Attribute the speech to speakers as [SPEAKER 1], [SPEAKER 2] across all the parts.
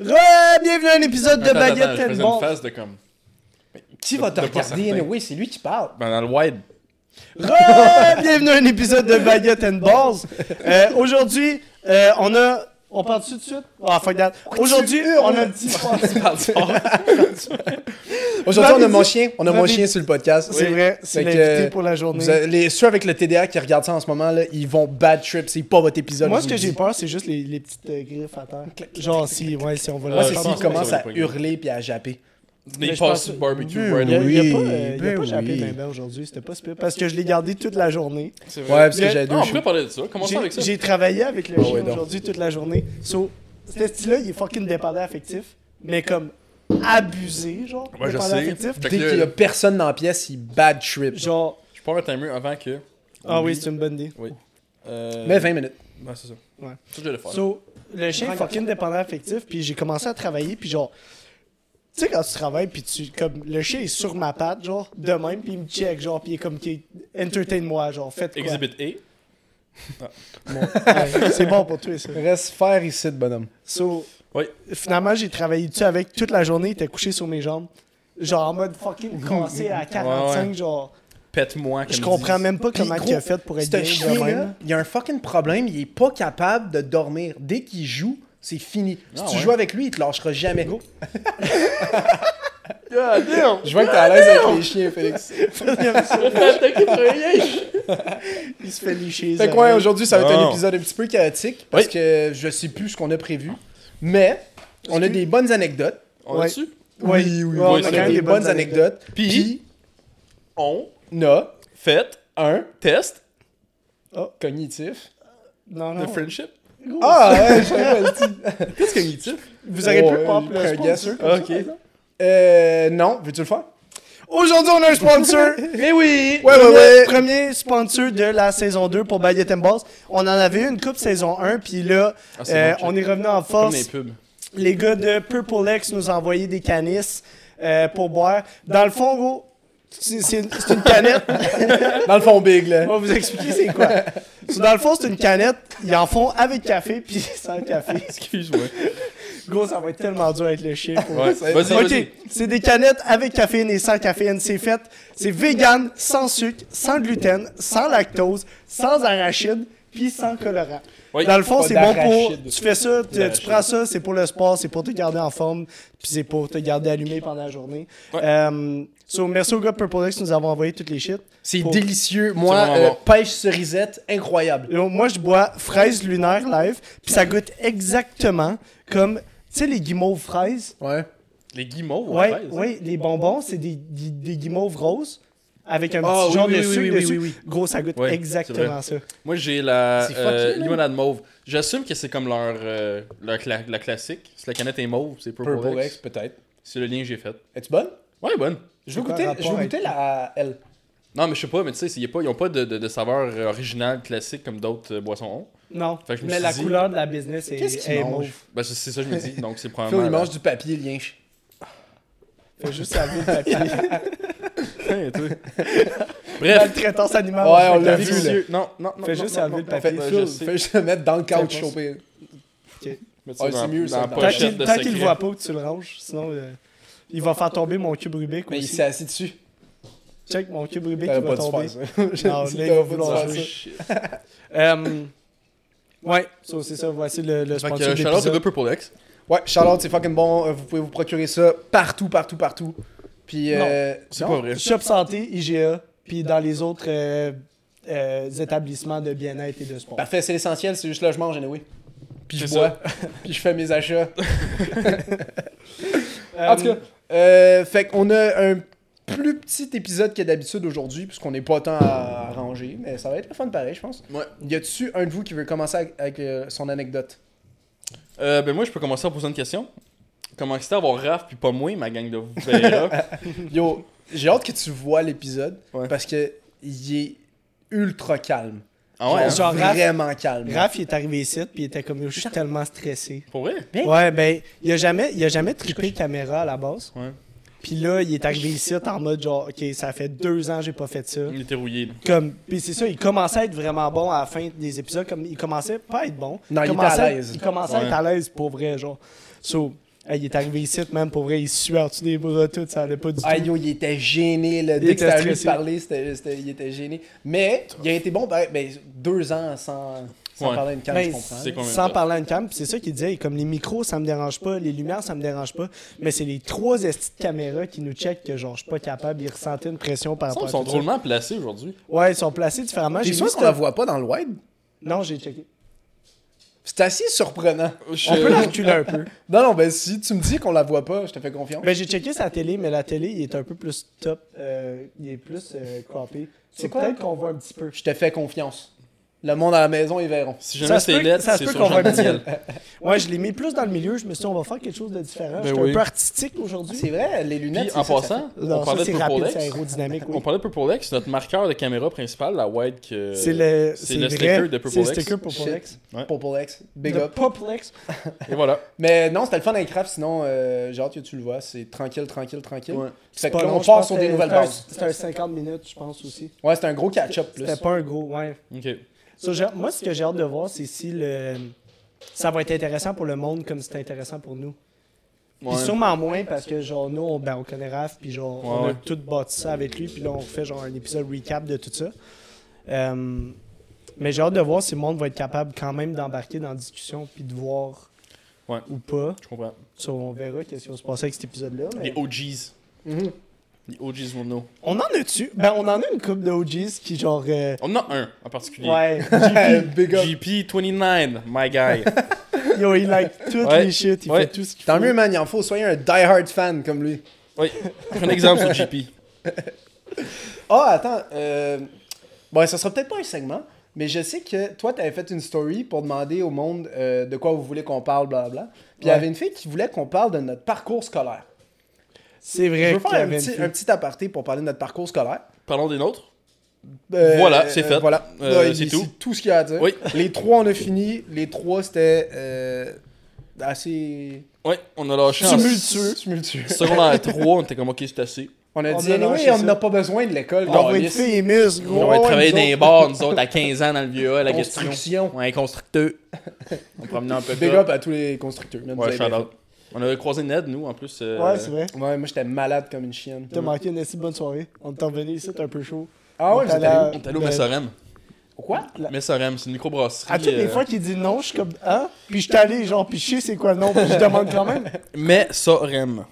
[SPEAKER 1] Re-bienvenue à un épisode de
[SPEAKER 2] Attends, attends,
[SPEAKER 1] Baguette
[SPEAKER 2] je faisais
[SPEAKER 1] and Bon.
[SPEAKER 2] une face de comme.
[SPEAKER 1] Qui va te
[SPEAKER 2] de pas
[SPEAKER 1] regarder?
[SPEAKER 2] certain.
[SPEAKER 1] Oui, c'est lui qui parle.
[SPEAKER 2] Ben, dans le wide.
[SPEAKER 1] Re-bienvenue à un épisode de Baguette and Balls. Euh, Aujourd'hui, euh, on a... On parle dessus de suite? Ah, fuck that. Aujourd'hui, on a...
[SPEAKER 3] Aujourd'hui, on a
[SPEAKER 1] M'avez
[SPEAKER 3] mon
[SPEAKER 1] dit-
[SPEAKER 3] chien. On a mon
[SPEAKER 1] m'avez
[SPEAKER 3] chien
[SPEAKER 1] dit-
[SPEAKER 3] sur le podcast.
[SPEAKER 1] C'est vrai, c'est
[SPEAKER 3] Fait que,
[SPEAKER 1] l'invité pour la journée.
[SPEAKER 3] Vous avez- les, ceux avec le TDA qui regardent ça en ce moment, là, ils vont bad trip. C'est pas votre épisode.
[SPEAKER 1] Moi,
[SPEAKER 3] je
[SPEAKER 1] ce que
[SPEAKER 3] vous
[SPEAKER 1] j'ai
[SPEAKER 3] le
[SPEAKER 1] peur, c'est juste les, les petites euh, griffes à terre. Genre si, ouais, si on va
[SPEAKER 3] dis.
[SPEAKER 1] le
[SPEAKER 3] Moi,
[SPEAKER 2] Euh,
[SPEAKER 3] c'est
[SPEAKER 2] je
[SPEAKER 3] s'ils
[SPEAKER 2] pense que
[SPEAKER 3] commencent
[SPEAKER 2] ça
[SPEAKER 3] à
[SPEAKER 2] va être
[SPEAKER 3] hurler puis à japper.
[SPEAKER 1] Mais
[SPEAKER 2] Des
[SPEAKER 1] je pense-
[SPEAKER 2] passes barbecue
[SPEAKER 3] Ben
[SPEAKER 2] right
[SPEAKER 1] Il y a,
[SPEAKER 2] away.
[SPEAKER 1] il y a
[SPEAKER 3] Oui,
[SPEAKER 1] pas, euh, il y a
[SPEAKER 3] ben
[SPEAKER 1] pas jappé
[SPEAKER 3] oui.
[SPEAKER 1] ben ben aujourd'hui, c'était pas super. Parce que je l'ai gardé toute la journée.
[SPEAKER 2] C'est
[SPEAKER 3] Ouais,
[SPEAKER 2] vrai.
[SPEAKER 3] parce que
[SPEAKER 1] Mais-
[SPEAKER 3] j'avais
[SPEAKER 2] Non,
[SPEAKER 3] deux
[SPEAKER 2] Ah, on
[SPEAKER 3] chiens.
[SPEAKER 2] pourrait parler de ça. Commençons
[SPEAKER 1] J'ai-
[SPEAKER 2] avec ça.
[SPEAKER 1] J'ai travaillé avec le
[SPEAKER 3] Ah
[SPEAKER 1] chien
[SPEAKER 3] ouais, donc.
[SPEAKER 1] aujourd'hui toute la journée. So, ce style-là, il est fucking dépendant affectif, mais comme abusé, genre.
[SPEAKER 2] Ouais, je
[SPEAKER 1] dépendant
[SPEAKER 2] sais.
[SPEAKER 1] affectif.
[SPEAKER 2] Fait que
[SPEAKER 3] Dès
[SPEAKER 2] là,
[SPEAKER 3] qu'il y a personne dans la pièce, ils bad trip.
[SPEAKER 1] Genre,
[SPEAKER 2] Je peux avoir un timer avant que.
[SPEAKER 1] ah oui, c'est une bonne idée.
[SPEAKER 2] Oui. Euh...
[SPEAKER 3] Mais 20 minutes.
[SPEAKER 2] Ouais, c'est ça.
[SPEAKER 1] Ouais.
[SPEAKER 2] Ça, je vais le faire.
[SPEAKER 1] So, le chien est fucking dépendant affectif, puis j'ai commencé à travailler, puis genre. Tu sais, quand tu travailles, puis tu. Comme, le chien est sur ma patte, genre, de même, puis il me check, genre, puis il est comme, qui entertain-moi, genre, faites quoi.
[SPEAKER 2] Exhibit A.
[SPEAKER 1] Ouais, c'est bon pour toi, ça.
[SPEAKER 3] Reste faire ici, de bonhomme.
[SPEAKER 1] So,
[SPEAKER 2] Oui.
[SPEAKER 1] finalement, j'ai travaillé dessus avec toute la journée, il était couché sur mes jambes. Genre en mode fucking cassé à 45,
[SPEAKER 2] Ouais, ouais.
[SPEAKER 1] genre.
[SPEAKER 2] Pète-moi. comme
[SPEAKER 1] Je comprends
[SPEAKER 2] ils
[SPEAKER 1] même pas
[SPEAKER 3] Puis,
[SPEAKER 1] comment
[SPEAKER 3] gros,
[SPEAKER 1] il a fait pour être
[SPEAKER 3] ce
[SPEAKER 1] bien de
[SPEAKER 3] chien-là,
[SPEAKER 1] même.
[SPEAKER 3] il y a un fucking problème. Il est pas capable de dormir. Dès qu'il joue, c'est fini. Si
[SPEAKER 2] Ah
[SPEAKER 3] tu
[SPEAKER 2] ouais.
[SPEAKER 3] joues avec lui, il te lâchera jamais.
[SPEAKER 2] disent. God damn!
[SPEAKER 3] Je vois que t'es à l'aise avec les chiens, Félix.
[SPEAKER 1] Il se fait licher.
[SPEAKER 3] Fait
[SPEAKER 1] les
[SPEAKER 3] quoi,
[SPEAKER 1] oreilles.
[SPEAKER 3] aujourd'hui, ça va être
[SPEAKER 2] Non.
[SPEAKER 3] un épisode un petit peu chaotique parce
[SPEAKER 2] Oui.
[SPEAKER 3] que je sais plus ce qu'on a prévu. Mais on a des bonnes anecdotes.
[SPEAKER 2] On
[SPEAKER 1] Ouais.
[SPEAKER 2] est dessus?
[SPEAKER 1] Ouais. Ouais,
[SPEAKER 2] oui,
[SPEAKER 3] on
[SPEAKER 2] oui,
[SPEAKER 3] a
[SPEAKER 2] oui.
[SPEAKER 3] quand même des bonnes anecdotes.
[SPEAKER 2] Puis-
[SPEAKER 3] Puis,
[SPEAKER 2] On
[SPEAKER 3] on a
[SPEAKER 2] fait
[SPEAKER 3] un
[SPEAKER 2] test Oh.
[SPEAKER 3] cognitif.
[SPEAKER 1] Non,
[SPEAKER 2] de
[SPEAKER 1] non.
[SPEAKER 2] friendship.
[SPEAKER 3] Ah, ouais, je savais pas le dire.
[SPEAKER 2] Qu'est-ce cognitif?
[SPEAKER 1] Vous aurez
[SPEAKER 3] Oh,
[SPEAKER 1] pu prendre
[SPEAKER 3] un
[SPEAKER 1] le
[SPEAKER 3] guess.
[SPEAKER 1] sponsor.
[SPEAKER 2] Ok.
[SPEAKER 3] Euh, non, veux-tu le faire?
[SPEAKER 1] Aujourd'hui, on a un sponsor.
[SPEAKER 2] Mais oui!
[SPEAKER 3] Ouais,
[SPEAKER 1] premier,
[SPEAKER 3] ouais, ouais.
[SPEAKER 1] premier sponsor de la saison 2 pour Baguette and Balls. On en avait eu une coupe saison 1, puis là,
[SPEAKER 2] Ah, c'est
[SPEAKER 1] euh,
[SPEAKER 2] bon, check.
[SPEAKER 1] on est revenu en
[SPEAKER 2] Comme les
[SPEAKER 1] force.
[SPEAKER 2] pubs.
[SPEAKER 1] les gars de Purple X nous ont envoyé des canisses euh, pour boire. Dans le fond, gros, c'est c'est une, c'est une canette.
[SPEAKER 3] Dans le fond, big, là.
[SPEAKER 1] On va vous expliquer c'est quoi. So, dans le fond, c'est une canette. Ils en font avec café puis sans café.
[SPEAKER 2] Excuse-moi.
[SPEAKER 1] Gros, ça va être tellement dur avec le chien. pour-
[SPEAKER 2] Ouais. Vas-y, vas-y.
[SPEAKER 1] Ok, c'est des canettes avec caféine et sans caféine. C'est fait. C'est vegan, sans sucre, sans gluten, sans lactose, sans arachide, puis sans colorant.
[SPEAKER 2] Oui.
[SPEAKER 1] Dans le fond,
[SPEAKER 3] Pas
[SPEAKER 1] c'est bon pour.
[SPEAKER 3] d'arachide.
[SPEAKER 1] Tu fais ça, tu, tu
[SPEAKER 2] D'arachide.
[SPEAKER 1] prends ça, c'est pour le sport, c'est pour te garder en forme, puis c'est pour te garder allumé pendant la journée.
[SPEAKER 2] Ouais.
[SPEAKER 1] Euh, so, merci au gars de Purple X, nous avons envoyé toutes les shit.
[SPEAKER 3] C'est
[SPEAKER 1] Pour-
[SPEAKER 3] délicieux. Moi,
[SPEAKER 2] vraiment
[SPEAKER 3] euh,
[SPEAKER 2] bon.
[SPEAKER 3] pêche cerisette, incroyable.
[SPEAKER 1] Et donc, Moi, je bois fraise lunaire live, puis ça goûte exactement comme, tu sais, les guimauves fraises.
[SPEAKER 3] Ouais.
[SPEAKER 2] Les guimauves,
[SPEAKER 1] Ouais,
[SPEAKER 2] en fait.
[SPEAKER 1] ouais, les bonbons, c'est des, des, des guimauves roses avec un petit
[SPEAKER 2] Ah, oui,
[SPEAKER 1] genre
[SPEAKER 2] oui,
[SPEAKER 1] de
[SPEAKER 2] oui,
[SPEAKER 1] sucre
[SPEAKER 2] oui, oui,
[SPEAKER 1] dessus.
[SPEAKER 2] oui,
[SPEAKER 1] Gros, ça goûte
[SPEAKER 2] Ouais,
[SPEAKER 1] exactement ça.
[SPEAKER 2] Moi, j'ai la
[SPEAKER 3] C'est fucké,
[SPEAKER 2] euh,
[SPEAKER 3] là.
[SPEAKER 2] limonade mauve. J'assume que c'est comme leur, euh, leur cla- la classique. Si la canette est mauve, c'est Purple,
[SPEAKER 3] Purple
[SPEAKER 2] X.
[SPEAKER 3] X, peut-être.
[SPEAKER 2] C'est le lien que j'ai fait.
[SPEAKER 3] Es-tu bonne?
[SPEAKER 2] Ouais, bonne.
[SPEAKER 3] Je veux
[SPEAKER 1] quoi
[SPEAKER 3] goûter,
[SPEAKER 1] le
[SPEAKER 3] je
[SPEAKER 1] rapport
[SPEAKER 3] veux goûter
[SPEAKER 1] avec-
[SPEAKER 3] la L.
[SPEAKER 2] Non, mais je sais pas, mais tu sais, c'est- y a pas- ils n'ont pas de, de- de saveur euh, originale, classique, comme d'autres euh, boissons ont.
[SPEAKER 1] Non,
[SPEAKER 2] Fait que je me
[SPEAKER 1] mais
[SPEAKER 2] suis
[SPEAKER 1] la
[SPEAKER 2] dit-
[SPEAKER 1] couleur de la business est,
[SPEAKER 3] Qu'est-ce qu'il
[SPEAKER 1] est
[SPEAKER 3] mange?
[SPEAKER 1] mauve.
[SPEAKER 2] Ben, c'est c'est ça que je me dis, donc c'est
[SPEAKER 3] Phil,
[SPEAKER 2] probablement...
[SPEAKER 3] il mange du papier, lien.
[SPEAKER 1] Fait juste la boule de papier.
[SPEAKER 2] pain, toi. Bref.
[SPEAKER 1] Maltraitance animale.
[SPEAKER 3] Ouais,
[SPEAKER 1] fait que
[SPEAKER 3] on l'a vu,
[SPEAKER 1] la-
[SPEAKER 3] là.
[SPEAKER 2] délicieux. Non, non, non.
[SPEAKER 1] Fais
[SPEAKER 2] non,
[SPEAKER 1] juste
[SPEAKER 2] non,
[SPEAKER 1] enlever
[SPEAKER 2] non,
[SPEAKER 1] le
[SPEAKER 2] non.
[SPEAKER 1] papier.
[SPEAKER 2] Ben, je
[SPEAKER 3] Phil,
[SPEAKER 2] sais.
[SPEAKER 3] fais juste le mettre dans le couch,
[SPEAKER 1] C'est bon,
[SPEAKER 3] choper.
[SPEAKER 2] Mets ça
[SPEAKER 3] Ouais,
[SPEAKER 2] dans-
[SPEAKER 3] c'est mieux, ça,
[SPEAKER 2] Dans la
[SPEAKER 3] dans-
[SPEAKER 1] Tant
[SPEAKER 2] pochette
[SPEAKER 1] qu'il
[SPEAKER 2] de
[SPEAKER 1] tant qu'il le
[SPEAKER 2] secret.
[SPEAKER 1] voit pas, tu le ranges. Sinon, euh, il va faire tomber mon cube Rubik
[SPEAKER 3] Mais il
[SPEAKER 1] aussi.
[SPEAKER 3] s'est assis dessus.
[SPEAKER 1] Check mon cube Rubik qui
[SPEAKER 3] T'avais
[SPEAKER 1] va
[SPEAKER 3] pas dû
[SPEAKER 1] tomber.
[SPEAKER 3] faire ça. Je-
[SPEAKER 1] Non,
[SPEAKER 3] t'avais
[SPEAKER 1] là, il va
[SPEAKER 3] pas
[SPEAKER 1] vouloir
[SPEAKER 3] dû faire
[SPEAKER 1] jouer.
[SPEAKER 3] ça.
[SPEAKER 1] Euh, ouais, so, c'est ça. Voici le, le
[SPEAKER 2] Fait que,
[SPEAKER 1] sponsor de
[SPEAKER 2] euh, shout-out aux deux
[SPEAKER 1] l'épisode.
[SPEAKER 2] Purple X.
[SPEAKER 3] Ouais, Charlotte, c'est fucking bon. Euh, Vous pouvez vous procurer ça partout, partout, partout. Puis.
[SPEAKER 1] Non,
[SPEAKER 3] euh,
[SPEAKER 2] C'est
[SPEAKER 3] non?
[SPEAKER 2] pas vrai.
[SPEAKER 1] Shop Santé, IGA, puis dans les autres euh, euh, établissements de bien-être et de sport.
[SPEAKER 3] Parfait, c'est l'essentiel, c'est juste là, je mange, anyway. Puis je
[SPEAKER 2] C'est
[SPEAKER 3] bois. Puis je fais mes achats.
[SPEAKER 1] Euh,
[SPEAKER 3] En tout cas, euh, fait qu'on a un plus petit épisode que d'habitude aujourd'hui, puisqu'on n'est pas tant à ranger, mais ça va être le fun pareil, je pense.
[SPEAKER 2] Ouais.
[SPEAKER 3] Y a-tu un de vous qui veut commencer avec, avec, euh, son anecdote
[SPEAKER 2] Euh, ben moi, je peux commencer à poser une question. Comment c'était avoir Raph puis pas moi, ma gang de Vera?
[SPEAKER 3] Yo, j'ai hâte que tu vois l'épisode,
[SPEAKER 2] Ouais.
[SPEAKER 3] parce que il est ultra calme.
[SPEAKER 2] ah ouais, hein?
[SPEAKER 1] Genre, Raph-
[SPEAKER 3] vraiment calme.
[SPEAKER 1] Euh, Raph, il est arrivé ici, puis il était comme, Yo, je suis tellement stressé.
[SPEAKER 2] Pour vrai?
[SPEAKER 3] Hein?
[SPEAKER 1] Ouais, ben, il a jamais, il a jamais trippé caméra à la base.
[SPEAKER 2] Ouais.
[SPEAKER 1] Puis là, il est arrivé ici en mode genre, OK, ça fait deux ans que j'ai pas fait ça.
[SPEAKER 2] Il était rouillé. là.
[SPEAKER 1] Comme, puis c'est ça, il commençait à être vraiment bon à la fin des épisodes. Comme, il commençait pas à être bon.
[SPEAKER 3] Non, il était
[SPEAKER 1] commençait
[SPEAKER 3] à l'aise.
[SPEAKER 1] Il commençait à être
[SPEAKER 2] Ouais.
[SPEAKER 1] à l'aise pour vrai, genre. So, hey, il est arrivé ici, même pour vrai, il suait en dessous des bras, tout, ça allait pas du tout.
[SPEAKER 3] Ah yo, il était gêné, là.
[SPEAKER 1] Il
[SPEAKER 3] Dès que
[SPEAKER 1] était
[SPEAKER 3] c'était à lui de
[SPEAKER 1] stressé.
[SPEAKER 3] parler, c'était- c'était- il était gêné. Mais il a été bon, ben, ben, deux ans sans, sans
[SPEAKER 2] Ouais.
[SPEAKER 3] parler à une canne,
[SPEAKER 1] Ben,
[SPEAKER 3] je comprends.
[SPEAKER 2] c'est- combien de
[SPEAKER 1] sans
[SPEAKER 2] temps?
[SPEAKER 1] parler à une cam, puis c'est ça qu'il disait, comme les micros, ça me dérange pas, les lumières, ça me dérange pas, mais c'est les trois estis de caméra qui nous checkent que genre, je suis pas capable, ils ressentaient une pression par
[SPEAKER 2] Ils sont-
[SPEAKER 1] rapport
[SPEAKER 2] Ils
[SPEAKER 1] à
[SPEAKER 2] sont
[SPEAKER 1] tout
[SPEAKER 2] drôlement placés aujourd'hui.
[SPEAKER 1] ça. Ouais, ils sont placés différemment.
[SPEAKER 3] T'es
[SPEAKER 1] J'ai
[SPEAKER 3] sûr
[SPEAKER 1] vu
[SPEAKER 3] qu'on
[SPEAKER 1] ce-
[SPEAKER 3] la voit pas dans le wide?
[SPEAKER 1] Non, j'ai checké. Euh,
[SPEAKER 3] C'est assez surprenant.
[SPEAKER 2] Je-
[SPEAKER 1] On peut la reculer un peu.
[SPEAKER 3] Non, non, ben si tu me dis qu'on la voit pas, je te fais confiance.
[SPEAKER 1] Ben, j'ai checké sa télé, mais la télé, il est un peu plus top. euh, il est plus euh, croppé. C'est peut-être qu'on voit un petit peu.
[SPEAKER 3] Je te fais confiance. Le monde à la maison, ils verront.
[SPEAKER 2] Si
[SPEAKER 1] Ça
[SPEAKER 2] jamais
[SPEAKER 1] se
[SPEAKER 2] c'est
[SPEAKER 1] peut-
[SPEAKER 2] lettre,
[SPEAKER 1] ça se
[SPEAKER 2] c'est
[SPEAKER 1] peut
[SPEAKER 2] sur
[SPEAKER 1] qu'on va
[SPEAKER 2] Jean
[SPEAKER 1] le dire.
[SPEAKER 2] Daniel.
[SPEAKER 1] Ouais, je l'ai mis plus dans le milieu. Je me suis dit, on va faire quelque chose de différent.
[SPEAKER 2] Ben
[SPEAKER 1] J'étais
[SPEAKER 2] oui.
[SPEAKER 1] un peu artistique aujourd'hui.
[SPEAKER 3] C'est vrai, les lunettes.
[SPEAKER 2] Puis
[SPEAKER 3] c'est
[SPEAKER 2] en
[SPEAKER 3] ça que ça
[SPEAKER 2] passant,
[SPEAKER 1] Non,
[SPEAKER 2] on
[SPEAKER 1] ça,
[SPEAKER 2] parlait de
[SPEAKER 1] c'est rapide, c'est
[SPEAKER 2] Purple X.
[SPEAKER 1] aérodynamique. oui.
[SPEAKER 2] On parlait de Purple X, notre marqueur de caméra principal, la white que.
[SPEAKER 1] C'est le,
[SPEAKER 2] euh, c'est le
[SPEAKER 1] vrai.
[SPEAKER 2] sticker de Purple
[SPEAKER 1] C'est le
[SPEAKER 2] X.
[SPEAKER 1] sticker
[SPEAKER 3] fait.
[SPEAKER 1] Purple X.
[SPEAKER 3] Shit. Purple X. Big
[SPEAKER 1] De
[SPEAKER 3] up.
[SPEAKER 1] Purple X.
[SPEAKER 2] Et voilà.
[SPEAKER 3] Mais non, c'était le fun avec Raph, sinon, euh, j'ai hâte que tu le vois. C'est tranquille, tranquille, tranquille.
[SPEAKER 2] Ouais.
[SPEAKER 3] Fait que
[SPEAKER 1] Pas
[SPEAKER 3] là,
[SPEAKER 1] long,
[SPEAKER 3] on
[SPEAKER 1] je
[SPEAKER 3] part
[SPEAKER 1] pense
[SPEAKER 3] sur
[SPEAKER 1] que
[SPEAKER 3] des
[SPEAKER 1] c'était-
[SPEAKER 3] nouvelles bases.
[SPEAKER 1] C'était un 50 minutes, je pense aussi.
[SPEAKER 3] Ouais, c'était un gros catch-up plus.
[SPEAKER 1] C'était pas un gros, ouais.
[SPEAKER 2] Ok.
[SPEAKER 1] Ça, j'ai- moi, ce que j'ai hâte de voir, c'est si le... ça va être intéressant pour le monde comme c'est intéressant pour nous. Puis
[SPEAKER 2] Ouais.
[SPEAKER 1] sûrement moins parce que genre nous on, ben, on connaît Raph puis genre on
[SPEAKER 2] Ouais,
[SPEAKER 1] a
[SPEAKER 2] ouais.
[SPEAKER 1] tout bâti ça avec lui puis là on fait genre un épisode recap de tout ça. Euh, mais j'ai hâte de voir si le monde va être capable quand même d'embarquer dans la discussion puis de voir
[SPEAKER 2] Ouais.
[SPEAKER 1] ou pas.
[SPEAKER 2] Je comprends.
[SPEAKER 1] So, on verra qu'est-ce qui va se passer avec cet épisode là.
[SPEAKER 2] Les OGs.
[SPEAKER 3] Mhm.
[SPEAKER 2] Les OGs will know.
[SPEAKER 1] On en a-tu Ben on en a une couple de OGs qui genre euh,
[SPEAKER 2] On en a un en particulier.
[SPEAKER 1] ouais
[SPEAKER 3] Big up.
[SPEAKER 2] GP29, my guy.
[SPEAKER 1] yo il like toutes
[SPEAKER 2] Ouais.
[SPEAKER 1] les shit il
[SPEAKER 2] Ouais.
[SPEAKER 1] fait tout ce qu'il
[SPEAKER 3] Tant
[SPEAKER 1] faut.
[SPEAKER 3] mieux, man, il en faut. Soyez un die-hard fan comme lui.
[SPEAKER 2] oui. Prends un exemple sur GP.
[SPEAKER 3] Ah, attends. Euh... Bon, ça sera peut-être pas un segment, mais je sais que toi, t'avais fait une story pour demander au monde euh, de quoi vous voulez qu'on parle, blablabla. Puis il y
[SPEAKER 1] Ouais.
[SPEAKER 3] avait une fille qui voulait qu'on parle de notre parcours scolaire.
[SPEAKER 1] C'est
[SPEAKER 3] Je
[SPEAKER 1] vrai
[SPEAKER 3] veux
[SPEAKER 1] qu'il y
[SPEAKER 3] faire un
[SPEAKER 1] avait une
[SPEAKER 3] petit,
[SPEAKER 1] fille.
[SPEAKER 3] un petit aparté pour parler de notre parcours scolaire.
[SPEAKER 2] Parlons des nôtres.
[SPEAKER 3] Euh,
[SPEAKER 2] Voilà, c'est fait.
[SPEAKER 3] Voilà,
[SPEAKER 2] Euh,
[SPEAKER 3] Ouais,
[SPEAKER 2] c'est
[SPEAKER 3] il-
[SPEAKER 2] tout.
[SPEAKER 3] tout ce qu'il y a à dire.
[SPEAKER 2] Oui.
[SPEAKER 3] Les trois, on a fini. Les trois, c'était euh, assez
[SPEAKER 2] Ouais, on a lâché en
[SPEAKER 3] tumultueux. tumultueux.
[SPEAKER 2] secondaire 3, on était comme ok, c'est assez.
[SPEAKER 3] On a
[SPEAKER 1] On
[SPEAKER 3] dit,
[SPEAKER 1] a
[SPEAKER 3] anyway,
[SPEAKER 1] lâché
[SPEAKER 3] on
[SPEAKER 1] ça. Ah,
[SPEAKER 3] n'a pas besoin de l'école.
[SPEAKER 1] On va être
[SPEAKER 3] câlisse.
[SPEAKER 1] famous gros.
[SPEAKER 2] On va
[SPEAKER 3] ouais,
[SPEAKER 2] travailler
[SPEAKER 3] nous
[SPEAKER 2] dans les bars, nous autres, à 15 ans dans le vieux à la Gatineau.
[SPEAKER 3] Construction.
[SPEAKER 2] On est constructeur. On promenait un peu
[SPEAKER 3] Big
[SPEAKER 2] ça.
[SPEAKER 3] up à tous les constructeurs. man,
[SPEAKER 2] Ouais,
[SPEAKER 3] vous avez
[SPEAKER 2] shout out. On avait croisé Ned, nous, en plus. euh,
[SPEAKER 1] Ouais c'est vrai.
[SPEAKER 3] bien fait. Ouais, moi, j'étais malade comme une chienne.
[SPEAKER 1] T'as manqué une assez bonne soirée. On t'en venait ici, t'es un peu chaud.
[SPEAKER 3] Ah ouais,
[SPEAKER 1] On
[SPEAKER 3] vous êtes
[SPEAKER 1] t'allait à-
[SPEAKER 3] allé
[SPEAKER 2] On est allé au
[SPEAKER 1] Ben,
[SPEAKER 2] Messorem.
[SPEAKER 3] où? Quoi?
[SPEAKER 1] La-
[SPEAKER 2] Messorem, c'est une microbrasserie.
[SPEAKER 1] À toutes les
[SPEAKER 2] euh,
[SPEAKER 1] fois qu'il dit non, je suis comme Hein? Puis je suis allé, genre, puis je sais c'est quoi le nom, puis je demande quand même.
[SPEAKER 2] Messorem.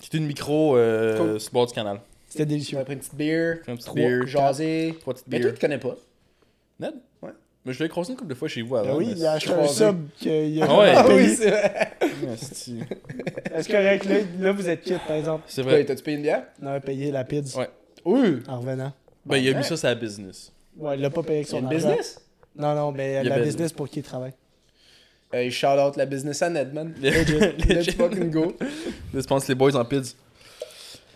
[SPEAKER 2] C'est une micro euh,
[SPEAKER 3] Cool.
[SPEAKER 2] sur le bord du canal.
[SPEAKER 1] C'était
[SPEAKER 3] On
[SPEAKER 1] délicieux.
[SPEAKER 3] a pris une petite bière.
[SPEAKER 2] Pris une petite
[SPEAKER 3] trois-
[SPEAKER 2] bière.
[SPEAKER 3] Jaser.
[SPEAKER 2] Trois petites
[SPEAKER 3] Mais toi,
[SPEAKER 2] bières.
[SPEAKER 3] tu connais pas.
[SPEAKER 2] Ned?
[SPEAKER 3] Ouais.
[SPEAKER 2] Mais je l'ai croisé une couple de fois chez vous
[SPEAKER 1] Ben
[SPEAKER 2] avant.
[SPEAKER 1] oui,
[SPEAKER 2] mais
[SPEAKER 1] il a acheté un
[SPEAKER 3] Ah, croisé.
[SPEAKER 1] sub qu'il a
[SPEAKER 2] Ah ouais.
[SPEAKER 1] payé.
[SPEAKER 3] c'est vrai.
[SPEAKER 2] Ouais, c'est-
[SPEAKER 1] Est-ce que avec là, là, vous êtes quitte, par exemple?
[SPEAKER 2] C'est
[SPEAKER 3] Ouais,
[SPEAKER 2] vrai.
[SPEAKER 3] t'as-tu payé une bière?
[SPEAKER 1] On avait payé la pizza
[SPEAKER 2] Ouais.
[SPEAKER 3] Oui.
[SPEAKER 1] en revenant.
[SPEAKER 2] Ben, il a
[SPEAKER 3] Ouais.
[SPEAKER 2] mis ça, c'est la business.
[SPEAKER 1] Ouais, il l'a pas payé avec
[SPEAKER 3] C'est
[SPEAKER 1] son
[SPEAKER 3] une
[SPEAKER 1] argent.
[SPEAKER 3] business?
[SPEAKER 1] Non, non, mais euh,
[SPEAKER 2] Il y
[SPEAKER 1] la
[SPEAKER 2] avait-
[SPEAKER 1] business pour qui il travaille.
[SPEAKER 3] Hey, shout out la business à Nedman. Let's
[SPEAKER 2] Legit.
[SPEAKER 3] fucking go.
[SPEAKER 2] Je pense les boys en pids.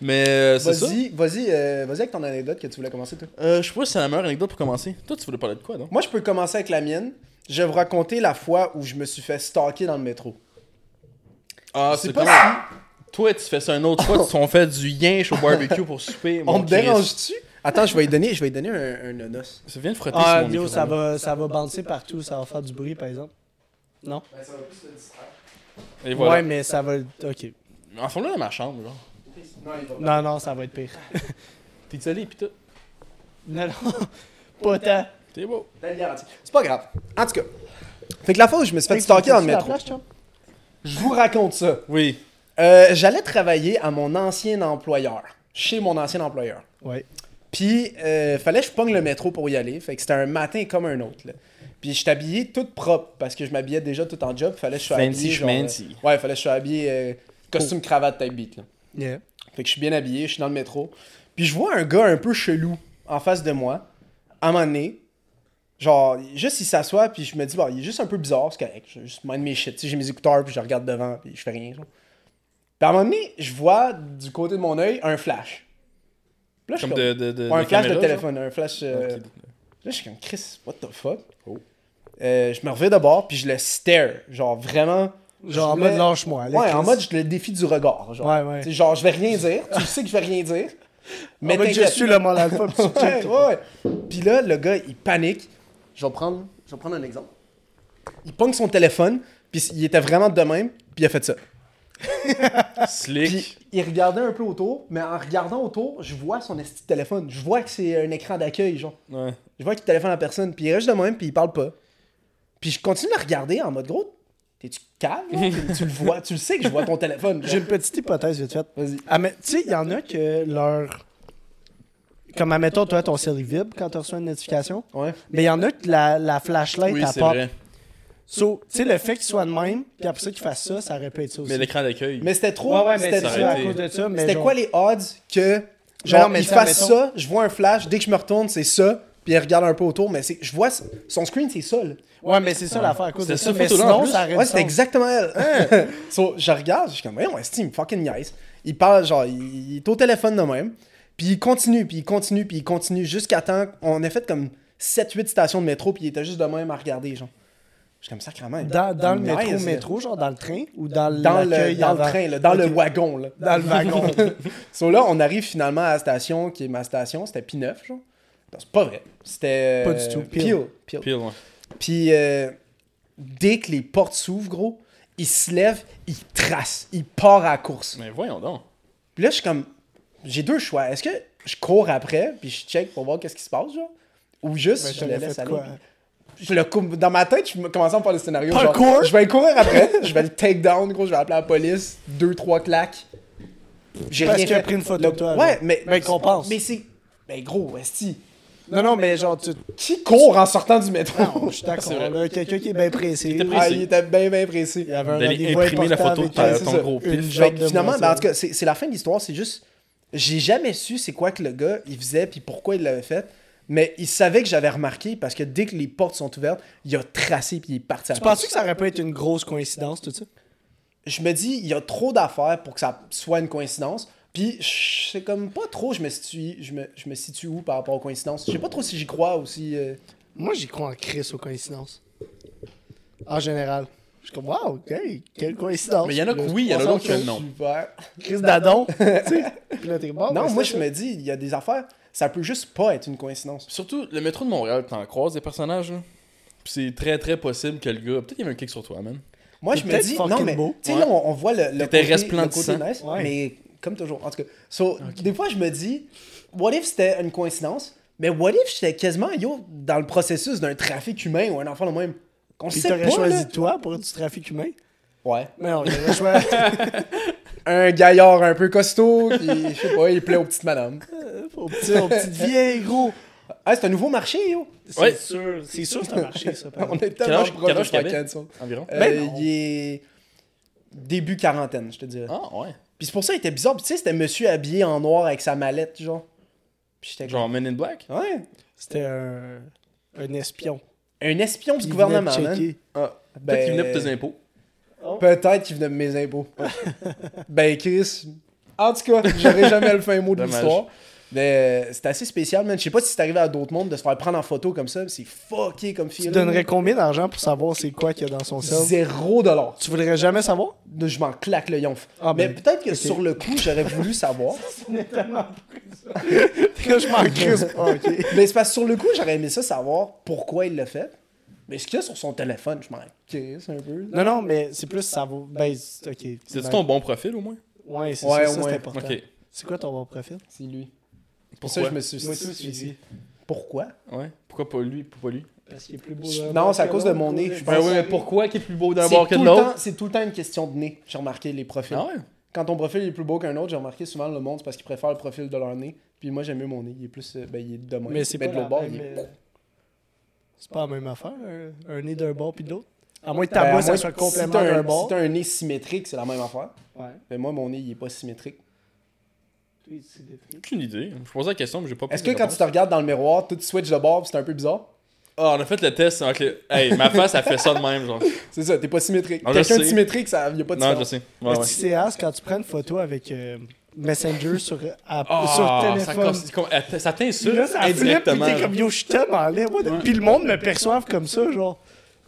[SPEAKER 2] Mais euh, c'est ça.
[SPEAKER 3] Vas-y, vas-y, euh, vas-y avec ton anecdote que tu voulais commencer, toi.
[SPEAKER 2] Euh, je sais pas si c'est la meilleure anecdote pour commencer. Toi, tu voulais parler de quoi, non?
[SPEAKER 3] Moi, je peux commencer avec la mienne. Je vais vous raconter la fois où je me suis fait stalker dans le métro.
[SPEAKER 2] Ah,
[SPEAKER 3] C'est
[SPEAKER 2] c'est
[SPEAKER 3] pas
[SPEAKER 2] pas
[SPEAKER 3] si-
[SPEAKER 2] Toi, tu fais ça une autre fois, tu t'en fais du yinche au barbecue pour souper.
[SPEAKER 3] On
[SPEAKER 2] mon
[SPEAKER 3] me
[SPEAKER 2] Christ.
[SPEAKER 3] dérange-tu? Attends, je vais lui donner, je vais lui donner un, un onos.
[SPEAKER 2] Ça vient de frotter
[SPEAKER 1] Ah,
[SPEAKER 2] sur mon
[SPEAKER 1] yo,
[SPEAKER 2] micro.
[SPEAKER 1] ça va, ça va bouncer partout, ça va faire du bruit, par exemple. Non?
[SPEAKER 2] Et voilà.
[SPEAKER 1] Ouais, mais ça va. Ok.
[SPEAKER 2] En fond, là, dans ma chambre, genre.
[SPEAKER 1] Non, non, ça va être pire.
[SPEAKER 2] T'es allé, pis tout.
[SPEAKER 1] Non, non. Pas tant.
[SPEAKER 2] T'es beau.
[SPEAKER 3] C'est pas grave. En tout cas. Fait que la fois où je me suis fait stalker dans le
[SPEAKER 1] Tu la
[SPEAKER 3] métro.
[SPEAKER 1] flash, chum?
[SPEAKER 3] Je vous raconte ça.
[SPEAKER 2] Oui.
[SPEAKER 3] Euh, J'allais travailler à mon ancien employeur. Chez mon ancien employeur.
[SPEAKER 1] Ouais.
[SPEAKER 3] Puis, euh, fallait que je pogne le métro pour y aller. Fait que c'était un matin comme un autre. là. Puis, je t'habillais tout propre parce que je m'habillais déjà tout en job. Fallait que je sois
[SPEAKER 2] Fancy
[SPEAKER 3] habillé. genre,
[SPEAKER 2] schmancy.
[SPEAKER 3] euh, ouais, fallait que je sois habillé euh, costume, cravate, type beat. là.
[SPEAKER 1] Yeah.
[SPEAKER 3] Fait que je suis bien habillé, je suis dans le métro. Puis, je vois un gars un peu chelou en face de moi. À un moment donné, genre, juste il s'assoit. Puis, je me dis, bon, il est juste un peu bizarre, c'est correct. Je juste mind mes shit. Tu sais, j'ai mes écouteurs, puis je regarde devant, puis je fais rien. genre. Puis, à un moment donné, je vois du côté de mon œil un flash. Puis là, je suis
[SPEAKER 2] Comme de. de, de
[SPEAKER 3] Ouais, un
[SPEAKER 2] de
[SPEAKER 3] flash
[SPEAKER 2] caméra,
[SPEAKER 3] de téléphone, un flash.
[SPEAKER 2] genre.
[SPEAKER 3] euh,
[SPEAKER 2] Ok.
[SPEAKER 3] Là, je suis comme Chris, what the fuck?
[SPEAKER 2] Oh.
[SPEAKER 3] Euh, je me reviens de bord, puis je le stare. Genre vraiment.
[SPEAKER 1] Genre, en
[SPEAKER 3] voulais-
[SPEAKER 1] mode lâche-moi. là,
[SPEAKER 3] Ouais, en
[SPEAKER 1] Chris.
[SPEAKER 3] mode je- le défi du regard. Genre,
[SPEAKER 1] Ouais, ouais.
[SPEAKER 3] Tu sais, genre je vais rien dire. Tu sais que je vais rien dire.
[SPEAKER 1] En
[SPEAKER 3] Mais
[SPEAKER 1] mode, je
[SPEAKER 3] t'inquiète.
[SPEAKER 1] suis le mâle alpha. puis tu me
[SPEAKER 3] ouais,
[SPEAKER 1] checkes.
[SPEAKER 3] ouais. Puis là, le gars, il panique. Je vais prendre, je vais prendre un exemple. Il pogne son téléphone, puis il était vraiment de même, puis il a fait ça. Puis
[SPEAKER 2] Slick.
[SPEAKER 3] il regardait un peu autour, mais en regardant autour, je vois son esti de téléphone. Je vois que c'est un écran d'accueil, genre.
[SPEAKER 2] Ouais.
[SPEAKER 3] Je vois qu'il téléphone à personne, puis il reste de même, puis il parle pas. Puis je continue de le regarder en mode gros, t'es-tu calme? là? tu tu le vois, tu le sais que je vois ton téléphone.
[SPEAKER 1] J'ai une petite hypothèse vite faite.
[SPEAKER 3] Vas-y.
[SPEAKER 1] Ah, mais tu sais, il y en a que leur. Comme, admettons, toi, ton cell vibre quand tu reçois une notification.
[SPEAKER 3] Ouais.
[SPEAKER 1] Mais il y en a que la, la flashlight
[SPEAKER 2] Oui,
[SPEAKER 1] elle
[SPEAKER 2] c'est
[SPEAKER 1] pop.
[SPEAKER 2] vrai.
[SPEAKER 1] So, tu sais, le fait qu'il soit de même, puis après ça qu'il fasse ça, ça répète ça aussi.
[SPEAKER 2] Mais l'écran d'accueil.
[SPEAKER 3] Mais c'était trop.
[SPEAKER 1] Ouais, ouais, mais
[SPEAKER 3] c'était
[SPEAKER 1] c'est
[SPEAKER 2] ça aurait
[SPEAKER 3] trop-
[SPEAKER 1] ça à
[SPEAKER 2] été-
[SPEAKER 1] cause de ça. mais
[SPEAKER 3] C'était
[SPEAKER 1] genre-
[SPEAKER 3] quoi les odds que genre
[SPEAKER 1] non, mais
[SPEAKER 3] il
[SPEAKER 1] ça,
[SPEAKER 3] fasse
[SPEAKER 1] mettons-
[SPEAKER 3] ça, je vois un flash, dès que je me retourne, c'est ça, puis il regarde un peu autour, mais c'est je vois son screen, c'est ça. là.
[SPEAKER 1] Ouais, mais c'est ça l'affaire à cause de
[SPEAKER 2] C'était
[SPEAKER 1] ça.
[SPEAKER 2] ça,
[SPEAKER 1] Mais
[SPEAKER 2] photo-là, en
[SPEAKER 1] sinon,
[SPEAKER 2] plus.
[SPEAKER 1] ça aurait
[SPEAKER 3] Ouais,
[SPEAKER 1] du
[SPEAKER 3] c'était
[SPEAKER 1] sens.
[SPEAKER 3] exactement elle. Hein? So, je regarde, je suis comme, voyons, est-ce qu'il me fucking nice? Il parle, genre, il, il est au téléphone de même. Puis il continue, puis il continue, puis il continue jusqu'à temps. On a fait comme 7-8 stations de métro, puis il était juste de même à regarder, genre. Je suis comme, sacrément.
[SPEAKER 1] Dans, dans le
[SPEAKER 3] nice,
[SPEAKER 1] métro,
[SPEAKER 3] là.
[SPEAKER 1] métro, genre dans le train ou dans,
[SPEAKER 3] Dans le,
[SPEAKER 1] l'accueil
[SPEAKER 3] dans le
[SPEAKER 1] avant?
[SPEAKER 3] train, là, dans le
[SPEAKER 1] Ok.
[SPEAKER 3] wagon, là.
[SPEAKER 1] Dans le wagon.
[SPEAKER 3] So là, on arrive finalement à la station qui est ma station, c'était P9, genre. Non, C'est pas vrai. C'était. euh,
[SPEAKER 1] Pas du tout, Peel.
[SPEAKER 3] Peel, Peel.
[SPEAKER 2] Pile, ouais.
[SPEAKER 3] Puis euh, dès que les portes s'ouvrent, gros, il se lève, il trace, il part à la course.
[SPEAKER 2] Mais voyons donc.
[SPEAKER 3] Puis là, je suis comme, j'ai deux choix. Est-ce que je cours après, puis je check pour voir qu'est-ce qui se passe, genre? Ou juste,
[SPEAKER 1] Ben,
[SPEAKER 3] je
[SPEAKER 1] t'en
[SPEAKER 3] le
[SPEAKER 1] as
[SPEAKER 3] laisse
[SPEAKER 1] fait
[SPEAKER 3] aller.
[SPEAKER 1] quoi?
[SPEAKER 3] Je le cou- dans ma tête, je me commençais à me faire le scénario.
[SPEAKER 1] Pas
[SPEAKER 3] genre,
[SPEAKER 1] le cours?
[SPEAKER 3] Je vais le courir après, je vais le take down, gros, je vais appeler la police, deux, trois claques. J'ai
[SPEAKER 1] Parce
[SPEAKER 3] rien
[SPEAKER 1] qu'il a
[SPEAKER 3] fait.
[SPEAKER 1] pris une photo
[SPEAKER 3] Le-
[SPEAKER 1] de toi,
[SPEAKER 3] Ouais,
[SPEAKER 1] genre.
[SPEAKER 3] mais.
[SPEAKER 1] Ben, qu'on pense.
[SPEAKER 3] Mais c'est. Ben, gros, esti.
[SPEAKER 1] Non, non, mais genre, tu.
[SPEAKER 3] Qui court en sortant du métro?
[SPEAKER 1] Non, je suis d'accord.
[SPEAKER 2] C'est vrai.
[SPEAKER 1] là, Quelqu'un qui est bien pressé.
[SPEAKER 2] était pressé.
[SPEAKER 3] Ah, il était bien, bien précis.
[SPEAKER 1] Il y avait un
[SPEAKER 2] D'aller
[SPEAKER 1] rendez-vous
[SPEAKER 2] imprimer la
[SPEAKER 1] important
[SPEAKER 2] photo de
[SPEAKER 1] avec
[SPEAKER 2] ta-
[SPEAKER 1] elle.
[SPEAKER 3] c'est
[SPEAKER 2] ton
[SPEAKER 3] ça.
[SPEAKER 2] gros
[SPEAKER 1] Une
[SPEAKER 2] pif.
[SPEAKER 1] job
[SPEAKER 3] Fait que
[SPEAKER 1] de
[SPEAKER 3] finalement,
[SPEAKER 1] moitié.
[SPEAKER 3] ben, en tout cas, c'est c'est la fin de l'histoire. C'est juste, j'ai jamais su c'est quoi que le gars il faisait puis pourquoi il l'avait fait. Mais il savait que j'avais remarqué parce que dès que les portes sont ouvertes, il a tracé puis il est parti. à
[SPEAKER 1] Tu
[SPEAKER 3] la
[SPEAKER 1] penses que ça aurait pu être une grosse coïncidence, tout ça?
[SPEAKER 3] je me dis, il y a trop d'affaires pour que ça soit une coïncidence. Puis, je sais comme pas trop, je me situe, je me, je me situe où par rapport aux coïncidences. Je sais pas trop si j'y crois ou si. euh,
[SPEAKER 1] Moi, j'y crois en crise aux coïncidences. En général. Je suis comme, wow, ok, quelle coïncidence.
[SPEAKER 2] Mais il y en a que
[SPEAKER 1] Puis là,
[SPEAKER 2] oui, il y en a
[SPEAKER 1] on
[SPEAKER 2] d'autres
[SPEAKER 1] s'en fout.
[SPEAKER 2] que non.
[SPEAKER 3] Super.
[SPEAKER 1] Crise d'Adon, tu sais. Puis là, t'es bon.
[SPEAKER 3] non,
[SPEAKER 1] ben,
[SPEAKER 3] moi,
[SPEAKER 1] Ah c'est
[SPEAKER 3] je me dis, il y a des affaires, ça peut juste pas être une coïncidence.
[SPEAKER 2] Surtout, le métro de Montréal, t'en croises des personnages, là. Puis c'est très très possible que le gars. Peut-être qu'il y avait un kick sur toi, man.
[SPEAKER 3] Moi,
[SPEAKER 1] C'est
[SPEAKER 3] je me
[SPEAKER 1] peut-être
[SPEAKER 3] dis, non,
[SPEAKER 1] fucking
[SPEAKER 3] mais tu
[SPEAKER 1] beau.
[SPEAKER 3] sais,
[SPEAKER 2] Ouais.
[SPEAKER 3] là, on, on voit le, le
[SPEAKER 2] T'étais
[SPEAKER 3] côté, le
[SPEAKER 2] resplendissant.
[SPEAKER 3] côté nice,
[SPEAKER 1] Ouais.
[SPEAKER 3] mais comme toujours. En tout cas, so, des fois, je me dis, what if c'était une coïncidence, mais what if j'étais quasiment, yo, dans le processus d'un trafic humain ou un enfant le même. Qu'on
[SPEAKER 1] Puis
[SPEAKER 3] sait pas,
[SPEAKER 1] t'aurais choisi
[SPEAKER 3] là.
[SPEAKER 1] toi pour du trafic humain?
[SPEAKER 3] Ouais.
[SPEAKER 1] Mais non, j'aurais choisi.
[SPEAKER 3] Un gaillard un peu costaud, qui, je sais pas, il plaît aux petites madames.
[SPEAKER 1] Au petit, au petit vieil, gros.
[SPEAKER 3] Ah, c'est un nouveau marché, yo.
[SPEAKER 1] C'est
[SPEAKER 2] Ouais.
[SPEAKER 1] sûr. C'est sûr que ça a marché, ça. par
[SPEAKER 3] On
[SPEAKER 1] exemple.
[SPEAKER 3] est tellement
[SPEAKER 2] âge-
[SPEAKER 3] proche
[SPEAKER 2] quel
[SPEAKER 3] de
[SPEAKER 2] âge
[SPEAKER 3] faire
[SPEAKER 2] qu'il avait?
[SPEAKER 3] cancel.
[SPEAKER 2] Environ.
[SPEAKER 3] Euh,
[SPEAKER 1] Ben non.
[SPEAKER 3] il est début quarantaine, je te dirais.
[SPEAKER 2] Ah ouais.
[SPEAKER 3] Puis c'est pour ça, il était bizarre. Puis tu sais, c'était monsieur habillé en noir avec sa mallette, genre. Puis j'étais
[SPEAKER 2] Genre Men in Black
[SPEAKER 3] Ouais.
[SPEAKER 1] C'était un, un espion.
[SPEAKER 3] Un espion du
[SPEAKER 1] Puis il
[SPEAKER 3] gouvernement,
[SPEAKER 1] venait de
[SPEAKER 3] man.
[SPEAKER 1] checker.
[SPEAKER 2] Ah. Peut-être
[SPEAKER 3] Ben-
[SPEAKER 2] qu'il venait pour tes impôts.
[SPEAKER 3] Peut-être qu'il venait de mes impôts. ben, Chris. En tout cas, j'aurais jamais le fin mot de
[SPEAKER 2] Dommage.
[SPEAKER 3] l'histoire. Mais euh, c'est assez spécial, man. Je sais pas si c'est arrivé à d'autres mondes de se faire prendre en photo comme ça. mais C'est fucké comme
[SPEAKER 1] Tu
[SPEAKER 3] feeling.
[SPEAKER 1] donnerais combien d'argent pour savoir c'est quoi qu'il y a dans son sel?
[SPEAKER 3] Zéro dollar.
[SPEAKER 1] Tu voudrais jamais savoir?
[SPEAKER 3] Je m'en claque le yonf.
[SPEAKER 1] Ah,
[SPEAKER 3] mais
[SPEAKER 1] ben,
[SPEAKER 3] peut-être que
[SPEAKER 1] ok.
[SPEAKER 3] sur le coup, j'aurais voulu savoir.
[SPEAKER 1] je m'en crise pas, Ah, ok.
[SPEAKER 3] mais c'est parce que sur le coup, j'aurais aimé ça savoir pourquoi il l'a fait. Mais ce qu'il y a sur son téléphone, je m'en crisse un peu.
[SPEAKER 1] Non, non, mais c'est plus ça vaut. Ben, c'est- ok.
[SPEAKER 2] C'était
[SPEAKER 1] Ben,
[SPEAKER 2] ton bon profil au moins
[SPEAKER 1] Ouais, c'est
[SPEAKER 3] Ouais,
[SPEAKER 1] ça, ça,
[SPEAKER 3] ouais.
[SPEAKER 1] c'est important.
[SPEAKER 2] Ok.
[SPEAKER 1] C'est quoi ton bon profil?
[SPEAKER 3] C'est lui. Pour ça,
[SPEAKER 2] Pourquoi
[SPEAKER 3] je me suis Pourquoi
[SPEAKER 2] Ouais. Pourquoi pas lui Pourquoi pas lui
[SPEAKER 1] Parce qu'il est plus beau.
[SPEAKER 3] d'un Non, bord c'est à que cause de l'autre, mon nez, je pense.
[SPEAKER 2] Ben
[SPEAKER 3] Ben
[SPEAKER 2] ouais,
[SPEAKER 3] ouais,
[SPEAKER 2] mais pourquoi qui est plus beau d'un
[SPEAKER 3] C'est
[SPEAKER 2] bord que de
[SPEAKER 3] tout le temps-
[SPEAKER 2] l'autre
[SPEAKER 3] C'est tout le temps une question de nez. J'ai remarqué les profils.
[SPEAKER 2] Ah ouais.
[SPEAKER 3] Quand ton profil est plus beau qu'un autre, j'ai remarqué souvent le monde, c'est parce qu'ils préfèrent le profil de leur nez. Puis moi, j'aime mieux mon nez. Il est plus. euh, Ben, il est de moi.
[SPEAKER 1] Mais c'est pas
[SPEAKER 3] de l'autre
[SPEAKER 1] la
[SPEAKER 3] bord.
[SPEAKER 1] même,
[SPEAKER 3] il est-
[SPEAKER 1] euh, C'est pas la même affaire, un, un nez d'un bord puis de l'autre. À moins que
[SPEAKER 3] Ben,
[SPEAKER 1] ta
[SPEAKER 3] à
[SPEAKER 1] boîte, ça
[SPEAKER 3] moins
[SPEAKER 1] soit
[SPEAKER 3] que si t'as
[SPEAKER 1] complètement
[SPEAKER 3] un-
[SPEAKER 1] d'un
[SPEAKER 3] Si
[SPEAKER 1] bord.
[SPEAKER 3] t'as un nez symétrique, c'est la même affaire.
[SPEAKER 1] Ouais.
[SPEAKER 3] Mais moi, mon nez, il est pas symétrique.
[SPEAKER 1] Oui, c'est des trucs.
[SPEAKER 2] Aucune idée. Je posais la question, mais j'ai pas
[SPEAKER 3] Est-ce que
[SPEAKER 2] posé de
[SPEAKER 3] quand tu te regardes dans le miroir, tout switch de bord, puis c'est un peu bizarre?
[SPEAKER 2] Ah, on a fait le test. hein, que- Hey, ma face, elle fait ça de même, genre.
[SPEAKER 3] C'est ça, t'es pas symétrique.
[SPEAKER 2] Ah, je
[SPEAKER 3] Quelqu'un de
[SPEAKER 2] sais.
[SPEAKER 3] symétrique, ça, y a pas de
[SPEAKER 2] Non, je
[SPEAKER 3] différence.
[SPEAKER 2] sais. Ouais,
[SPEAKER 1] Est-ce
[SPEAKER 2] ouais.
[SPEAKER 1] que c'est as quand tu prends une photo avec euh, Messenger sur, à-
[SPEAKER 2] Ah,
[SPEAKER 1] sur
[SPEAKER 2] ça
[SPEAKER 1] téléphone?
[SPEAKER 2] cause- c'est comme- elle- Ça
[SPEAKER 1] Puis
[SPEAKER 2] t'insulte
[SPEAKER 1] là, ça flippe, puis
[SPEAKER 2] indirectement.
[SPEAKER 1] t'es comme, yo, je suis tellement laid, moi. Puis le monde me perçoive comme ça, genre.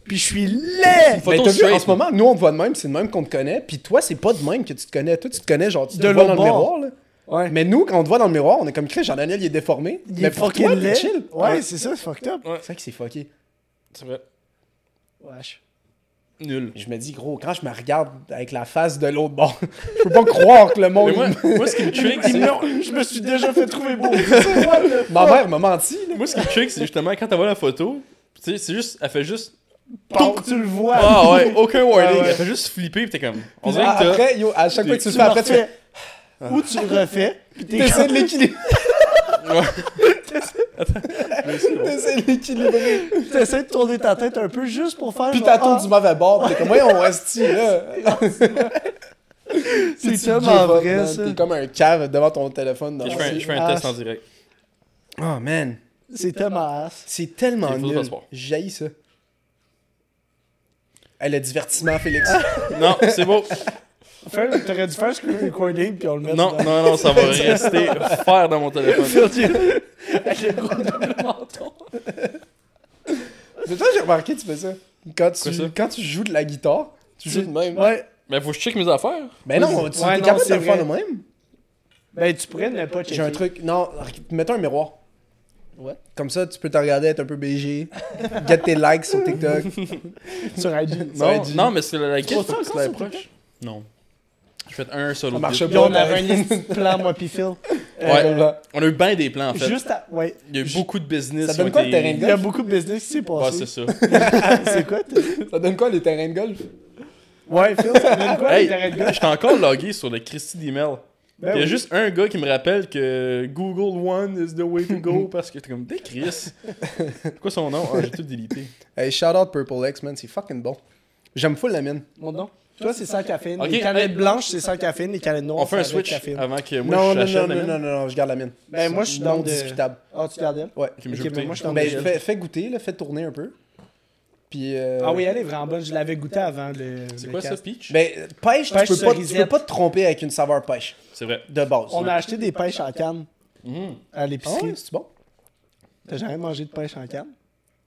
[SPEAKER 1] Puis je suis laid!
[SPEAKER 2] Photo
[SPEAKER 3] Mais Ben, t'as vu,
[SPEAKER 2] straight,
[SPEAKER 3] en ce moment, nous on te voit de même, c'est de même qu'on te connaît, puis toi c'est pas de même que tu te connais. Toi tu te connais, genre tu te
[SPEAKER 1] De
[SPEAKER 3] vois dans le
[SPEAKER 1] l'autre bord.
[SPEAKER 3] miroir. Là.
[SPEAKER 1] Ouais.
[SPEAKER 3] Mais nous, quand on te voit dans le miroir, on est comme Chris, Jean-Daniel il est déformé.
[SPEAKER 1] Il
[SPEAKER 3] mais
[SPEAKER 1] est
[SPEAKER 3] pour
[SPEAKER 1] fucking
[SPEAKER 3] toi, il
[SPEAKER 1] laid.
[SPEAKER 3] est chill. Ah
[SPEAKER 1] Ouais, c'est ça, c'est fucked up.
[SPEAKER 3] C'est vrai que c'est fucké.
[SPEAKER 2] C'est vrai.
[SPEAKER 1] Wesh.
[SPEAKER 2] Nul.
[SPEAKER 3] Je me dis, gros, quand je me regarde avec la face de l'autre bord, je peux pas croire que le monde.
[SPEAKER 2] Mais moi, moi, ce qui me trick, c'est.
[SPEAKER 1] Non, je me suis déjà fait trouver beau.
[SPEAKER 3] Ma mère m'a menti. Là.
[SPEAKER 2] Moi, ce qui me trick, c'est justement quand t'as vu la photo, tu sais, c'est juste. Elle fait juste.
[SPEAKER 1] Pardon, tu le vois.
[SPEAKER 2] Ah ouais, aucun warning.
[SPEAKER 1] Ah ouais.
[SPEAKER 2] Elle fait juste flipper, pis t'es comme. On dirait
[SPEAKER 3] Ah,
[SPEAKER 2] que t'as.
[SPEAKER 3] après, yo, à chaque fois que tu
[SPEAKER 1] Tu
[SPEAKER 3] le fais, après, tu fais.
[SPEAKER 1] refais. Ou tu le refais. Puis t'es
[SPEAKER 3] T'essaies de l'équilibrer. T'essaies de l'équilibrer.
[SPEAKER 1] T'essaies de tourner ta tête un peu juste pour faire.
[SPEAKER 3] Puis
[SPEAKER 1] genre,
[SPEAKER 3] t'attends
[SPEAKER 1] ah,
[SPEAKER 3] du mauvais bord. Puis t'es comme, voyons, esti, là.
[SPEAKER 1] C'est
[SPEAKER 3] Tu
[SPEAKER 1] tellement
[SPEAKER 3] give up,
[SPEAKER 1] vrai,
[SPEAKER 3] man.
[SPEAKER 1] ça.
[SPEAKER 3] T'es comme un cave devant ton téléphone.
[SPEAKER 2] Ok, Je fais un, je fais un
[SPEAKER 1] Ah,
[SPEAKER 2] test en direct.
[SPEAKER 3] Oh, man.
[SPEAKER 1] C'est tellement ass.
[SPEAKER 3] C'est tellement
[SPEAKER 2] Il faut
[SPEAKER 3] nul.
[SPEAKER 2] se voir.
[SPEAKER 3] J'haïs ça. Elle a divertissement, Félix.
[SPEAKER 1] Ah!
[SPEAKER 2] Non, c'est beau.
[SPEAKER 1] Faire- T'aurais dû faire screen recording puis on le met.
[SPEAKER 2] Non,
[SPEAKER 1] dedans.
[SPEAKER 2] non, non, ça va rester faire dans mon téléphone.
[SPEAKER 1] Faire dire- Avec le gros double menton.
[SPEAKER 3] Mais toi, j'ai remarqué, tu fais ça. Quand tu,
[SPEAKER 2] Quoi ça?
[SPEAKER 3] quand tu joues de la guitare, tu joues de même.
[SPEAKER 1] Ouais.
[SPEAKER 2] Mais faut que je check mes affaires.
[SPEAKER 3] Mais non, tu
[SPEAKER 1] Ouais,
[SPEAKER 3] es
[SPEAKER 1] non,
[SPEAKER 3] capable de
[SPEAKER 1] c'est
[SPEAKER 3] le faire
[SPEAKER 1] vrai.
[SPEAKER 3] de même.
[SPEAKER 1] Ben, tu pourrais ne pas checker.
[SPEAKER 3] J'ai un truc. Non, mettons un miroir.
[SPEAKER 1] Ouais.
[SPEAKER 3] Comme ça, tu peux te regarder, être un peu BG, get tes likes sur TikTok.
[SPEAKER 1] sur IG.
[SPEAKER 2] Non,
[SPEAKER 3] Ça va être
[SPEAKER 2] non mais c'est la la
[SPEAKER 1] trouves
[SPEAKER 2] faut
[SPEAKER 1] ça
[SPEAKER 2] que tu
[SPEAKER 1] encore
[SPEAKER 2] la
[SPEAKER 1] sur
[SPEAKER 2] proches. Non. Je fais un solo.
[SPEAKER 3] Ça marche
[SPEAKER 2] clip.
[SPEAKER 3] pas.
[SPEAKER 1] Puis on avait un petit plan, moi, puis Phil. Euh,
[SPEAKER 2] Ouais. On a eu bien des plans en fait.
[SPEAKER 1] Juste à. Ouais.
[SPEAKER 2] Il y a eu beaucoup de business.
[SPEAKER 3] Ça
[SPEAKER 2] qui
[SPEAKER 3] donne
[SPEAKER 2] ont
[SPEAKER 3] quoi,
[SPEAKER 2] été-
[SPEAKER 3] le terrain
[SPEAKER 1] Il
[SPEAKER 3] de
[SPEAKER 1] y a beaucoup de business qui s'est
[SPEAKER 2] Ouais,
[SPEAKER 1] passé. Ah,
[SPEAKER 2] c'est ça.
[SPEAKER 1] c'est quoi, t'as-
[SPEAKER 3] Ça donne quoi les terrains de golf
[SPEAKER 1] Ouais, Phil, ça donne quoi,
[SPEAKER 2] Hey,
[SPEAKER 1] l'intérêt de gars?
[SPEAKER 2] j'étais encore logué sur le Christy d'email.
[SPEAKER 1] Ben
[SPEAKER 2] Il y a
[SPEAKER 1] oui.
[SPEAKER 2] juste un gars qui me rappelle que Google One is the way to go parce que t'es comme des Chris. C'est quoi son nom? Ah, j'ai tout délité.
[SPEAKER 3] Hey, shout out Purple X, man, c'est fucking bon. J'aime full la mine.
[SPEAKER 1] Mon nom. Toi, c'est sans caféine.
[SPEAKER 2] Ok,
[SPEAKER 1] les canettes
[SPEAKER 2] hey.
[SPEAKER 1] blanches, c'est sans caféine. Les canettes noires,
[SPEAKER 2] On fait un
[SPEAKER 1] c'est avec
[SPEAKER 2] switch
[SPEAKER 1] caféine.
[SPEAKER 2] avant que moi
[SPEAKER 3] Non,
[SPEAKER 2] je
[SPEAKER 3] non,
[SPEAKER 2] l'achète.
[SPEAKER 3] non,
[SPEAKER 2] la
[SPEAKER 3] non,
[SPEAKER 2] mienne.
[SPEAKER 3] non, non, non, je garde la mine.
[SPEAKER 1] Ben, moi, je suis
[SPEAKER 3] Non
[SPEAKER 1] dans de...
[SPEAKER 3] discutable.
[SPEAKER 1] Ah, tu gardes elle?
[SPEAKER 3] Ouais.
[SPEAKER 2] Ok, mais
[SPEAKER 1] Ok,
[SPEAKER 2] j'ai
[SPEAKER 1] mais
[SPEAKER 2] goûté.
[SPEAKER 1] moi, je t'en
[SPEAKER 3] Ben,
[SPEAKER 1] donne.
[SPEAKER 3] fais, fais goûter, là, fais tourner un peu. Puis. euh,
[SPEAKER 1] Ah oui, elle est vraiment bonne. Je l'avais goûtée avant le.
[SPEAKER 2] C'est
[SPEAKER 1] le
[SPEAKER 2] quoi ça,
[SPEAKER 1] cast.
[SPEAKER 2] Peach?
[SPEAKER 3] Ben, pêche,
[SPEAKER 1] Pêche
[SPEAKER 3] tu, peux pas, tu
[SPEAKER 1] cerisette.
[SPEAKER 3] peux pas te tromper avec une saveur pêche
[SPEAKER 2] C'est vrai. Mhm.
[SPEAKER 3] de base.
[SPEAKER 1] On a acheté des pêches en canne à
[SPEAKER 3] Ah ouais,
[SPEAKER 1] l'épicerie.
[SPEAKER 3] c'est bon.
[SPEAKER 1] T'as jamais mangé de pêche en canne?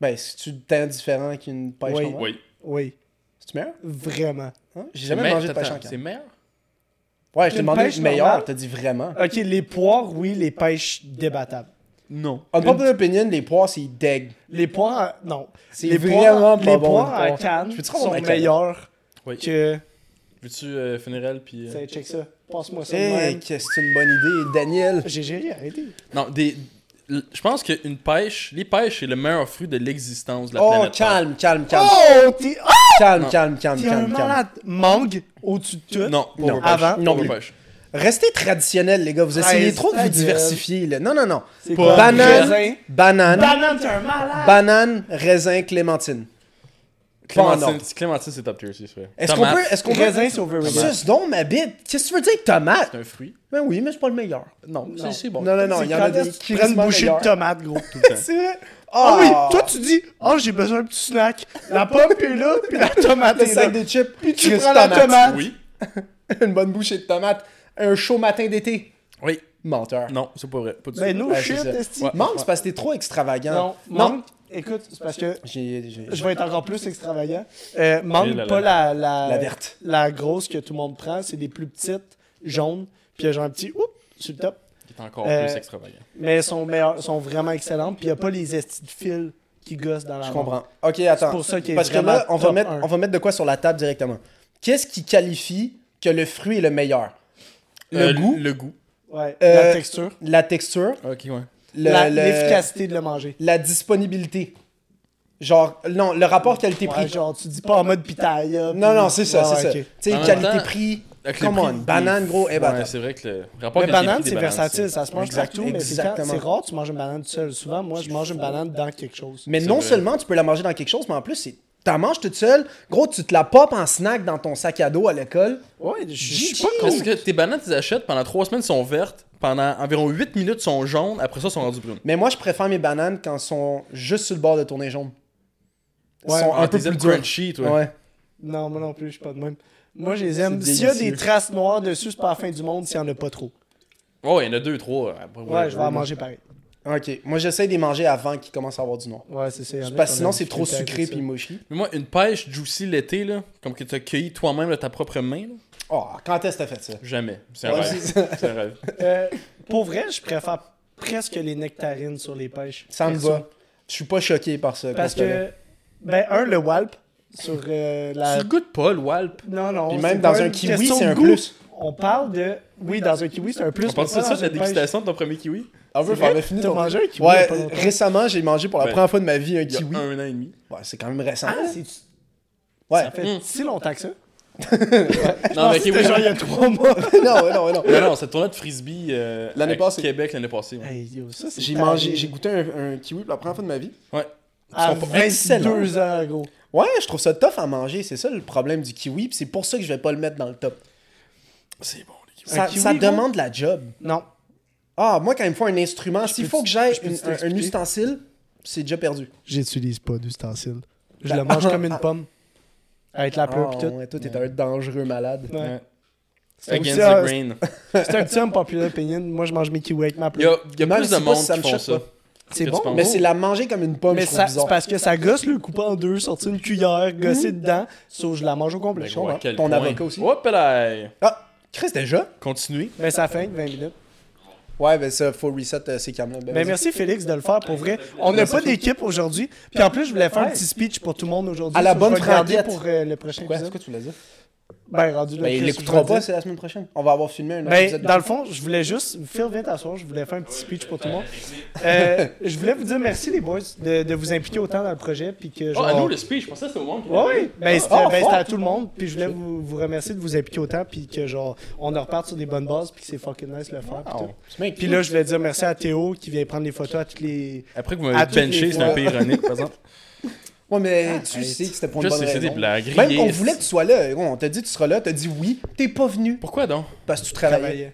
[SPEAKER 3] Ben, si tu temps différent qu'une pêche
[SPEAKER 1] Oui.
[SPEAKER 3] normale.
[SPEAKER 2] Oui.
[SPEAKER 1] Oui.
[SPEAKER 3] C'est-tu meilleur?
[SPEAKER 1] Vraiment.
[SPEAKER 3] Hein? J'ai
[SPEAKER 2] C'est
[SPEAKER 3] jamais
[SPEAKER 2] meilleur-
[SPEAKER 3] mangé de pêche en
[SPEAKER 2] attends, C'est
[SPEAKER 3] canne.
[SPEAKER 2] meilleur?
[SPEAKER 3] Ouais, je t'ai
[SPEAKER 1] Une
[SPEAKER 3] demandé
[SPEAKER 1] pêche
[SPEAKER 3] meilleur,
[SPEAKER 1] normale?
[SPEAKER 3] t'as dit vraiment.
[SPEAKER 1] Ok, les poires, oui, les pêches débattables.
[SPEAKER 2] Non.
[SPEAKER 3] On pas opinion, les poires, c'est deg.
[SPEAKER 1] Les poires en... Non.
[SPEAKER 3] C'est
[SPEAKER 1] les
[SPEAKER 3] vraiment
[SPEAKER 1] poires,
[SPEAKER 3] pas
[SPEAKER 1] les
[SPEAKER 3] bon,
[SPEAKER 1] poires
[SPEAKER 3] les
[SPEAKER 1] en
[SPEAKER 3] poires.
[SPEAKER 1] canne
[SPEAKER 3] Je peux-tu avoir
[SPEAKER 1] sont
[SPEAKER 3] ma canne?
[SPEAKER 1] meilleures
[SPEAKER 2] Oui.
[SPEAKER 1] que...
[SPEAKER 2] Veux-tu euh, funérail puis. euh,
[SPEAKER 1] Tiens, check ça. Passe-moi ça. de
[SPEAKER 3] Hey,
[SPEAKER 1] même.
[SPEAKER 3] Eh, que c'est une bonne idée, Daniel.
[SPEAKER 1] J'ai géré, arrêtez.
[SPEAKER 2] Non, des. l- Je pense qu'une pêche, les pêches, c'est le meilleur fruit de l'existence de la
[SPEAKER 3] Oh,
[SPEAKER 2] planète. Terre.
[SPEAKER 3] calme, calme, calme.
[SPEAKER 1] Oh, t'es ah,
[SPEAKER 3] Calme,
[SPEAKER 2] Non.
[SPEAKER 3] calme, calme,
[SPEAKER 1] t'es un
[SPEAKER 3] calme, calme.
[SPEAKER 1] malade. Mangue au-dessus de tout.
[SPEAKER 2] Non,
[SPEAKER 3] Non.
[SPEAKER 2] overpêche.
[SPEAKER 1] Avant,
[SPEAKER 3] non plus.
[SPEAKER 2] Overpêche.
[SPEAKER 3] Restez traditionnels, les gars. Vous essayez
[SPEAKER 1] Hey,
[SPEAKER 3] trop de
[SPEAKER 1] ta
[SPEAKER 3] vous
[SPEAKER 1] gueule.
[SPEAKER 3] diversifier, là. Non, non, non.
[SPEAKER 1] C'est
[SPEAKER 2] Pomme,
[SPEAKER 3] Banane,
[SPEAKER 1] Raisin.
[SPEAKER 3] banane,
[SPEAKER 1] Banane, t'es un malade.
[SPEAKER 3] banane, raisin, clémentine. Pas en
[SPEAKER 2] Clémentine,
[SPEAKER 3] ordre.
[SPEAKER 2] Clémentine, c'est top tier aussi, c'est vrai.
[SPEAKER 3] Est-ce qu'on
[SPEAKER 2] Tomate,
[SPEAKER 3] peut. Est-ce qu'on peut.
[SPEAKER 1] Raisin, c'est overrated.
[SPEAKER 3] Sus donc, ma bite. Qu'est-ce que tu veux dire, tomate?
[SPEAKER 2] C'est un fruit.
[SPEAKER 3] Ben oui, mais c'est pas le meilleur.
[SPEAKER 2] Non, c'est- c'est bon.
[SPEAKER 3] Non, non, non,
[SPEAKER 1] C'est
[SPEAKER 3] il y en a
[SPEAKER 1] quand
[SPEAKER 3] des
[SPEAKER 1] est-ce que tu prends une bouchée de tomate, gros.
[SPEAKER 2] Tout le temps.
[SPEAKER 3] C'est vrai.
[SPEAKER 1] Ah oui, toi tu dis, oh j'ai besoin d'un petit snack. La pomme est là, puis la tomate
[SPEAKER 3] Le
[SPEAKER 1] est là.
[SPEAKER 3] sac des chips,
[SPEAKER 1] Puis tu
[SPEAKER 3] Chris
[SPEAKER 1] prends la tomate.
[SPEAKER 2] Oui.
[SPEAKER 3] Une bonne bouchée de tomate. Un chaud matin d'été.
[SPEAKER 2] Oui.
[SPEAKER 3] Menteur.
[SPEAKER 2] Non, c'est pas vrai. Pas du
[SPEAKER 1] Ben
[SPEAKER 2] tout.
[SPEAKER 1] no
[SPEAKER 3] Ouais,
[SPEAKER 1] shit,
[SPEAKER 3] c'est ça.
[SPEAKER 1] esti.
[SPEAKER 2] Ouais.
[SPEAKER 3] Manque, c'est parce que t'es trop extravagant.
[SPEAKER 1] Non, manque, écoute, c'est parce que
[SPEAKER 3] J'ai, j'ai-
[SPEAKER 1] je vais être encore plus extravagant. Euh,
[SPEAKER 2] Et
[SPEAKER 1] manque
[SPEAKER 2] là, là.
[SPEAKER 1] pas la, la,
[SPEAKER 3] La verte.
[SPEAKER 1] la grosse que tout le monde prend, c'est des plus petites, jaunes, puis il y a genre un petit, oups, sur le top.
[SPEAKER 2] Qui est encore
[SPEAKER 1] Euh,
[SPEAKER 2] plus extravagant.
[SPEAKER 1] Mais elles sont, meilleures, sont vraiment excellentes, puis il n'y a pas les estis de fil qui gossent dans la
[SPEAKER 3] Je
[SPEAKER 1] main.
[SPEAKER 3] comprends. Ok, attends.
[SPEAKER 1] C'est pour ça qu'il est
[SPEAKER 3] Parce que
[SPEAKER 1] vraiment
[SPEAKER 3] là, on va,
[SPEAKER 1] top
[SPEAKER 3] mettre,
[SPEAKER 1] un.
[SPEAKER 3] on va mettre de quoi sur la table directement. Qu'est-ce qui qualifie que le fruit est le meilleur Le
[SPEAKER 2] Euh,
[SPEAKER 3] goût,
[SPEAKER 2] Le goût.
[SPEAKER 1] Ouais,
[SPEAKER 3] Euh,
[SPEAKER 1] la texture,
[SPEAKER 3] la texture,
[SPEAKER 2] Ok, ouais.
[SPEAKER 3] le-
[SPEAKER 1] la-
[SPEAKER 3] le-
[SPEAKER 1] l'efficacité de le manger.
[SPEAKER 3] la disponibilité. Genre, non, le rapport
[SPEAKER 1] Ouais,
[SPEAKER 3] qualité-prix.
[SPEAKER 1] genre, tu dis pas en mode pitaya.
[SPEAKER 3] non, non, c'est ça,
[SPEAKER 1] Ouais,
[SPEAKER 3] c'est
[SPEAKER 1] ouais,
[SPEAKER 3] ça.
[SPEAKER 1] ok.
[SPEAKER 3] Tu
[SPEAKER 2] En
[SPEAKER 3] sais,
[SPEAKER 2] même
[SPEAKER 3] qualité-prix.
[SPEAKER 2] Avec le
[SPEAKER 3] Come
[SPEAKER 2] prix
[SPEAKER 3] on,
[SPEAKER 2] des-
[SPEAKER 3] banane, gros, et
[SPEAKER 2] Ouais,
[SPEAKER 3] banane.
[SPEAKER 2] c'est vrai que le rapport
[SPEAKER 1] Mais banane,
[SPEAKER 2] qualité-prix
[SPEAKER 1] c'est
[SPEAKER 2] des bananes,
[SPEAKER 1] versatile, ça se mange
[SPEAKER 3] Exact-
[SPEAKER 1] partout, mais c'est quand-
[SPEAKER 3] exactement.
[SPEAKER 1] c'est rare, tu manges une banane tout seul. Souvent, moi, je mange une banane dans quelque chose.
[SPEAKER 3] Mais
[SPEAKER 2] C'est
[SPEAKER 3] non
[SPEAKER 2] vrai.
[SPEAKER 3] seulement tu peux la manger dans quelque chose, mais en plus, c'est. T'en manges toute seule, gros, tu te la popes en snack dans ton sac à dos à l'école.
[SPEAKER 1] Ouais, je
[SPEAKER 3] suis
[SPEAKER 1] suis
[SPEAKER 3] pas
[SPEAKER 1] pas
[SPEAKER 3] con.
[SPEAKER 2] Parce que tes bananes, tu les achètes pendant 3 semaines, sont vertes. Pendant environ 8 minutes, sont jaunes. Après ça, sont rendues brunes.
[SPEAKER 3] Mais moi, je préfère mes bananes quand elles sont juste sur le bord de tourner jaune. Elles
[SPEAKER 1] Ouais,
[SPEAKER 3] sont
[SPEAKER 2] Ah,
[SPEAKER 3] un peu
[SPEAKER 2] t'es
[SPEAKER 3] plus
[SPEAKER 2] aimes
[SPEAKER 3] dures.
[SPEAKER 2] crunchy, toi.
[SPEAKER 3] Ouais.
[SPEAKER 1] Non, moi non plus, je suis pas de même. Moi, je les aime.
[SPEAKER 3] C'est
[SPEAKER 1] S'il y a
[SPEAKER 3] délicieux.
[SPEAKER 1] des traces noires dessus, c'est pas la fin du monde s'il y en a pas trop.
[SPEAKER 2] Oh, il y en a deux, trois. Après,
[SPEAKER 1] Ouais, je vais en manger pareil.
[SPEAKER 3] Ok, moi j'essaie de les manger avant qu'ils commencent à avoir du noir.
[SPEAKER 1] Ouais, c'est ça. y en a qui ont
[SPEAKER 3] Parce que
[SPEAKER 1] de la
[SPEAKER 3] sinon c'est trop
[SPEAKER 1] difficulté avec
[SPEAKER 3] sucré
[SPEAKER 1] ça.
[SPEAKER 3] puis mushy.
[SPEAKER 2] Mais moi, une pêche juicy l'été, là, comme que t'as cueilli toi-même de ta propre main, là,
[SPEAKER 3] Oh, quand est-ce que t'as fait ça?
[SPEAKER 2] jamais. C'est un
[SPEAKER 3] Ouais,
[SPEAKER 2] rêve.
[SPEAKER 3] c'est ça.
[SPEAKER 2] C'est un rêve.
[SPEAKER 1] Euh, pour vrai, je préfère presque les nectarines sur les pêches.
[SPEAKER 3] Ça me
[SPEAKER 1] Perso.
[SPEAKER 3] va. Je suis pas choqué par ça.
[SPEAKER 1] Parce que, ben, un, le walp sur euh,
[SPEAKER 2] Tu
[SPEAKER 1] la.
[SPEAKER 2] le goûtes pas, le Walp.
[SPEAKER 1] Non, non.
[SPEAKER 3] Puis
[SPEAKER 1] c'est
[SPEAKER 3] même
[SPEAKER 1] pas
[SPEAKER 3] dans
[SPEAKER 1] une
[SPEAKER 3] un kiwi,
[SPEAKER 1] question
[SPEAKER 3] c'est
[SPEAKER 1] de
[SPEAKER 3] un
[SPEAKER 1] goût.
[SPEAKER 3] plus.
[SPEAKER 1] On parle de. Oui, dans un kiwi, c'est un plus. Ah,
[SPEAKER 2] On parle
[SPEAKER 1] mais
[SPEAKER 2] pas de
[SPEAKER 1] pas
[SPEAKER 2] ça,
[SPEAKER 1] dans
[SPEAKER 2] de la
[SPEAKER 1] une
[SPEAKER 2] dégustation de ton premier kiwi
[SPEAKER 3] Ah,
[SPEAKER 1] pêche.
[SPEAKER 3] veut
[SPEAKER 1] C'est vrai?
[SPEAKER 3] j'avais fini
[SPEAKER 1] T'as
[SPEAKER 3] ton.
[SPEAKER 1] mangé un kiwi il y a
[SPEAKER 3] Ouais,
[SPEAKER 1] pas longtemps?
[SPEAKER 3] récemment j'ai mangé pour la
[SPEAKER 2] Ouais.
[SPEAKER 3] première fois de ma vie un
[SPEAKER 2] il y a
[SPEAKER 3] kiwi.
[SPEAKER 2] un an et demi.
[SPEAKER 3] Ouais, c'est quand même récent.
[SPEAKER 1] Ah, c'est-
[SPEAKER 3] ouais.
[SPEAKER 1] Ça fait si longtemps que ça. Ah,
[SPEAKER 2] Non, mais
[SPEAKER 1] C'était
[SPEAKER 2] kiwi.
[SPEAKER 1] genre il y a trois mois.
[SPEAKER 3] non, ouais, non, ouais, non.
[SPEAKER 2] Non, non, c'est tournoi de frisbee euh,
[SPEAKER 3] L'année
[SPEAKER 2] à
[SPEAKER 3] passée.
[SPEAKER 2] Québec l'année passée. ouais.
[SPEAKER 1] Hey, yo, ça, c'est
[SPEAKER 3] J'ai
[SPEAKER 1] taré.
[SPEAKER 3] mangé, j'ai goûté un, un kiwi pour la première fois de ma vie.
[SPEAKER 1] À
[SPEAKER 3] Ils sont pas excellents.
[SPEAKER 1] 22 ans, gros.
[SPEAKER 3] Ouais, je trouve ça tough à manger, c'est ça le problème du kiwi, puis c'est pour ça que je vais pas le mettre dans le top.
[SPEAKER 2] C'est bon, les kiwis.
[SPEAKER 1] Un
[SPEAKER 3] Ça,
[SPEAKER 1] kiwi,
[SPEAKER 3] ça
[SPEAKER 1] gros?
[SPEAKER 3] demande la job.
[SPEAKER 1] Non.
[SPEAKER 3] Ah, moi quand il me faut un instrument, s'il
[SPEAKER 1] peux
[SPEAKER 3] faut
[SPEAKER 1] te-
[SPEAKER 3] que j'aille
[SPEAKER 1] je peux
[SPEAKER 3] une-
[SPEAKER 1] te
[SPEAKER 3] un, un
[SPEAKER 1] t'expliquer?
[SPEAKER 3] ustensile, c'est déjà perdu.
[SPEAKER 1] J'utilise pas d'ustensile. Je
[SPEAKER 3] Ben,
[SPEAKER 1] le mange
[SPEAKER 3] ah,
[SPEAKER 1] comme une
[SPEAKER 3] ah.
[SPEAKER 1] pomme. Avec la pleure
[SPEAKER 3] Ah,
[SPEAKER 1] pis tout.
[SPEAKER 3] ouais, toi t'es un dangereux malade.
[SPEAKER 1] Ouais.
[SPEAKER 2] Ouais.
[SPEAKER 1] C'est
[SPEAKER 2] Against
[SPEAKER 1] aussi un-
[SPEAKER 2] the grain.
[SPEAKER 1] C'est un petit homme populaire opinion. Moi, je mange mes kiwis avec ma
[SPEAKER 2] Il y a,
[SPEAKER 1] pleure.
[SPEAKER 2] il y a
[SPEAKER 3] Mal,
[SPEAKER 2] plus
[SPEAKER 3] c'est
[SPEAKER 2] de
[SPEAKER 3] pas
[SPEAKER 2] monde
[SPEAKER 3] si ça
[SPEAKER 2] qui
[SPEAKER 3] me
[SPEAKER 2] font
[SPEAKER 3] choque
[SPEAKER 2] ça.
[SPEAKER 3] pas.
[SPEAKER 1] C'est
[SPEAKER 2] que tu
[SPEAKER 1] bon.
[SPEAKER 2] penses.
[SPEAKER 3] Mais c'est la manger comme une pomme,
[SPEAKER 1] Mais
[SPEAKER 3] je trouve
[SPEAKER 1] ça- c'est
[SPEAKER 3] bizarre.
[SPEAKER 1] parce que ça gosse le coupe en deux, sortir une cuillère, gosser dedans. Sauf je la mange au complet.
[SPEAKER 3] Ben,
[SPEAKER 2] Mais
[SPEAKER 1] je
[SPEAKER 2] gros,
[SPEAKER 1] comprends.
[SPEAKER 2] à Ben, quel
[SPEAKER 3] Ton
[SPEAKER 2] point.
[SPEAKER 3] avocat aussi.
[SPEAKER 2] Hop là!
[SPEAKER 3] Ah, Chris déjà?
[SPEAKER 2] Continuez.
[SPEAKER 1] Mais ça fait 20 minutes.
[SPEAKER 3] Ouais, ben ça, faut reset euh, ces cams-là. Ben,
[SPEAKER 1] Mais
[SPEAKER 3] vas-y.
[SPEAKER 1] merci Félix de le faire pour vrai. On n'a pas d'équipe aujourd'hui. Puis en plus, je voulais faire un petit speech pour tout le monde aujourd'hui.
[SPEAKER 3] À la
[SPEAKER 1] Ça, je vais
[SPEAKER 3] bonne
[SPEAKER 1] le garder
[SPEAKER 3] franquette.
[SPEAKER 1] pour euh, le prochain
[SPEAKER 3] Quoi? C'est
[SPEAKER 1] épisode.
[SPEAKER 3] quoi tu voulais dire?
[SPEAKER 1] Ben rendu là.
[SPEAKER 3] Ben, ils
[SPEAKER 1] Chris,
[SPEAKER 3] l'écouteront
[SPEAKER 1] je vais
[SPEAKER 3] pas,
[SPEAKER 1] dire.
[SPEAKER 3] c'est la semaine prochaine. On va avoir filmé un autre
[SPEAKER 1] Ben,
[SPEAKER 3] épisode.
[SPEAKER 1] dans le fond, je voulais juste. Phil, viens t'asseoir, je voulais faire un petit speech pour tout le monde. Euh, je voulais vous dire merci, les boys, de, de vous impliquer autant dans le projet. Puis que,
[SPEAKER 2] Oh,
[SPEAKER 1] genre,
[SPEAKER 2] à nous, le speech, je pensais que c'était au monde. qui
[SPEAKER 1] Ouais,
[SPEAKER 2] l'avait.
[SPEAKER 1] ouais. Ben, c'était
[SPEAKER 3] Ah,
[SPEAKER 1] ben,
[SPEAKER 3] fort.
[SPEAKER 1] c'était à tout le monde. Puis je voulais vous, vous remercier de vous impliquer autant. Puis que, genre, on en reparte sur des bonnes bases. Puis que c'est fucking nice de le faire. puis tout. Puis là, je voulais dire merci à Théo qui vient prendre les photos à toutes les.
[SPEAKER 2] Après que vous
[SPEAKER 1] À
[SPEAKER 2] m'avez
[SPEAKER 1] toutes les
[SPEAKER 2] benché, c'est un
[SPEAKER 1] fois.
[SPEAKER 2] peu ironique, par exemple.
[SPEAKER 3] Ouais,
[SPEAKER 1] Ah,
[SPEAKER 3] mais tu sais que c'était pour
[SPEAKER 2] Je
[SPEAKER 3] une bonne
[SPEAKER 2] sais que c'est
[SPEAKER 3] raison.
[SPEAKER 2] des blagues.
[SPEAKER 3] Même
[SPEAKER 2] Riez.
[SPEAKER 3] qu'on voulait que tu sois là, on t'a dit tu seras là, t'as dit oui, t'es pas venu
[SPEAKER 2] Pourquoi donc?
[SPEAKER 3] parce que tu travaillais.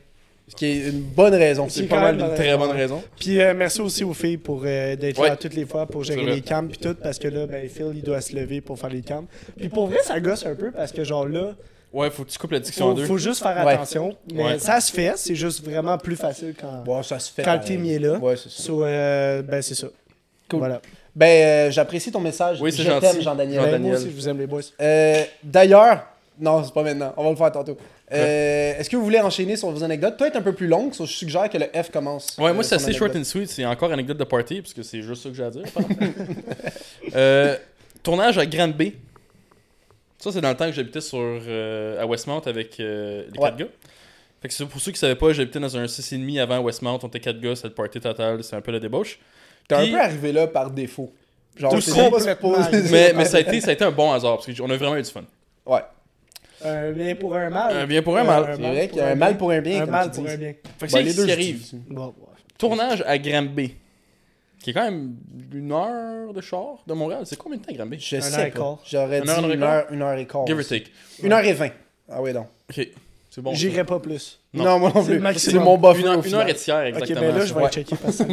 [SPEAKER 3] Ce qui est une bonne raison.
[SPEAKER 1] C'est
[SPEAKER 2] C'est
[SPEAKER 1] quand
[SPEAKER 2] pas mal
[SPEAKER 1] même
[SPEAKER 2] une
[SPEAKER 1] une
[SPEAKER 2] très bonne raison.
[SPEAKER 1] Puis euh, merci aussi aux filles pour euh, d'être
[SPEAKER 2] Ouais.
[SPEAKER 1] là toutes les fois pour
[SPEAKER 2] C'est
[SPEAKER 1] gérer
[SPEAKER 2] vrai.
[SPEAKER 1] les cams puis tout parce que là ben Phil il doit se lever pour faire les cams. Puis pour vrai ça gosse un peu parce que genre là
[SPEAKER 2] Ouais, faut que tu coupes la diction en
[SPEAKER 1] faut,
[SPEAKER 2] deux.
[SPEAKER 1] faut juste faire
[SPEAKER 3] Ouais.
[SPEAKER 1] attention mais
[SPEAKER 2] Ouais.
[SPEAKER 1] ça se fait, c'est juste vraiment plus facile quand
[SPEAKER 3] Bon, ça se fait.
[SPEAKER 1] quand le
[SPEAKER 3] pareil.
[SPEAKER 1] team est là.
[SPEAKER 3] Ouais, c'est ça.
[SPEAKER 1] So, euh, ben c'est ça.
[SPEAKER 3] Cool.
[SPEAKER 1] Voilà.
[SPEAKER 3] Ben, euh, j'apprécie ton message.
[SPEAKER 2] Oui, c'est
[SPEAKER 3] Je
[SPEAKER 2] gentil.
[SPEAKER 3] t'aime, Jean-Daniel.
[SPEAKER 1] Ben,
[SPEAKER 2] Jean-Daniel.
[SPEAKER 1] moi aussi je vous aime les boys.
[SPEAKER 3] Euh, D'ailleurs, non, c'est pas maintenant. On va le faire tantôt. Euh, Est-ce que vous voulez enchaîner sur vos anecdotes? Toi, est un peu plus longue, so je suggère que le F commence.
[SPEAKER 2] Ouais,
[SPEAKER 3] euh,
[SPEAKER 2] moi, c'est
[SPEAKER 3] son
[SPEAKER 2] assez short
[SPEAKER 3] anecdote.
[SPEAKER 2] and sweet. C'est encore anecdote de party, parce que c'est juste ça que j'ai à dire. apparemment. Euh, tournage à Grande Bay. Ça, c'est dans le temps que j'habitais sur euh, à Westmount avec euh, les
[SPEAKER 3] Ouais.
[SPEAKER 2] quatre gars. Fait que c'est- pour ceux qui savaient pas, j'habitais dans un 6,5 avant Westmount. On était quatre gars, c'est le party total, c'est un peu la débauche.
[SPEAKER 3] T'es
[SPEAKER 2] Puis-
[SPEAKER 3] un peu arrivé là par défaut. Genre,
[SPEAKER 2] Tout
[SPEAKER 3] c'est
[SPEAKER 2] ça,
[SPEAKER 3] pas supposé-
[SPEAKER 2] Mais, mais ça, a été, ça a été un bon hasard, parce qu'on a vraiment eu du fun.
[SPEAKER 3] Ouais.
[SPEAKER 1] Un bien pour un mal.
[SPEAKER 2] Un bien pour un mal.
[SPEAKER 3] C'est vrai qu'il y a un mal pour un bien.
[SPEAKER 1] Un
[SPEAKER 3] comme
[SPEAKER 1] mal
[SPEAKER 3] tu
[SPEAKER 1] pour
[SPEAKER 3] dis.
[SPEAKER 1] un bien.
[SPEAKER 2] Fait que
[SPEAKER 3] Bon,
[SPEAKER 2] c'est
[SPEAKER 3] les
[SPEAKER 2] ce
[SPEAKER 3] deux,
[SPEAKER 2] qui
[SPEAKER 3] je
[SPEAKER 2] arrive.
[SPEAKER 3] dis.
[SPEAKER 1] Bon, ouais.
[SPEAKER 2] Tournage à Granby, qui est quand même une heure de char de Montréal. C'est combien de temps à Granby?
[SPEAKER 3] Je
[SPEAKER 1] Un heure
[SPEAKER 3] sais
[SPEAKER 1] et quart.
[SPEAKER 3] pas. J'aurais
[SPEAKER 2] Une
[SPEAKER 3] dit
[SPEAKER 2] heure, une
[SPEAKER 3] une
[SPEAKER 2] heure
[SPEAKER 3] heure, une heure et quart.
[SPEAKER 2] Give or take.
[SPEAKER 3] Une heure et vingt. Ah oui, donc.
[SPEAKER 2] Ok, c'est bon.
[SPEAKER 1] J'irai pas plus.
[SPEAKER 2] Non.
[SPEAKER 3] Non, moi non
[SPEAKER 1] C'est le
[SPEAKER 3] plus.
[SPEAKER 1] maximum.
[SPEAKER 3] C'est mon buffer.
[SPEAKER 2] Une heure,
[SPEAKER 3] au
[SPEAKER 2] une heure
[SPEAKER 3] final.
[SPEAKER 2] et tiers,
[SPEAKER 1] Ok,
[SPEAKER 2] exactement.
[SPEAKER 1] ben là, je vais
[SPEAKER 3] Ouais.
[SPEAKER 1] checker parce que.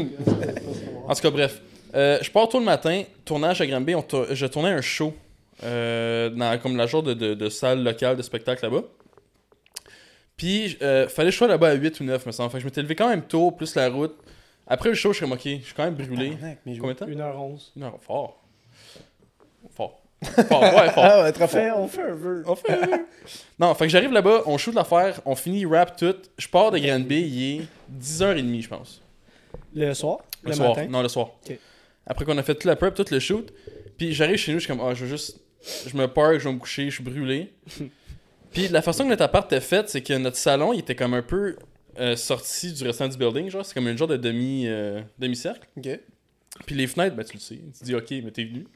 [SPEAKER 2] En tout cas, bref. Euh, je pars tôt le matin, tournage à Granby. on tour- Je tournais un show euh, dans comme la genre de, de- de salle locale de spectacle là-bas. Puis, euh, fallait que je sois là-bas à 8 ou 9, me semble. Fait que je m'étais levé quand même tôt, plus la route. Après le show, je suis comme, ok, je suis quand même brûlé.
[SPEAKER 3] Tabarnak, mais je-
[SPEAKER 2] Combien de temps
[SPEAKER 1] 1h11.
[SPEAKER 2] Une heure, fort. Fort. Fort, ouais, fort.
[SPEAKER 3] Ah ouais, très fort.
[SPEAKER 1] Fait, on fait un vœu.
[SPEAKER 2] On fait- non, fait que j'arrive là-bas, on shoot l'affaire, on finit rap tout. Je pars de Granby, il est 10h30, je pense.
[SPEAKER 1] Le soir,
[SPEAKER 2] Le,
[SPEAKER 1] le,
[SPEAKER 2] soir.
[SPEAKER 1] matin.
[SPEAKER 2] Non, le soir.
[SPEAKER 1] Ok.
[SPEAKER 2] Après qu'on a fait toute la prep, tout le shoot, puis j'arrive chez nous, je suis comme, ah, je veux juste. Je me parque, je vais me coucher, je suis brûlé. puis la façon que notre appart était fait, c'est que notre salon, il était comme un peu euh, sorti du restant du building, genre, c'est comme une genre de demi, euh, demi-cercle.
[SPEAKER 3] Ok.
[SPEAKER 2] Puis les fenêtres, ben tu le sais, tu dis, ok, mais t'es venu.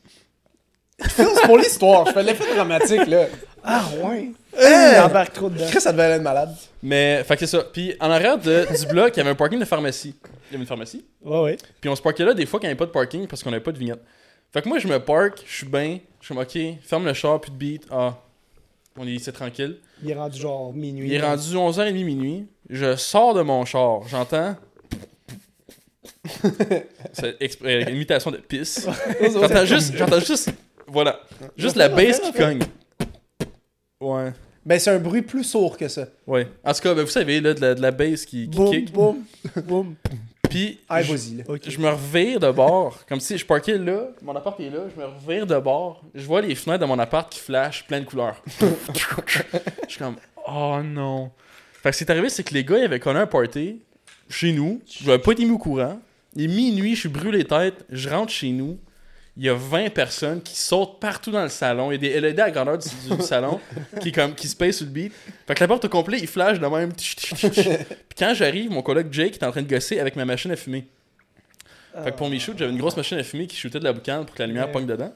[SPEAKER 3] C'est pour l'histoire. Je fais l'effet dramatique, là.
[SPEAKER 1] Ah, ouais.
[SPEAKER 3] Hey!
[SPEAKER 1] Il embarque trop dedans.
[SPEAKER 3] Chris, ça devait être malade.
[SPEAKER 2] Mais, fait que c'est ça. Puis en arrière de- du bloc, il y avait un parking de pharmacie. Il y avait une pharmacie.
[SPEAKER 1] Ouais, ouais.
[SPEAKER 2] Puis on se parquait là des fois quand il n'y avait pas de parking parce qu'on n'avait pas de vignette. Fait que moi, je me parque, je suis bien, je suis comme, ok, ferme le char, plus de beat, ah, on est ici tranquille.
[SPEAKER 1] Il est rendu genre minuit.
[SPEAKER 2] Il est rendu 11h30 minuit, je sors de mon char, j'entends. C'est exp- euh, une imitation de pisse. J'entends juste, j'entends juste, voilà, juste la baisse qui cogne. Ouais,
[SPEAKER 3] Ben, c'est un bruit plus sourd que ça.
[SPEAKER 2] ouais. En tout cas, ben, vous savez, là, de la, de la baisse qui, qui
[SPEAKER 1] Boum,
[SPEAKER 2] kick.
[SPEAKER 1] boum, boum.
[SPEAKER 2] Puis,
[SPEAKER 3] Ah,
[SPEAKER 2] je-
[SPEAKER 3] vas-y, là.
[SPEAKER 1] Ok.
[SPEAKER 2] je me revire de bord, comme si je parquais là, mon appart est là, je me revire de bord, je vois les fenêtres de mon appart qui flashent plein de couleurs. je suis comme, oh non. Fait que ce qui est arrivé, c'est que les gars, ils avaient connu un party chez nous, j'avais pas été mis au courant. Il est minuit, je suis brûlé tête, je rentre chez nous, il y a 20 personnes qui sautent partout dans le salon, il y a des LED à la grandeur du, du- du salon qui, est comme, qui se payent sur le beat. Fait que la porte au complet, il flash de même. Puis quand j'arrive, mon collègue Jake est en train de gosser avec ma machine à fumer. Fait que pour mes shoots, j'avais une grosse machine à fumer qui shootait de la boucane pour que la lumière
[SPEAKER 1] Ouais.
[SPEAKER 2] pogne dedans.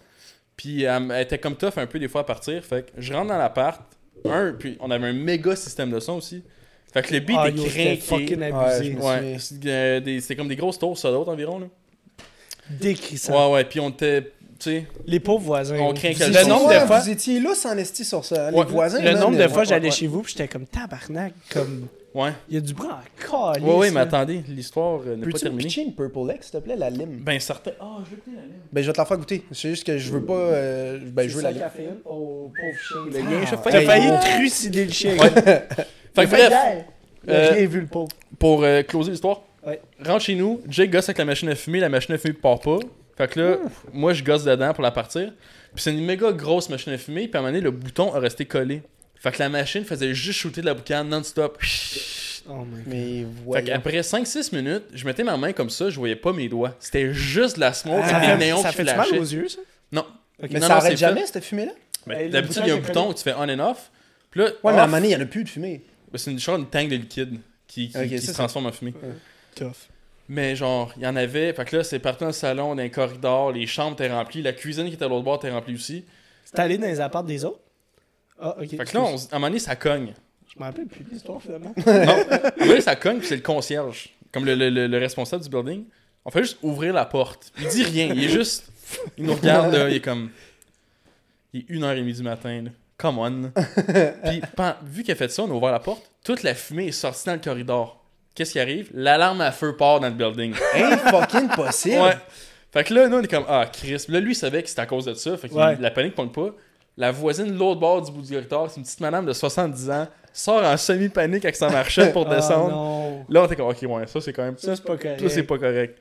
[SPEAKER 2] Puis elle, m- elle était comme tough un peu des fois à partir. Fait que je rentre dans l'appart. Un, puis on avait un méga système de son aussi. Fait que le beat
[SPEAKER 1] Ah,
[SPEAKER 2] est
[SPEAKER 1] yo, c'était
[SPEAKER 2] crinqué.
[SPEAKER 1] fucking
[SPEAKER 3] Ouais, je
[SPEAKER 1] abusé.
[SPEAKER 3] me
[SPEAKER 2] Ouais, c'est euh, des- c'est comme des grosses tours ça d'autres environ. Là.
[SPEAKER 1] Décrissant.
[SPEAKER 2] Ouais, ouais, puis on était. Tu sais,
[SPEAKER 1] Les pauvres voisins.
[SPEAKER 2] On
[SPEAKER 1] là.
[SPEAKER 2] craint que
[SPEAKER 1] Vous
[SPEAKER 2] le
[SPEAKER 1] étiez-
[SPEAKER 3] Le nombre de
[SPEAKER 1] Ouais,
[SPEAKER 3] fois. Vous étiez là sans esti sur ça. hein,
[SPEAKER 2] Ouais.
[SPEAKER 3] Les voisins.
[SPEAKER 1] Le
[SPEAKER 3] man,
[SPEAKER 1] nombre
[SPEAKER 3] euh,
[SPEAKER 1] de fois,
[SPEAKER 3] ouais,
[SPEAKER 1] j'allais
[SPEAKER 3] ouais.
[SPEAKER 1] chez vous, puis j'étais comme tabarnak, comme
[SPEAKER 2] ouais.
[SPEAKER 1] il y a du bruit en calice.
[SPEAKER 2] Ouais, ouais, mais
[SPEAKER 1] là.
[SPEAKER 2] attendez, l'histoire euh, n'est pas
[SPEAKER 3] Peux-tu me
[SPEAKER 2] terminée.
[SPEAKER 3] pitcher une Purple X, s'il te plaît, la lime
[SPEAKER 2] Ben, certain. Ah, je vais goûter la lime.
[SPEAKER 3] Ben, je vais te la faire goûter. C'est juste que je veux pas. euh, ben, je veux la lime.
[SPEAKER 1] caféine au pauvre chien.
[SPEAKER 2] Le gars, je fais-
[SPEAKER 1] Ah, T'as
[SPEAKER 3] Hey,
[SPEAKER 1] failli
[SPEAKER 3] yo.
[SPEAKER 1] trucider le chien.
[SPEAKER 2] Fait que bref, euh,
[SPEAKER 1] Il a rien vu, le pauvre.
[SPEAKER 2] pour euh, closer l'histoire,
[SPEAKER 1] Ouais.
[SPEAKER 2] rentre chez nous, Jake gosse avec la machine à fumer, la machine à fumer part pas. Fait que là, moi je gosse dedans pour la partir. Puis c'est une méga grosse machine à fumer, puis à un moment donné, le bouton a resté collé. Fait que la machine faisait juste shooter de la boucane non-stop.
[SPEAKER 1] Oh my god.
[SPEAKER 3] Mais
[SPEAKER 2] Fait
[SPEAKER 3] voilà.
[SPEAKER 2] qu'après 5-6 minutes, je mettais ma main comme ça, je voyais pas mes doigts. C'était juste de la smoke,
[SPEAKER 3] Ah,
[SPEAKER 2] et des néons
[SPEAKER 1] ça
[SPEAKER 2] qui
[SPEAKER 1] fait du mal
[SPEAKER 2] flashaient.
[SPEAKER 1] aux yeux, ça?
[SPEAKER 2] Non.
[SPEAKER 3] Mais
[SPEAKER 2] Non,
[SPEAKER 3] ça
[SPEAKER 2] non,
[SPEAKER 3] arrête
[SPEAKER 2] c'est
[SPEAKER 3] jamais, cette fumée-là
[SPEAKER 2] Ben,
[SPEAKER 1] Hey, le
[SPEAKER 2] D'habitude,
[SPEAKER 1] bouton
[SPEAKER 2] il y a un
[SPEAKER 1] était
[SPEAKER 2] bouton
[SPEAKER 1] collé.
[SPEAKER 2] où tu fais on and off. Puis là,
[SPEAKER 3] Ouais, mais à un
[SPEAKER 2] off,
[SPEAKER 3] moment donné, il n'y en a plus de fumée.
[SPEAKER 2] ben, c'est une, genre une tank de liquide qui, qui-
[SPEAKER 3] Ok,
[SPEAKER 2] qui se
[SPEAKER 3] ça, ça-
[SPEAKER 2] transforme en fumée.
[SPEAKER 1] Tough.
[SPEAKER 2] Mais genre, il y en avait. Fait que là, c'est partout dans le salon, dans les corridors, les chambres étaient remplies, la cuisine qui était à l'autre bord était remplie aussi.
[SPEAKER 1] C'est allé dans les apparts des autres? Ah, ok.
[SPEAKER 2] Fait que là, on s- à un moment donné, ça cogne.
[SPEAKER 1] Je me rappelle plus de l'histoire, finalement.
[SPEAKER 2] non, à un moment donné, ça cogne, puis c'est le concierge, comme le, le- le- le responsable du building. On fait juste ouvrir la porte. Il dit rien, il est juste. Il nous regarde, là, il est comme. Il est 1h30 du matin, là. Come on. là. Puis, pen- vu qu'il a fait ça, on a ouvert la porte, toute la fumée est sortie dans le corridor. Qu'est-ce qui arrive? L'alarme à feu part dans le building.
[SPEAKER 3] Hein, fucking possible.
[SPEAKER 2] Ouais. Fait que là, nous, on est comme, ah, Chris. Là, lui, il savait que c'était à cause de ça. Fait que
[SPEAKER 1] Ouais.
[SPEAKER 2] la panique pogne pas. La voisine de l'autre bord du bout du corridor, c'est une petite madame de 70 ans, sort en semi-panique avec sa marchette pour
[SPEAKER 1] Ah,
[SPEAKER 2] descendre.
[SPEAKER 1] non.
[SPEAKER 2] là, on était comme, ok, ouais, ça, c'est quand même. Ça,
[SPEAKER 1] Ça, c'est pas correct.
[SPEAKER 2] c'est pas correct.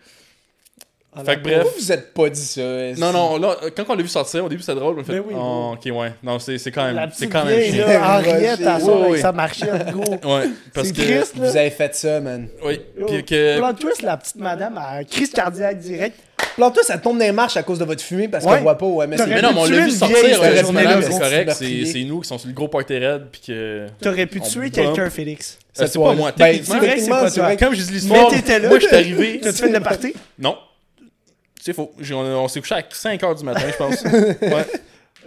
[SPEAKER 1] Ah,
[SPEAKER 2] fait
[SPEAKER 1] la
[SPEAKER 2] que bref.
[SPEAKER 3] Pourquoi vous êtes pas dit ça esti?
[SPEAKER 2] Non, non, là, quand on l'a vu sortir, au début, c'était drôle. On a fait,
[SPEAKER 1] Ben oui,
[SPEAKER 2] oh, ok, ouais. Non, c'est c'est quand
[SPEAKER 1] La
[SPEAKER 2] même. C'est
[SPEAKER 1] petite
[SPEAKER 2] quand même.
[SPEAKER 1] vieille,
[SPEAKER 2] chiant.
[SPEAKER 1] là,
[SPEAKER 3] chiant.
[SPEAKER 1] Henriette, elle
[SPEAKER 3] Ouais,
[SPEAKER 1] sort avec
[SPEAKER 2] ouais.
[SPEAKER 1] sa marchette, gros.
[SPEAKER 2] Ouais, parce
[SPEAKER 1] C'est
[SPEAKER 2] que.
[SPEAKER 1] Chris, là.
[SPEAKER 3] Vous avez fait ça, man.
[SPEAKER 2] Oui,
[SPEAKER 1] Oh,
[SPEAKER 2] puis que.
[SPEAKER 1] Plot twist, la petite madame a un crise cardiaque direct.
[SPEAKER 3] Plante-toi, ça tombe dans les marches à cause de votre fumée parce
[SPEAKER 1] Ouais.
[SPEAKER 3] qu'on voit pas au MSC.
[SPEAKER 1] T'aurais
[SPEAKER 2] Mais non, mais on
[SPEAKER 1] Tuer
[SPEAKER 2] l'a
[SPEAKER 1] une
[SPEAKER 2] vu sortir,
[SPEAKER 1] vieille,
[SPEAKER 2] on l'a
[SPEAKER 1] cette
[SPEAKER 2] dit, madame,
[SPEAKER 1] journée-là,
[SPEAKER 2] c'est
[SPEAKER 3] gros,
[SPEAKER 2] correct,
[SPEAKER 3] c'est
[SPEAKER 2] c'est c'est nous qui sommes sur le gros party raid, puis que.
[SPEAKER 1] T'aurais pu
[SPEAKER 2] On
[SPEAKER 1] tuer
[SPEAKER 2] bump.
[SPEAKER 1] quelqu'un, Félix.
[SPEAKER 2] Euh, C'est pas moi,
[SPEAKER 3] Ben,
[SPEAKER 2] techniquement.
[SPEAKER 1] c'est vrai que
[SPEAKER 3] techniquement,
[SPEAKER 1] c'est pas
[SPEAKER 3] c'est
[SPEAKER 1] toi.
[SPEAKER 3] vrai que-
[SPEAKER 2] Comme je dis l'histoire,
[SPEAKER 1] Mais t'étais là.
[SPEAKER 2] moi je suis arrivé.
[SPEAKER 1] T'as-tu fait de party?
[SPEAKER 2] Non. C'est faux. J'ai- on on s'est couché à 5h du matin, je pense. ouais.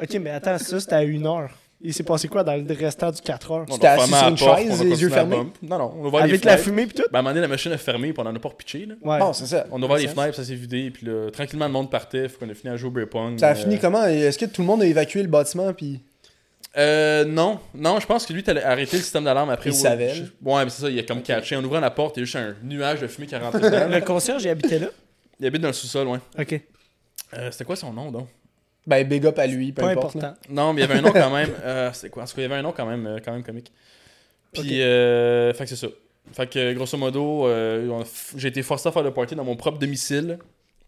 [SPEAKER 1] Ok, mais attends, ça, c'était à une heure. Il s'est passé quoi dans le restant du 4 heures?
[SPEAKER 2] On
[SPEAKER 3] t'es
[SPEAKER 2] a
[SPEAKER 3] assis
[SPEAKER 2] fermé
[SPEAKER 3] sur
[SPEAKER 2] la
[SPEAKER 3] une
[SPEAKER 2] porte, on
[SPEAKER 3] chaise,
[SPEAKER 2] a
[SPEAKER 3] les yeux
[SPEAKER 2] continué à
[SPEAKER 3] fermés?
[SPEAKER 2] bump. Non, non, on a ouvert les
[SPEAKER 1] Avec
[SPEAKER 2] fenêtres.
[SPEAKER 1] la fumée pis tout?
[SPEAKER 2] Ben, à un moment donné, la machine a fermé, puis on en a pas repitché. Là.
[SPEAKER 1] Ouais.
[SPEAKER 3] Bon, c'est ça.
[SPEAKER 2] On a ouvert les
[SPEAKER 3] Ça.
[SPEAKER 2] fenêtres, puis ça s'est vidé, puis là, tranquillement, le monde partait, faut qu'on a fini à jouer au Braypong.
[SPEAKER 3] Ça a
[SPEAKER 2] euh,
[SPEAKER 3] fini comment Est-ce que tout le monde a évacué le bâtiment puis
[SPEAKER 2] Euh, non, non, je pense que lui, t'allais arrêter le système d'alarme après.
[SPEAKER 3] Il
[SPEAKER 2] ouais,
[SPEAKER 3] savait,
[SPEAKER 2] je-
[SPEAKER 3] là.
[SPEAKER 2] Ouais, mais c'est ça, il a comme catché. En ouvrant la porte, il y a juste un nuage de fumée qui est rentré dedans.
[SPEAKER 1] Le concierge, il habitait là?
[SPEAKER 2] Il habite dans le sous-sol, ouais.
[SPEAKER 1] Hein? Ok.
[SPEAKER 2] Euh, C'était quoi son nom, donc
[SPEAKER 3] Ben, big up à lui, peu
[SPEAKER 1] Pas
[SPEAKER 3] importe. là.
[SPEAKER 1] important.
[SPEAKER 2] Non, mais il y avait un nom quand même. Euh, c'est quoi En tout cas, il y avait un nom quand même, euh, quand même comique. Puis,
[SPEAKER 1] Ok.
[SPEAKER 2] euh, fait que c'est ça. Fait que grosso modo, euh, on a f- j'ai été forcé à faire le party dans mon propre domicile.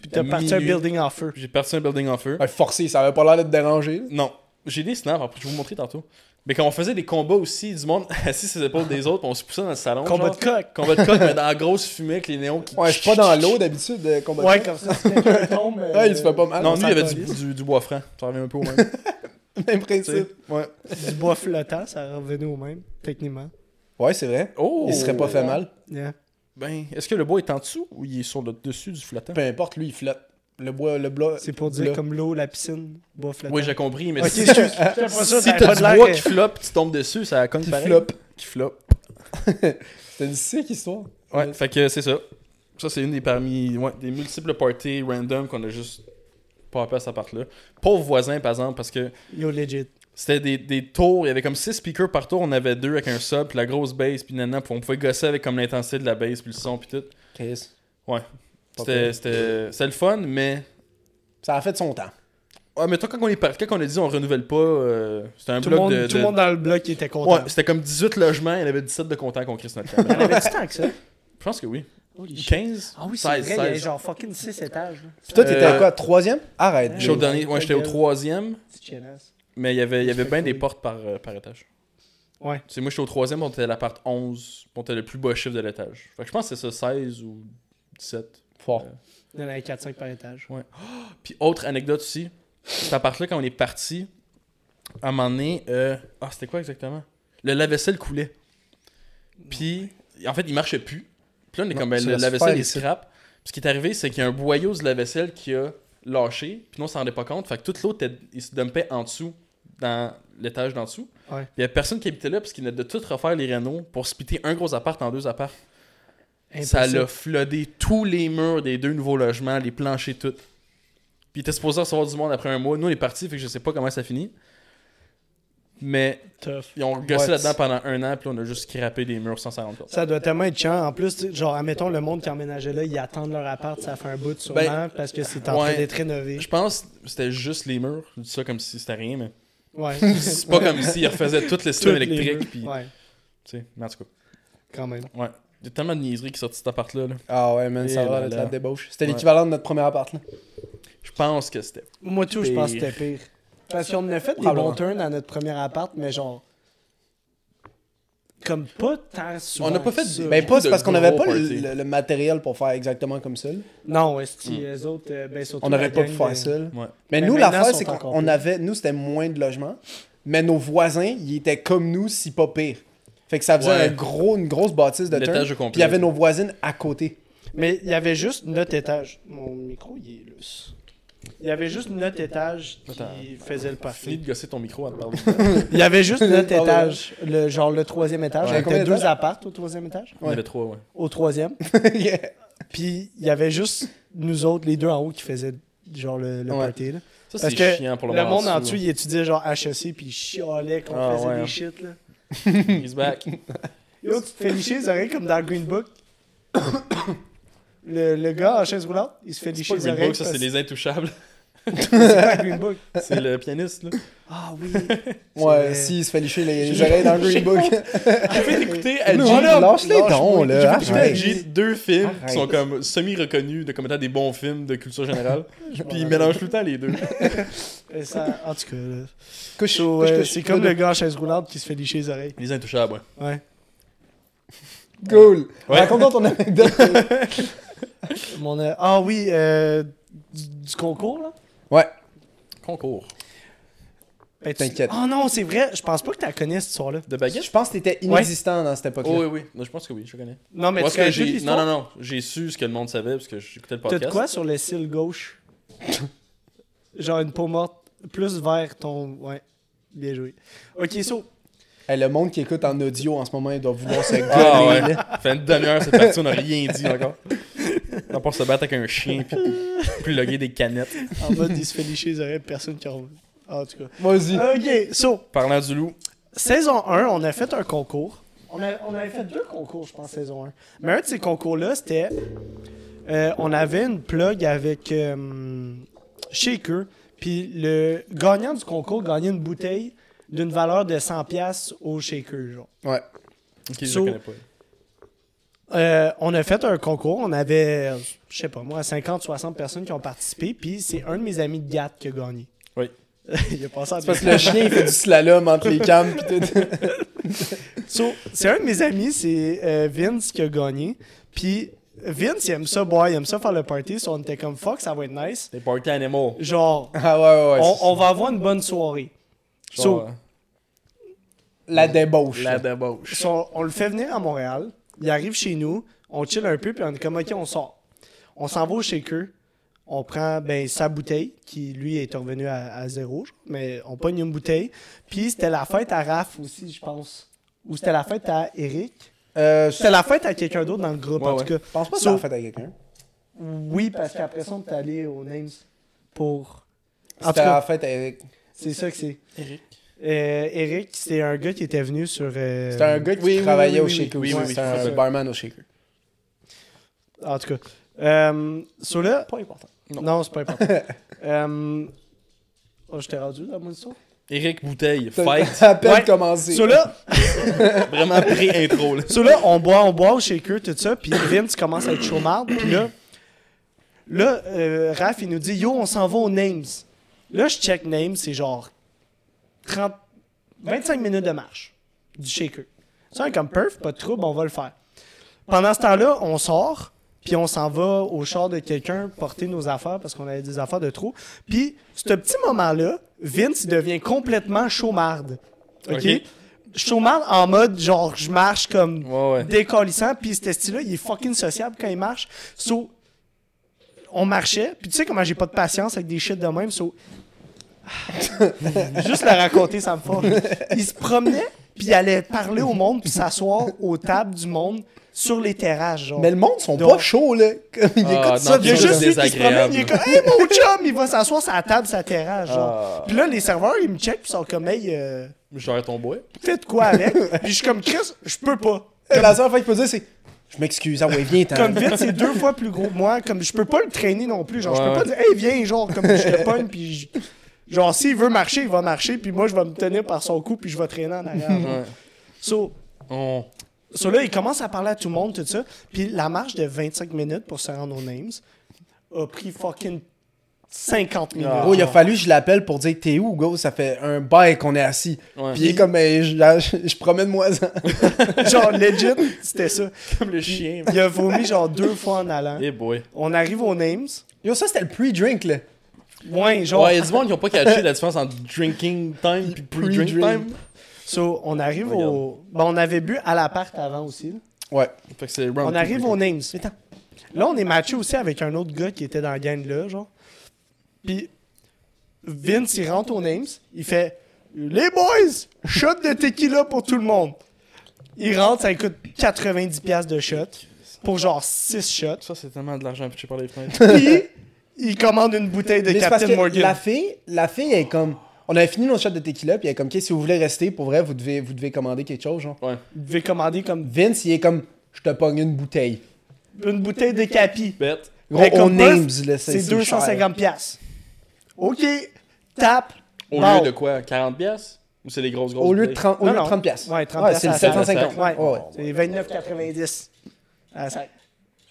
[SPEAKER 1] Puis t'as
[SPEAKER 2] À
[SPEAKER 1] parti un
[SPEAKER 2] minuit,
[SPEAKER 1] building en feu.
[SPEAKER 2] J'ai parti un building en feu.
[SPEAKER 3] Ouais, Ben, forcé, ça avait pas l'air de te déranger. là.
[SPEAKER 2] Non, j'ai des snaps, après, je vais vous montrer tantôt. Mais quand on faisait des combats aussi, du monde assis sur les épaules des autres, puis on se poussait dans le salon.
[SPEAKER 1] Combat
[SPEAKER 2] genre.
[SPEAKER 1] de coq.
[SPEAKER 2] Combat de coq, mais dans la grosse fumée avec les néons qui.
[SPEAKER 3] Ouais, je suis pas dans l'eau d'habitude euh, de combat.
[SPEAKER 1] Ouais, comme ça, si quelqu'un tombe. euh,
[SPEAKER 3] Ouais, il se fait pas mal.
[SPEAKER 2] Non,
[SPEAKER 3] on
[SPEAKER 2] lui, il
[SPEAKER 3] s'en
[SPEAKER 2] y avait
[SPEAKER 3] calisse.
[SPEAKER 2] du, du, du bois franc. Ça revient un peu au même.
[SPEAKER 3] Même
[SPEAKER 2] tu sais.
[SPEAKER 3] principe.
[SPEAKER 2] ouais.
[SPEAKER 1] Du bois flottant, ça revenait au même, techniquement.
[SPEAKER 3] Ouais, c'est vrai.
[SPEAKER 2] Oh
[SPEAKER 3] Il se serait pas fait mal.
[SPEAKER 1] Yeah.
[SPEAKER 2] Ben, est-ce que le bois est en dessous ou il est sur le dessus du flottant
[SPEAKER 3] Peu importe, lui, il flotte. Le bois, le bloc.
[SPEAKER 1] C'est pour dire
[SPEAKER 3] Là.
[SPEAKER 1] comme l'eau, la piscine, bois flottant.
[SPEAKER 2] Oui, j'ai compris, mais
[SPEAKER 1] Ok,
[SPEAKER 2] si-
[SPEAKER 1] excuse. J'étais pas sûr,
[SPEAKER 2] Si
[SPEAKER 1] t'avais
[SPEAKER 2] t'as
[SPEAKER 1] pas
[SPEAKER 2] du
[SPEAKER 1] de l'air
[SPEAKER 2] bois
[SPEAKER 1] que-
[SPEAKER 2] qui floppe, tu tombes dessus, ça cogne
[SPEAKER 3] Qui
[SPEAKER 2] pareil.
[SPEAKER 3] floppe.
[SPEAKER 2] Qui floppe.
[SPEAKER 3] C'est une sick histoire.
[SPEAKER 2] Ouais, fait que c'est ça. Ça, c'est une des parmi... Ouais, des multiples parties random qu'on a juste pas appelé à cette part-là. Pauvre voisin, par exemple, parce que
[SPEAKER 1] Yo, legit.
[SPEAKER 2] c'était des, des tours, il y avait comme six speakers par tour, on avait deux avec un sub, puis la grosse bass, puis nanana, puis on pouvait gosser avec comme l'intensité de la bass, puis le son, puis tout.
[SPEAKER 3] Chris.
[SPEAKER 2] C'était c'était- c'était le fun, mais...
[SPEAKER 3] Ça a fait son temps.
[SPEAKER 2] Ouais, mais toi, quand on est parti, quand on a dit on renouvelle pas, euh, c'était un
[SPEAKER 1] Tout le
[SPEAKER 2] bloc
[SPEAKER 1] monde,
[SPEAKER 2] de...
[SPEAKER 1] tout
[SPEAKER 2] de-
[SPEAKER 1] le monde dans le bloc était
[SPEAKER 2] Ouais,
[SPEAKER 1] content.
[SPEAKER 2] c'était comme 18 logements, il y en avait 17 de contents qu'on crisse notre caméra.
[SPEAKER 1] On avait du temps que ça.
[SPEAKER 2] Je pense que oui.
[SPEAKER 1] Holy shit.
[SPEAKER 2] 15?
[SPEAKER 1] Ah oui, c'est vrai, il y avait genre fucking 6 étages. là.
[SPEAKER 3] Puis toi, t'étais à
[SPEAKER 2] Euh,
[SPEAKER 3] quoi Troisième Arrête.
[SPEAKER 2] Je
[SPEAKER 3] Joe.
[SPEAKER 2] suis au dernier. Ouais, j'étais au troisième,
[SPEAKER 1] Petit chiennasse.
[SPEAKER 2] mais il y avait, il y avait bien des
[SPEAKER 1] Respectfully.
[SPEAKER 2] portes par, euh, par étage.
[SPEAKER 1] Ouais.
[SPEAKER 2] Tu sais, moi, j'étais au troisième, on était à l'appart 11, on était le plus bas chiffre de l'étage. Fait que je pense que c'est ça, 16 ou Euh, 17.
[SPEAKER 3] Fort.
[SPEAKER 1] Il y en avait 4-5 par étage.
[SPEAKER 2] Puis autre anecdote aussi, cet appart-là, quand on est parti, à un moment donné, euh, ah, c'était quoi exactement? Le lave-vaisselle coulait. Puis, en fait, il marchait plus. Puis là, on est
[SPEAKER 3] Non,
[SPEAKER 2] comme, ben,
[SPEAKER 3] ça
[SPEAKER 2] le
[SPEAKER 3] reste
[SPEAKER 2] lave-vaisselle
[SPEAKER 3] faire
[SPEAKER 2] est
[SPEAKER 3] ici.
[SPEAKER 2] scrap. Puis ce qui est arrivé, c'est qu'il y a un boyau du lave-vaisselle qui a lâché, puis nous, on s'en rendait pas compte. Fait que toute l'eau, était- il se dumpait en dessous, dans l'étage d'en dessous.
[SPEAKER 1] Ouais.
[SPEAKER 2] Puis il y avait personne qui habitait là, parce qu'ils venaient de tout refaire les rénaux pour splitter un gros appart en deux apparts. Ça
[SPEAKER 1] Impossible.
[SPEAKER 2] l'a floodé tous les murs des deux nouveaux logements, les planchers, tout. Puis il était supposé recevoir du monde après un mois. Nous, on est partis, fait que je sais pas comment ça finit. Mais
[SPEAKER 1] Tough.
[SPEAKER 2] ils ont gossé
[SPEAKER 3] Ouais,
[SPEAKER 2] là-dedans pendant un an, puis là, on a juste scrappé des murs sans s'en rendre compte.
[SPEAKER 1] Ça doit tellement être chiant. En plus, tu sais, genre, admettons, le monde qui emménageait là, ils attendent leur appart, ça fait un bout sûrement,
[SPEAKER 2] Ben,
[SPEAKER 1] parce que c'est en
[SPEAKER 2] ouais.
[SPEAKER 1] train d'être rénové.
[SPEAKER 2] Je pense que c'était juste les murs. Je dis ça comme si c'était rien, mais
[SPEAKER 1] Ouais.
[SPEAKER 2] c'est pas comme s'ils refaisaient toutes
[SPEAKER 1] Toutes
[SPEAKER 2] les systèmes
[SPEAKER 1] les
[SPEAKER 2] électriques.
[SPEAKER 1] murs.
[SPEAKER 2] Puis,
[SPEAKER 1] Ouais,
[SPEAKER 2] tu sais, mais en tout cas,
[SPEAKER 1] quand même.
[SPEAKER 2] ouais. Il y a tellement de niaiseries qui sortent de cet appart-là. là.
[SPEAKER 3] Ah ouais, man, ça
[SPEAKER 2] Et là,
[SPEAKER 3] va, la
[SPEAKER 2] là.
[SPEAKER 3] la débauche. C'était
[SPEAKER 2] Ouais.
[SPEAKER 3] l'équivalent de notre premier appart, là.
[SPEAKER 2] Je pense que c'était.
[SPEAKER 1] Moi, tout, je pense que
[SPEAKER 2] Pire.
[SPEAKER 1] c'était pire. Parce qu'on a fait des
[SPEAKER 3] Probablement.
[SPEAKER 1] bons turns à notre premier appart, mais genre. Comme pas tant souvent
[SPEAKER 2] On n'a pas fait
[SPEAKER 1] que ça.
[SPEAKER 2] des-
[SPEAKER 3] Ben, pas, c'est
[SPEAKER 2] de
[SPEAKER 3] parce qu'on avait
[SPEAKER 2] gros
[SPEAKER 3] pas le,
[SPEAKER 2] parties.
[SPEAKER 3] le- le matériel pour faire exactement comme ça. là.
[SPEAKER 1] Non, est-ce que
[SPEAKER 2] Hmm.
[SPEAKER 1] les autres. euh, ben, surtout
[SPEAKER 3] On n'aurait
[SPEAKER 1] la
[SPEAKER 3] pas pu
[SPEAKER 1] gang
[SPEAKER 3] faire
[SPEAKER 1] de-
[SPEAKER 3] ça. là.
[SPEAKER 2] Ouais.
[SPEAKER 3] Mais,
[SPEAKER 1] Mais
[SPEAKER 3] nous,
[SPEAKER 1] maintenant,
[SPEAKER 3] l'affaire,
[SPEAKER 1] sont
[SPEAKER 3] c'est
[SPEAKER 1] encore
[SPEAKER 3] qu'on
[SPEAKER 1] pires.
[SPEAKER 3] avait. Nous, c'était moins de logements. Mais nos voisins, ils étaient comme nous, si pas pire. Fait que ça faisait
[SPEAKER 2] Ouais.
[SPEAKER 3] un gros, une grosse bâtisse de
[SPEAKER 2] L'étage
[SPEAKER 3] turn.
[SPEAKER 2] au complet.
[SPEAKER 3] Puis il y avait nos voisines à côté.
[SPEAKER 1] Mais il y avait juste notre étage. Mon micro, il est lousse. Il y avait juste notre étage qui
[SPEAKER 2] Attends.
[SPEAKER 1] faisait le
[SPEAKER 2] Fini
[SPEAKER 1] parfait.
[SPEAKER 2] de gosser ton micro à te parler.
[SPEAKER 1] Il y avait juste notre
[SPEAKER 3] Ah ouais.
[SPEAKER 1] étage, le, genre le troisième étage.
[SPEAKER 3] Ouais.
[SPEAKER 1] On
[SPEAKER 3] Combien
[SPEAKER 1] était deux
[SPEAKER 3] d'étages?
[SPEAKER 1] apparts au troisième étage.
[SPEAKER 2] On avait trois, ouais.
[SPEAKER 1] Au troisième.
[SPEAKER 3] Yeah.
[SPEAKER 1] Puis il y avait juste nous autres, les deux en haut, qui faisaient genre le, le
[SPEAKER 3] Ouais.
[SPEAKER 1] party. Là.
[SPEAKER 2] Ça,
[SPEAKER 1] Parce
[SPEAKER 2] c'est
[SPEAKER 1] que
[SPEAKER 2] chiant pour le
[SPEAKER 1] le monde en
[SPEAKER 2] dessous,
[SPEAKER 1] dessous, il étudiait genre HEC, puis il chialait qu'on
[SPEAKER 2] Ah,
[SPEAKER 1] faisait
[SPEAKER 2] ouais.
[SPEAKER 1] des shit. Là.
[SPEAKER 2] là. He's back.
[SPEAKER 1] Yo, tu te fais licher les oreilles comme dans Green Book. le, le gars en chaise roulante, il se fait
[SPEAKER 2] C'est
[SPEAKER 1] licher
[SPEAKER 2] pas
[SPEAKER 1] les
[SPEAKER 2] Green
[SPEAKER 1] oreilles.
[SPEAKER 2] Book, ça, c'est
[SPEAKER 1] parce-
[SPEAKER 2] les intouchables.
[SPEAKER 1] c'est pas Green Book.
[SPEAKER 2] C'est le pianiste, là.
[SPEAKER 1] Ah oui.
[SPEAKER 3] Ouais,
[SPEAKER 1] C'est-
[SPEAKER 3] s'il se fait licher les, les oreilles dans le Green Book.
[SPEAKER 2] J'avais écouté
[SPEAKER 3] Non,
[SPEAKER 2] Adji.
[SPEAKER 1] là,
[SPEAKER 3] Lâche-les
[SPEAKER 1] lâche-moi.
[SPEAKER 3] dons,
[SPEAKER 1] J'ai
[SPEAKER 3] là.
[SPEAKER 1] pas écouté
[SPEAKER 3] arrête.
[SPEAKER 1] Adji.
[SPEAKER 2] J'ai deux films qui sont
[SPEAKER 3] Arrête.
[SPEAKER 2] comme semi-reconnus de comme étant des bons films de culture générale. Puis ils mélangent tout le temps les deux.
[SPEAKER 1] Et ça- en tout cas, là.
[SPEAKER 3] Couche,
[SPEAKER 1] So,
[SPEAKER 3] couche,
[SPEAKER 1] euh,
[SPEAKER 3] couche,
[SPEAKER 1] c'est
[SPEAKER 3] couche,
[SPEAKER 1] comme
[SPEAKER 3] couche.
[SPEAKER 1] le gars en chaise roulante qui se fait licher les oreilles.
[SPEAKER 2] Les intouchables, ouais.
[SPEAKER 1] Ouais.
[SPEAKER 3] Cool.
[SPEAKER 2] Ouais.
[SPEAKER 3] Raconte-nous ton anecdote.
[SPEAKER 1] Mon, euh, ah oui, euh, du, du concours, là.
[SPEAKER 3] ouais.
[SPEAKER 2] Concours.
[SPEAKER 1] Ben, tu-
[SPEAKER 3] T'inquiète.
[SPEAKER 1] Ah non, c'est vrai, je pense pas que tu la connais cette histoire-là.
[SPEAKER 2] De
[SPEAKER 3] Je
[SPEAKER 2] baguette?
[SPEAKER 3] pense que t'étais inexistant dans cette époque-là.
[SPEAKER 2] Oh, oui, oui. Non, je pense que oui, je connais.
[SPEAKER 1] Non, mais
[SPEAKER 2] Parce
[SPEAKER 1] tu
[SPEAKER 2] que
[SPEAKER 1] connais toute
[SPEAKER 2] j'ai... Non,
[SPEAKER 1] l'histoire.
[SPEAKER 2] non, non. J'ai su ce que le monde savait parce que j'écoutais le
[SPEAKER 1] T'as
[SPEAKER 2] podcast.
[SPEAKER 1] de quoi sur le cil gauche Genre une peau morte, plus vers ton. Ouais, bien joué. Ok, so,
[SPEAKER 3] Hey, le monde qui écoute en audio en ce moment, il doit vouloir se gueuler.
[SPEAKER 2] Ah ouais. Fait une demi-heure, cette partie, on n'a rien dit encore. On part se battre avec un chien puis plugger des canettes.
[SPEAKER 1] en mode il se fait licher les oreilles, personne qui en veut. Ah, En tout cas.
[SPEAKER 3] Vas-y.
[SPEAKER 1] Ok, so,
[SPEAKER 2] Parlant du loup.
[SPEAKER 1] saison 1, on a fait un concours. On, a- on avait fait deux concours, je pense, saison 1. Mais un de ces concours-là, c'était. euh, on avait une plug avec euh, Shaker. Puis le gagnant du concours gagnait une bouteille d'une valeur de 100$ au Shaker, genre.
[SPEAKER 3] Ouais.
[SPEAKER 2] Ok, je
[SPEAKER 1] So-
[SPEAKER 2] connais pas.
[SPEAKER 1] Euh, on a fait un concours, on avait, euh, je sais pas moi, 50-60 personnes qui ont participé, puis c'est un de mes amis de Gat qui a gagné.
[SPEAKER 2] Oui.
[SPEAKER 1] Il a passé à
[SPEAKER 3] Parce que le chien, il fait du slalom entre les cams. pis tout.
[SPEAKER 1] So, c'est un de mes amis, c'est euh, Vince qui a gagné, puis Vince, il aime ça boire, il aime ça faire le party, so on était comme « fuck, ça va être nice
[SPEAKER 2] Des party animal. ».
[SPEAKER 1] Genre,
[SPEAKER 3] Ah ouais, ouais. ouais,
[SPEAKER 1] on,
[SPEAKER 3] c'est-
[SPEAKER 1] on va avoir une bonne soirée. So,
[SPEAKER 2] Genre,
[SPEAKER 3] La débauche.
[SPEAKER 2] la débauche.
[SPEAKER 1] So, on le fait venir à Montréal. Il arrive chez nous. On chill un peu, puis on est comme, OK, on sort. On s'en va au shaker. On prend ben, sa bouteille, qui lui est revenue à, à zéro, genre, mais on pogne une bouteille. Puis c'était la fête à Raph aussi, je pense. Ou c'était la fête à Eric.
[SPEAKER 3] Euh, je
[SPEAKER 1] C'était la fête à quelqu'un d'autre dans le groupe,
[SPEAKER 2] Ouais,
[SPEAKER 1] en
[SPEAKER 2] ouais.
[SPEAKER 1] tout cas.
[SPEAKER 3] pense pas que
[SPEAKER 1] So-
[SPEAKER 3] ça en fait à quelqu'un.
[SPEAKER 1] Oui, parce qu'après ça, on est allé au Names pour. En tout
[SPEAKER 3] C'était
[SPEAKER 1] cas,
[SPEAKER 3] en fait euh, avec.
[SPEAKER 1] c'est ça que c'est.
[SPEAKER 2] Eric.
[SPEAKER 1] Euh, Eric, c'est un gars qui était venu sur. euh,
[SPEAKER 3] C'était un gars qui
[SPEAKER 2] oui, oui,
[SPEAKER 3] travaillait
[SPEAKER 2] oui,
[SPEAKER 3] au
[SPEAKER 2] oui,
[SPEAKER 3] shaker
[SPEAKER 2] oui,
[SPEAKER 3] aussi.
[SPEAKER 2] oui, oui,
[SPEAKER 3] C'était
[SPEAKER 2] c'est
[SPEAKER 3] un
[SPEAKER 2] ça.
[SPEAKER 3] barman au shaker.
[SPEAKER 1] En tout cas. Euh, so là,
[SPEAKER 3] Pas important.
[SPEAKER 2] Non.
[SPEAKER 1] Non, c'est pas important. Euh, oh, je t'ai rendu dans mon histoire.
[SPEAKER 2] Éric Bouteille,
[SPEAKER 3] T'as
[SPEAKER 2] fight.
[SPEAKER 3] à peine
[SPEAKER 1] Ouais.
[SPEAKER 3] commencé.
[SPEAKER 1] Ceux-là,
[SPEAKER 2] Vraiment pré-intro, là.
[SPEAKER 1] ceux-là, on boit, on boit chez eux, tout ça, puis Vince commence à être chaud marde, puis là, là, euh, Raph, il nous dit, yo, on s'en va aux Names. Là, je check Names, c'est genre 30, 25 minutes de marche du shaker. Ça, comme perf, pas de trouble, on va le faire. Pendant ce temps-là, on sort, puis on s'en va au char de quelqu'un porter nos affaires parce qu'on avait des affaires de trop. Puis, ce petit moment-là, Vince, il devient complètement chaumarde. OK?
[SPEAKER 2] Ok.
[SPEAKER 1] Chaumarde en mode, genre, je marche comme
[SPEAKER 2] Ouais, ouais.
[SPEAKER 1] décollissant, puis ce style-là, il est fucking sociable quand il marche. So, on marchait, puis tu sais comment j'ai pas de patience avec des shit de même, so... Juste le raconter, ça me fâche. Il se promenait, puis il allait parler au monde, puis s'asseoir aux tables du monde sur les terrasses, genre.
[SPEAKER 3] Mais le monde sont
[SPEAKER 1] Donc-
[SPEAKER 3] pas chauds, là. Comme ils
[SPEAKER 2] Ah,
[SPEAKER 3] écoutent
[SPEAKER 2] non,
[SPEAKER 3] ça,
[SPEAKER 1] Il y a
[SPEAKER 3] puis
[SPEAKER 2] c'est
[SPEAKER 1] juste lui qui se
[SPEAKER 2] désagréable.
[SPEAKER 1] promène, il est comme Hey mon chum, il va s'asseoir sur la table, sa terrasse,
[SPEAKER 2] Ah.
[SPEAKER 1] genre. Puis là, les serveurs, ils me checkent, puis ils sont comme Hey, euh,
[SPEAKER 2] J'aurais ton bois.
[SPEAKER 1] faites quoi avec Puis je suis comme Chris, je peux pas.
[SPEAKER 3] la seule fois qu'il peut dire, c'est Je m'excuse, ah ouais, viens, t'as.
[SPEAKER 1] Comme vite, c'est deux fois plus gros que moi. Comme je peux pas le traîner non plus. Genre, je
[SPEAKER 2] Ouais.
[SPEAKER 1] peux pas dire, hey, viens, genre, comme je te pogne, puis je- genre, s'il veut marcher, il va marcher, puis moi, je vais me tenir par son cou, puis je vais traîner en arrière. genre.
[SPEAKER 2] Ouais.
[SPEAKER 1] So,
[SPEAKER 2] On...
[SPEAKER 1] so là, il commence à parler à tout le monde, tout ça. Puis la marche de 25 minutes pour se rendre aux Names a pris fucking 50 minutes.
[SPEAKER 2] Ah.
[SPEAKER 3] Gros, il a
[SPEAKER 1] genre.
[SPEAKER 3] fallu que je l'appelle pour dire T'es où, go Ça fait un bail qu'on est assis.
[SPEAKER 2] Ouais.
[SPEAKER 3] Puis il est comme Eh, Je, la- je promène-moi ça.
[SPEAKER 1] Genre, legit, c'était ça.
[SPEAKER 2] Comme le chien.
[SPEAKER 1] Il a vomi genre deux fois en allant.
[SPEAKER 2] Eh boy.
[SPEAKER 1] On arrive aux Names.
[SPEAKER 3] Yo, ça, c'était le pre-drink, là.
[SPEAKER 1] Ouais, genre.
[SPEAKER 2] Ouais, il y a du monde qui ont pas catché la différence entre drinking time et pre-drink
[SPEAKER 3] Pre-drink.
[SPEAKER 2] time.
[SPEAKER 1] So, on arrive
[SPEAKER 2] Regarde.
[SPEAKER 1] au. Ben, on avait bu à l'appart avant aussi. là.
[SPEAKER 3] Ouais.
[SPEAKER 2] Fait que c'est
[SPEAKER 1] On arrive aux
[SPEAKER 2] au
[SPEAKER 1] names. Là, on est matché aussi avec un autre gars qui était dans la gang là, genre. Puis Vince, il rentre aux names. Il fait Les boys, shot de tequila pour tout le monde. Il rentre, ça lui coûte 90$ de shot pour genre 6 shots.
[SPEAKER 2] Ça, c'est tellement de l'argent pitché par les fenêtres.
[SPEAKER 1] Puis il commande une bouteille de
[SPEAKER 3] Mais c'est parce
[SPEAKER 1] Captain
[SPEAKER 3] que
[SPEAKER 1] Morgan.
[SPEAKER 3] la fille, la fille, elle est comme. On avait fini nos shots de tequila, puis elle est comme, OK, si vous voulez rester, pour vrai, vous devez, vous devez commander quelque chose, genre.
[SPEAKER 2] Ouais.
[SPEAKER 1] Il devait commander comme
[SPEAKER 3] Vince, il est comme, je te pogne une bouteille.
[SPEAKER 1] une bouteille de Capi.
[SPEAKER 2] Bête.
[SPEAKER 3] Gros,
[SPEAKER 1] Mais
[SPEAKER 3] on
[SPEAKER 1] comme
[SPEAKER 3] names,
[SPEAKER 1] bœuf,
[SPEAKER 3] là,
[SPEAKER 1] C'est
[SPEAKER 3] cher.
[SPEAKER 1] 250$. piastres. OK, tape.
[SPEAKER 2] Au
[SPEAKER 1] Bon.
[SPEAKER 2] lieu de quoi 40 piastres Ou c'est les grosses grosses
[SPEAKER 3] Au lieu de
[SPEAKER 2] bouteilles?
[SPEAKER 3] 30 au
[SPEAKER 1] Non,
[SPEAKER 3] lieu de
[SPEAKER 1] non.
[SPEAKER 3] 30 piastres.
[SPEAKER 1] Ouais, 30
[SPEAKER 3] c'est le
[SPEAKER 1] piastres à la
[SPEAKER 3] 750.
[SPEAKER 1] Ouais,
[SPEAKER 3] Ouais, ouais.
[SPEAKER 1] c'est 29,90. Ah, ça-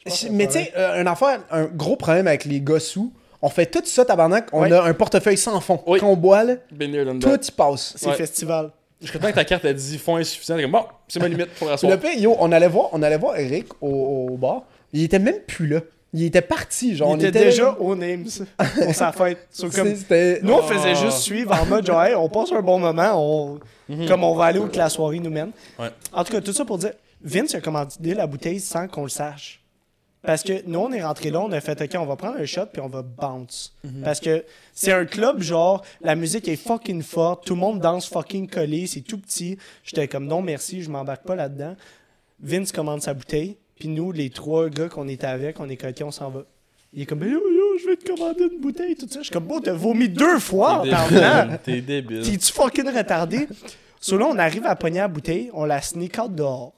[SPEAKER 3] Si- Mais tu sais, euh, une affaire, un gros problème avec les gars sous, on fait tout ça, tabarnak, on
[SPEAKER 1] Ouais.
[SPEAKER 3] a un portefeuille sans fond.
[SPEAKER 2] Oui.
[SPEAKER 3] Quand on boit, là,
[SPEAKER 2] Been there, done
[SPEAKER 3] tout
[SPEAKER 2] that.
[SPEAKER 3] y passe.
[SPEAKER 1] C'est
[SPEAKER 2] Ouais.
[SPEAKER 1] festival.
[SPEAKER 2] Jusqu'à temps que ta carte a dit fonds insuffisants. t'es comme, bon, c'est ma limite pour
[SPEAKER 3] Puis
[SPEAKER 2] asseoir.
[SPEAKER 3] le pire, yo, on allait voir, on allait voir Eric au, au bar, il était même plus là. Il était parti, genre.
[SPEAKER 1] On
[SPEAKER 3] on
[SPEAKER 1] était déjà au Names pour sa fête. So,
[SPEAKER 3] C'est-
[SPEAKER 1] comme,
[SPEAKER 3] c'était-
[SPEAKER 1] nous, on
[SPEAKER 2] Ah. Mhm.
[SPEAKER 1] faisait juste suivre en mode genre, Hey, on passe un bon moment, on, comme on va aller où que la soirée nous mène.
[SPEAKER 2] Ouais.
[SPEAKER 1] En tout cas, tout ça pour dire, Vince a commandé la bouteille sans qu'on le sache. Parce que nous, on est rentré là, on a fait, OK, on va prendre un shot puis on va bounce.
[SPEAKER 2] Mhm.
[SPEAKER 1] Parce que c'est un club, genre, la musique est fucking forte, tout le monde danse fucking collé, c'est tout petit. J'étais comme, non, merci, je m'embarque pas là-dedans. Vince commande sa bouteille, puis nous, les trois gars qu'on était avec, on est coqués, on s'en va. Il est comme, ben, yo, yo, je vais te commander une bouteille, tout ça. Je suis comme, bon, t'as vomi deux fois en
[SPEAKER 2] T'es
[SPEAKER 1] t'en
[SPEAKER 2] débile. T'es débile.
[SPEAKER 1] T'es-tu fucking retardé? So là, on arrive à pogner la bouteille, on la sneak out dehors.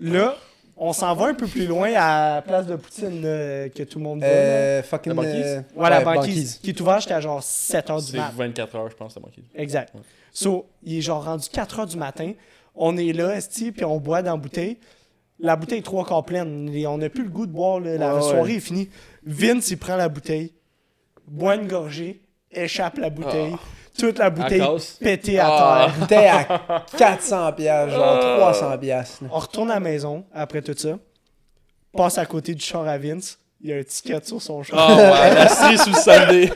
[SPEAKER 1] Là, on s'en va un peu plus loin à la place de Poutine là, que tout le monde va. là.
[SPEAKER 3] Euh, fucking.
[SPEAKER 2] La banquise?
[SPEAKER 3] euh,
[SPEAKER 1] ouais, la
[SPEAKER 3] ouais,
[SPEAKER 1] banquise, qui est ouverte jusqu'à genre 7 h du
[SPEAKER 2] C'est
[SPEAKER 1] matin.
[SPEAKER 2] 24 heures, je pense, c'est manqué.
[SPEAKER 1] Exact. So, il est genre rendu 4 heures du matin. On est là, esti, puis on boit dans la bouteille. La bouteille est trois quarts pleine. Et On n'a plus le goût de boire. là. La
[SPEAKER 3] Ouais,
[SPEAKER 1] soirée
[SPEAKER 3] ouais.
[SPEAKER 1] est finie. Vince, il prend la bouteille, boit une gorgée, échappe la bouteille. Toute la bouteille
[SPEAKER 2] casse.
[SPEAKER 1] pétée à
[SPEAKER 2] Ah.
[SPEAKER 1] terre.
[SPEAKER 3] Bouteille à 400 piastres, genre
[SPEAKER 1] Euh.
[SPEAKER 3] 300 piastres. là.
[SPEAKER 1] On retourne à la maison après tout ça. Passe à côté du char à Vince. Il y a un ticket sur son char.
[SPEAKER 2] Oh, ouais, la série sous le Sunday.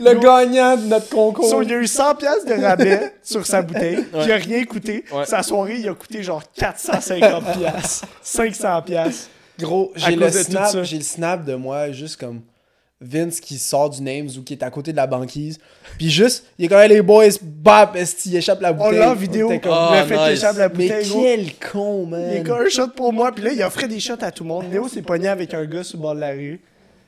[SPEAKER 3] Le gagnant de notre concours.
[SPEAKER 1] So, il a eu 100 pièces de rabais sur sa bouteille. Il a rien coûté.
[SPEAKER 2] Ouais.
[SPEAKER 1] Sa soirée, il a coûté genre 450 pièces, 500 pièces.
[SPEAKER 3] Gros, j'ai le,
[SPEAKER 1] cause de tout
[SPEAKER 3] snap,
[SPEAKER 1] ça.
[SPEAKER 3] j'ai le snap de moi, juste comme Vince qui sort du Names ou qui est à côté de la banquise. Puis juste, il est comme Hey, les boys, bap, esti, il échappe la
[SPEAKER 1] On
[SPEAKER 3] bouteille.
[SPEAKER 1] Oh, l'a en vidéo.
[SPEAKER 3] T'es
[SPEAKER 1] Il
[SPEAKER 3] comme,
[SPEAKER 2] Ah,
[SPEAKER 1] a fait
[SPEAKER 2] nice.
[SPEAKER 1] qu'il échappe la
[SPEAKER 3] Mais
[SPEAKER 1] bouteille, gros.
[SPEAKER 3] quel con,
[SPEAKER 1] Il a
[SPEAKER 3] man.
[SPEAKER 1] comme un shot pour moi. Puis là, il offrait des shots à tout le monde. Léo s'est pogné avec un gars sur le bord de la rue.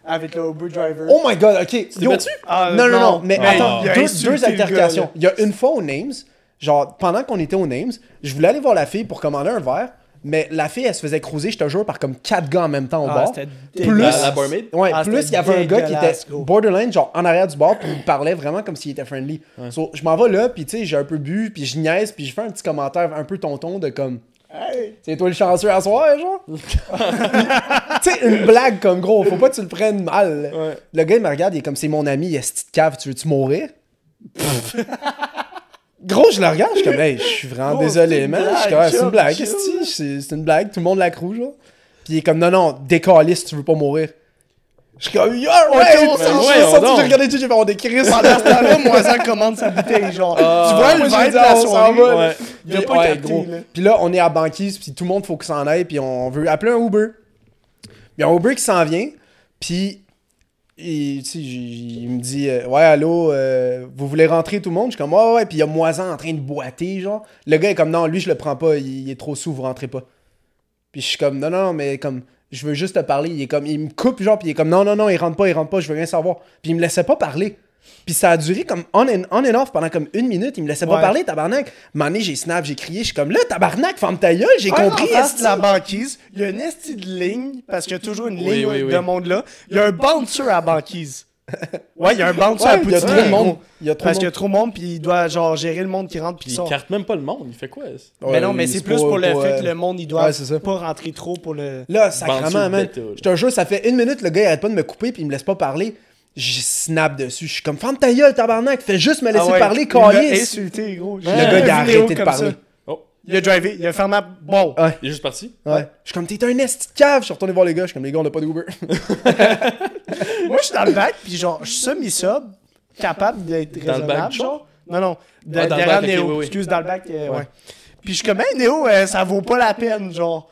[SPEAKER 1] Avec le Uber driver.
[SPEAKER 3] Oh my god, ok.
[SPEAKER 2] t'es
[SPEAKER 3] yo.
[SPEAKER 2] battu?
[SPEAKER 1] Ah,
[SPEAKER 3] non, non, non, mais
[SPEAKER 1] Hey,
[SPEAKER 3] attends,
[SPEAKER 1] il a
[SPEAKER 3] deux,
[SPEAKER 1] insulté
[SPEAKER 3] deux
[SPEAKER 1] le gars,
[SPEAKER 3] altercations.
[SPEAKER 1] là.
[SPEAKER 3] Il y a une fois au Names, genre pendant qu'on était au Names, je voulais aller voir la fille pour commander un verre, Mais la fille, elle se faisait croiser, je te jure, par comme quatre gars en même temps au
[SPEAKER 1] Ah,
[SPEAKER 3] bar.
[SPEAKER 1] c'était
[SPEAKER 3] Plus,
[SPEAKER 1] dégueulasse.
[SPEAKER 2] La- la barmaid?
[SPEAKER 3] Ouais,
[SPEAKER 1] Ah,
[SPEAKER 3] plus
[SPEAKER 1] c'était
[SPEAKER 3] il y avait un gars qui était
[SPEAKER 1] dégueulasse, gros.
[SPEAKER 3] borderline, genre en arrière du bar, puis il parlait vraiment comme s'il était friendly. So, je m'en vais là, puis tu sais, j'ai un peu bu, puis je niaise, puis je fais un petit commentaire un peu tonton de comme.
[SPEAKER 1] Hey.
[SPEAKER 3] C'est toi le chanceux à soir, genre? tu sais, une blague comme gros, faut pas que tu le prennes mal.
[SPEAKER 2] Ouais.
[SPEAKER 3] Le gars, il me regarde, il est comme c'est mon ami, il a cette petite cave, tu veux-tu mourir? Pff. gros, je le regarde, je suis comme, hey, je suis vraiment
[SPEAKER 1] Gros, c'est
[SPEAKER 3] désolé,
[SPEAKER 1] une
[SPEAKER 3] man. Je suis
[SPEAKER 1] blague,
[SPEAKER 3] comme, Ah, c'est
[SPEAKER 1] chill,
[SPEAKER 3] une blague,
[SPEAKER 1] chill,
[SPEAKER 3] esti, c'est c'est une blague, tout le monde la croue, genre. Puis il est comme, non, non, décalé si tu veux pas mourir. Je suis comme, yo, ouais,
[SPEAKER 1] on s'en-
[SPEAKER 3] on sorti, j'ai
[SPEAKER 2] voyons donc.
[SPEAKER 3] regardé tout, j'ai fait, on décrit ça.
[SPEAKER 1] Pendant ce temps-là, Moisan commande sa bouteille, genre.
[SPEAKER 2] Ah.
[SPEAKER 1] tu vois le
[SPEAKER 3] Moi, j'ai
[SPEAKER 1] vibe de
[SPEAKER 3] dit,
[SPEAKER 1] la
[SPEAKER 3] on s'en
[SPEAKER 1] soirée?
[SPEAKER 3] va,
[SPEAKER 2] Ouais.
[SPEAKER 1] Il a
[SPEAKER 3] Puis-
[SPEAKER 1] pas
[SPEAKER 3] ouais,
[SPEAKER 1] capté,
[SPEAKER 3] gros.
[SPEAKER 1] là.
[SPEAKER 3] Puis là, on est à banquise, puis tout le monde faut que s'en aille, puis on veut appeler un Uber. Il y a un Uber qui s'en vient, puis il, tu sais, j- il me dit euh, Ouais, allô, euh, vous voulez rentrer tout le monde Je suis comme Ouais, ouais, puis il y a Moisan en train de boiter, genre. Le gars est comme Non, lui, je le prends pas, il, il est trop sous, vous rentrez pas. Puis je suis comme Non, non, non, mais comme. Je veux juste te parler. Il est comme, il me coupe, genre, puis il est comme, non, non, non, il rentre pas, il rentre pas, je veux rien savoir. Puis il me laissait pas parler. Puis ça a duré comme on and, on and off pendant comme une minute. Il me laissait pas
[SPEAKER 1] Ouais.
[SPEAKER 3] parler, tabarnak. Mané, j'ai snap, j'ai crié, je suis comme, là, tabarnak, ferme ta gueule, j'ai
[SPEAKER 1] Ah,
[SPEAKER 3] compris.
[SPEAKER 1] en face
[SPEAKER 3] esti.
[SPEAKER 1] de la banquise, il y a une esti de ligne, parce qu'il y a toujours une
[SPEAKER 2] Oui,
[SPEAKER 1] ligne
[SPEAKER 2] oui, oui.
[SPEAKER 1] de monde là. Il y a un bouncer à la banquise. Ouais, il y a un bouncer
[SPEAKER 3] Ouais,
[SPEAKER 1] à
[SPEAKER 3] il y a
[SPEAKER 1] Poutine.
[SPEAKER 3] trop de monde.
[SPEAKER 1] gros.
[SPEAKER 3] Il y a trop de
[SPEAKER 1] Parce qu'il y a
[SPEAKER 3] monde.
[SPEAKER 1] trop de monde, puis il doit genre gérer le monde qui rentre puis qui
[SPEAKER 2] Puis il
[SPEAKER 1] sort.
[SPEAKER 2] carte même pas le monde, il fait quoi? ça?
[SPEAKER 1] Mais non, mais
[SPEAKER 3] Ouais,
[SPEAKER 1] c'est plus pour, le fait que le monde, il doit
[SPEAKER 3] Ouais, c'est ça.
[SPEAKER 1] pas rentrer trop pour le.
[SPEAKER 3] Là, sacrement,
[SPEAKER 2] Bantu
[SPEAKER 3] man.
[SPEAKER 2] bêta, là.
[SPEAKER 3] Je te jure, ça fait une minute, le gars, il arrête pas de me couper, puis il me laisse pas parler. Je snap dessus. Je suis comme, ferme ta gueule, tabarnak, fais juste me laisser
[SPEAKER 1] Ah ouais,
[SPEAKER 3] parler,
[SPEAKER 1] Il l'a
[SPEAKER 3] calice.
[SPEAKER 1] insulté, gros.
[SPEAKER 3] Le gars, il a arrêté de parler.
[SPEAKER 2] Oh,
[SPEAKER 1] Il a drivé, il a fermé. la- Bon.
[SPEAKER 3] Ah.
[SPEAKER 2] il est juste parti?
[SPEAKER 3] Ouais. Je suis comme, t'es un esti de cave. Je suis retourné voir les gars. Je suis comme, les gars, on n'a pas d'Uber.
[SPEAKER 1] Moi, je suis dans le bac, puis genre, je suis semi-sub, capable d'être
[SPEAKER 2] Dans le
[SPEAKER 1] raisonnable,
[SPEAKER 2] bac,
[SPEAKER 1] genre. Non, non, de,
[SPEAKER 2] Ah, dans le
[SPEAKER 1] derrière
[SPEAKER 2] bac, ok,
[SPEAKER 1] Néo.
[SPEAKER 2] oui, oui.
[SPEAKER 1] Excuse, dans le bac, euh,
[SPEAKER 3] Ouais.
[SPEAKER 1] ouais. Puis je suis comme, hey, Néo, euh, ça vaut pas la peine, genre.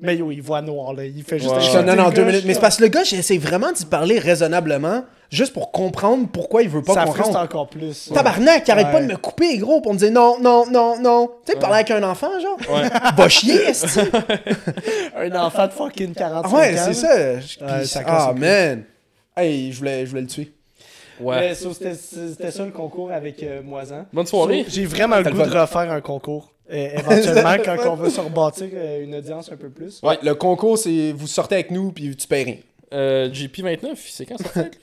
[SPEAKER 1] Mais yo, il voit noir, là. Il fait juste...
[SPEAKER 2] Ouais.
[SPEAKER 3] Je suis
[SPEAKER 1] insulter
[SPEAKER 3] comme, non,
[SPEAKER 1] le
[SPEAKER 3] non,
[SPEAKER 1] gars,
[SPEAKER 3] deux
[SPEAKER 1] je
[SPEAKER 3] minutes.
[SPEAKER 1] suis
[SPEAKER 3] Mais c'est
[SPEAKER 1] comme,
[SPEAKER 3] parce que le gars, j'essaie vraiment d'y parler raisonnablement, juste pour comprendre pourquoi il veut pas
[SPEAKER 1] Ça
[SPEAKER 3] qu'on
[SPEAKER 1] frustre
[SPEAKER 3] rentre.
[SPEAKER 1] encore plus.
[SPEAKER 3] Tabarnak, il arrête pas de
[SPEAKER 1] Ouais.
[SPEAKER 3] me couper, gros, pour me dire non, non, non, non. Tu sais, parler avec un enfant, genre.
[SPEAKER 2] Ouais.
[SPEAKER 3] Va chier, esti.
[SPEAKER 1] Un enfant de fucking 45
[SPEAKER 3] Ah
[SPEAKER 1] ans.
[SPEAKER 3] ouais,
[SPEAKER 1] là.
[SPEAKER 3] c'est ça. Je-
[SPEAKER 1] Ouais,
[SPEAKER 3] puis-
[SPEAKER 1] ça casse
[SPEAKER 3] ah,
[SPEAKER 1] le cul.
[SPEAKER 3] man. Hey, je voulais, je voulais le tuer.
[SPEAKER 2] Ouais.
[SPEAKER 1] Mais so, c'était- c'était ça, le concours avec euh, Moisan.
[SPEAKER 2] Bonne soirée.
[SPEAKER 1] So, J'ai vraiment le
[SPEAKER 3] T'as le
[SPEAKER 1] goût de
[SPEAKER 3] fun.
[SPEAKER 1] refaire un concours, euh, éventuellement, quand on va se rebâtir euh, une audience un peu plus.
[SPEAKER 3] Ouais, le concours, c'est vous sortez avec nous, puis tu payes rien.
[SPEAKER 2] Euh, JP29, c'est quand ça fait?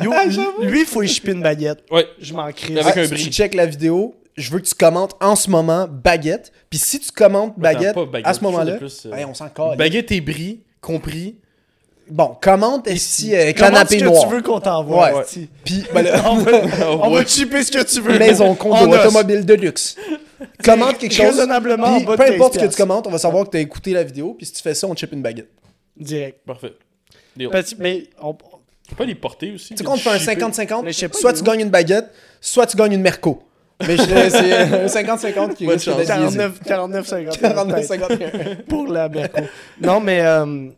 [SPEAKER 1] Yo,
[SPEAKER 3] Ah, j'avoue.
[SPEAKER 1] lui, il faut y chipper une baguette.
[SPEAKER 2] Ouais.
[SPEAKER 3] Ah,
[SPEAKER 1] Je m'en crie.
[SPEAKER 2] Avec
[SPEAKER 3] Ouais,
[SPEAKER 2] un
[SPEAKER 3] si
[SPEAKER 2] bris.
[SPEAKER 3] Tu check la vidéo, je veux que tu commentes en ce moment baguette. Puis si tu commentes
[SPEAKER 2] Attends,
[SPEAKER 3] baguette,
[SPEAKER 2] pas baguette,
[SPEAKER 3] à
[SPEAKER 2] quelque chose
[SPEAKER 3] ce
[SPEAKER 2] de
[SPEAKER 3] moment-là,
[SPEAKER 2] plus, euh,
[SPEAKER 3] hey, on s'en calme.
[SPEAKER 2] Baguette et bris, compris.
[SPEAKER 3] Bon, commente ici euh,
[SPEAKER 1] Comment est-ce
[SPEAKER 3] canapé
[SPEAKER 1] que
[SPEAKER 3] noir.
[SPEAKER 1] tu veux qu'on t'envoie?
[SPEAKER 3] Ouais.
[SPEAKER 1] esti?
[SPEAKER 3] Puis ben là,
[SPEAKER 1] On va, on va
[SPEAKER 2] Ouais.
[SPEAKER 1] chipper ce que tu veux.
[SPEAKER 3] maison condo,
[SPEAKER 1] En os.
[SPEAKER 3] automobile de luxe. Commente quelque chose.
[SPEAKER 1] Raisonnablement en
[SPEAKER 3] puis
[SPEAKER 1] bas de
[SPEAKER 3] peu importe
[SPEAKER 1] 15
[SPEAKER 3] ce que tu commentes, on va savoir que tu as écouté la vidéo. Puis si tu fais ça, on chip une baguette.
[SPEAKER 1] Direct.
[SPEAKER 2] Parfait. Deal.
[SPEAKER 1] Parce- mais on-
[SPEAKER 2] Faut pas les porter aussi.
[SPEAKER 3] Tu comptes, on fait un
[SPEAKER 2] Shipper.
[SPEAKER 1] Mais je sais
[SPEAKER 3] 50-50.
[SPEAKER 1] pas,
[SPEAKER 3] Soit
[SPEAKER 1] il est
[SPEAKER 3] tu
[SPEAKER 1] où?
[SPEAKER 3] gagnes une baguette, soit tu gagnes une Merco. Mais je dirais, c'est euh, un 50-50 qui
[SPEAKER 2] Bonne
[SPEAKER 3] risque
[SPEAKER 2] chance.
[SPEAKER 3] d'être biaisé.
[SPEAKER 1] 49, 49, 50.
[SPEAKER 3] 49-51.
[SPEAKER 1] Pour la Merco. non, mais euh,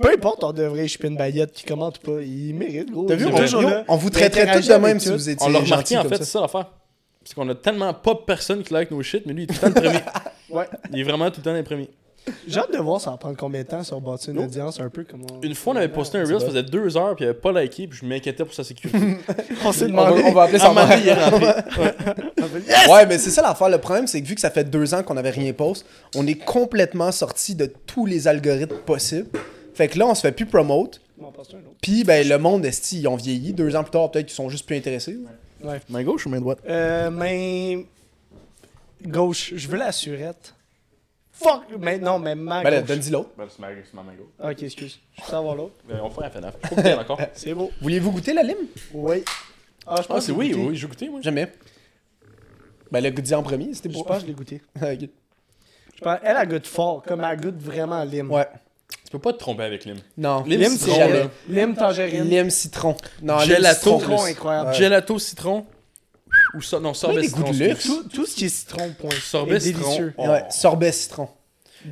[SPEAKER 1] peu importe, on devrait chipper une baguette qui commente ou pas. Il mérite, gros.
[SPEAKER 3] T'as vu,
[SPEAKER 1] Il est
[SPEAKER 3] on,
[SPEAKER 1] toujours
[SPEAKER 3] yo,
[SPEAKER 1] là.
[SPEAKER 3] on vous
[SPEAKER 1] Il
[SPEAKER 3] traiterait
[SPEAKER 1] interagit
[SPEAKER 3] tous de
[SPEAKER 1] avec
[SPEAKER 3] même si
[SPEAKER 1] tout.
[SPEAKER 3] vous étiez
[SPEAKER 2] On l'a
[SPEAKER 3] gentil
[SPEAKER 2] remarqué en
[SPEAKER 3] comme
[SPEAKER 2] fait,
[SPEAKER 3] ça.
[SPEAKER 2] c'est ça l'affaire. C'est qu'on a tellement pas personne qui like nos shit, mais lui, il est tout le temps le premier.
[SPEAKER 1] Ouais.
[SPEAKER 2] Il est vraiment tout le temps le premier.
[SPEAKER 1] J'ai hâte de voir ça va prendre combien de temps sur bâtir une audience un peu comme on...
[SPEAKER 2] Une fois, on avait posté un reel, ça faisait deux heures, puis il avait pas liké, puis je m'inquiétais pour sa sécurité.
[SPEAKER 1] On s'est
[SPEAKER 3] On va,
[SPEAKER 1] demandé.
[SPEAKER 3] on va appeler
[SPEAKER 2] À un
[SPEAKER 3] ça
[SPEAKER 2] moment donné, il est rentré.
[SPEAKER 3] Ouais, mais c'est ça l'affaire. Le problème, c'est que vu que ça fait deux ans qu'on n'avait rien post, on est complètement sorti de tous les algorithmes possibles. Fait que là, on se fait plus promote.
[SPEAKER 1] On passe un autre.
[SPEAKER 3] Puis, ben, le monde, esti, ils ont vieilli. Deux ans plus tard, peut-être qu'ils sont juste plus intéressés.
[SPEAKER 1] Ouais.
[SPEAKER 2] Main gauche ou main droite
[SPEAKER 1] Euh, mais. Gauche, je veux la surette. Fuck! Mais non, mais ma
[SPEAKER 3] Ben, là,
[SPEAKER 1] gauche.
[SPEAKER 3] donne-y l'autre.
[SPEAKER 2] Ben, c'est ma, c'est ma main gauche.
[SPEAKER 1] Ok, excuse. Je peux avoir l'autre.
[SPEAKER 2] Euh, on fait un FNAF. Je suis pas bien encore.
[SPEAKER 1] C'est beau.
[SPEAKER 3] Voulez-vous goûter la lime?
[SPEAKER 1] Oui. Ah, je pense
[SPEAKER 2] Ah,
[SPEAKER 1] que
[SPEAKER 2] c'est
[SPEAKER 1] je l'ai
[SPEAKER 2] oui,
[SPEAKER 1] goûté.
[SPEAKER 2] oui, j'ai goûté, moi.
[SPEAKER 3] Jamais. Ben, le goûter en premier, c'était
[SPEAKER 1] Je
[SPEAKER 3] pour.
[SPEAKER 1] pense que je l'ai goûté.
[SPEAKER 3] Ok.
[SPEAKER 1] Je pense- Elle, elle goûte fort, comme elle goûte vraiment lime.
[SPEAKER 3] Ouais.
[SPEAKER 2] Tu peux pas te tromper avec Lim.
[SPEAKER 3] Non.
[SPEAKER 2] Lime,
[SPEAKER 1] Lime,
[SPEAKER 2] citron,
[SPEAKER 1] c'est
[SPEAKER 3] jamais.
[SPEAKER 1] jamais. Lime, tangerine.
[SPEAKER 3] Lime citron. Non, lime
[SPEAKER 2] Gelato.
[SPEAKER 3] Ah, citron.
[SPEAKER 1] Citron
[SPEAKER 3] plus.
[SPEAKER 1] incroyable.
[SPEAKER 2] Gelato, citron. Ou so non, sorbet
[SPEAKER 3] des
[SPEAKER 2] citron.
[SPEAKER 3] goûts de
[SPEAKER 2] excuse.
[SPEAKER 1] Tout, tout ce qui est citron, point.
[SPEAKER 2] Sorbet
[SPEAKER 1] est
[SPEAKER 2] citron.
[SPEAKER 1] délicieux.
[SPEAKER 2] Oh.
[SPEAKER 3] Ouais, sorbet citron.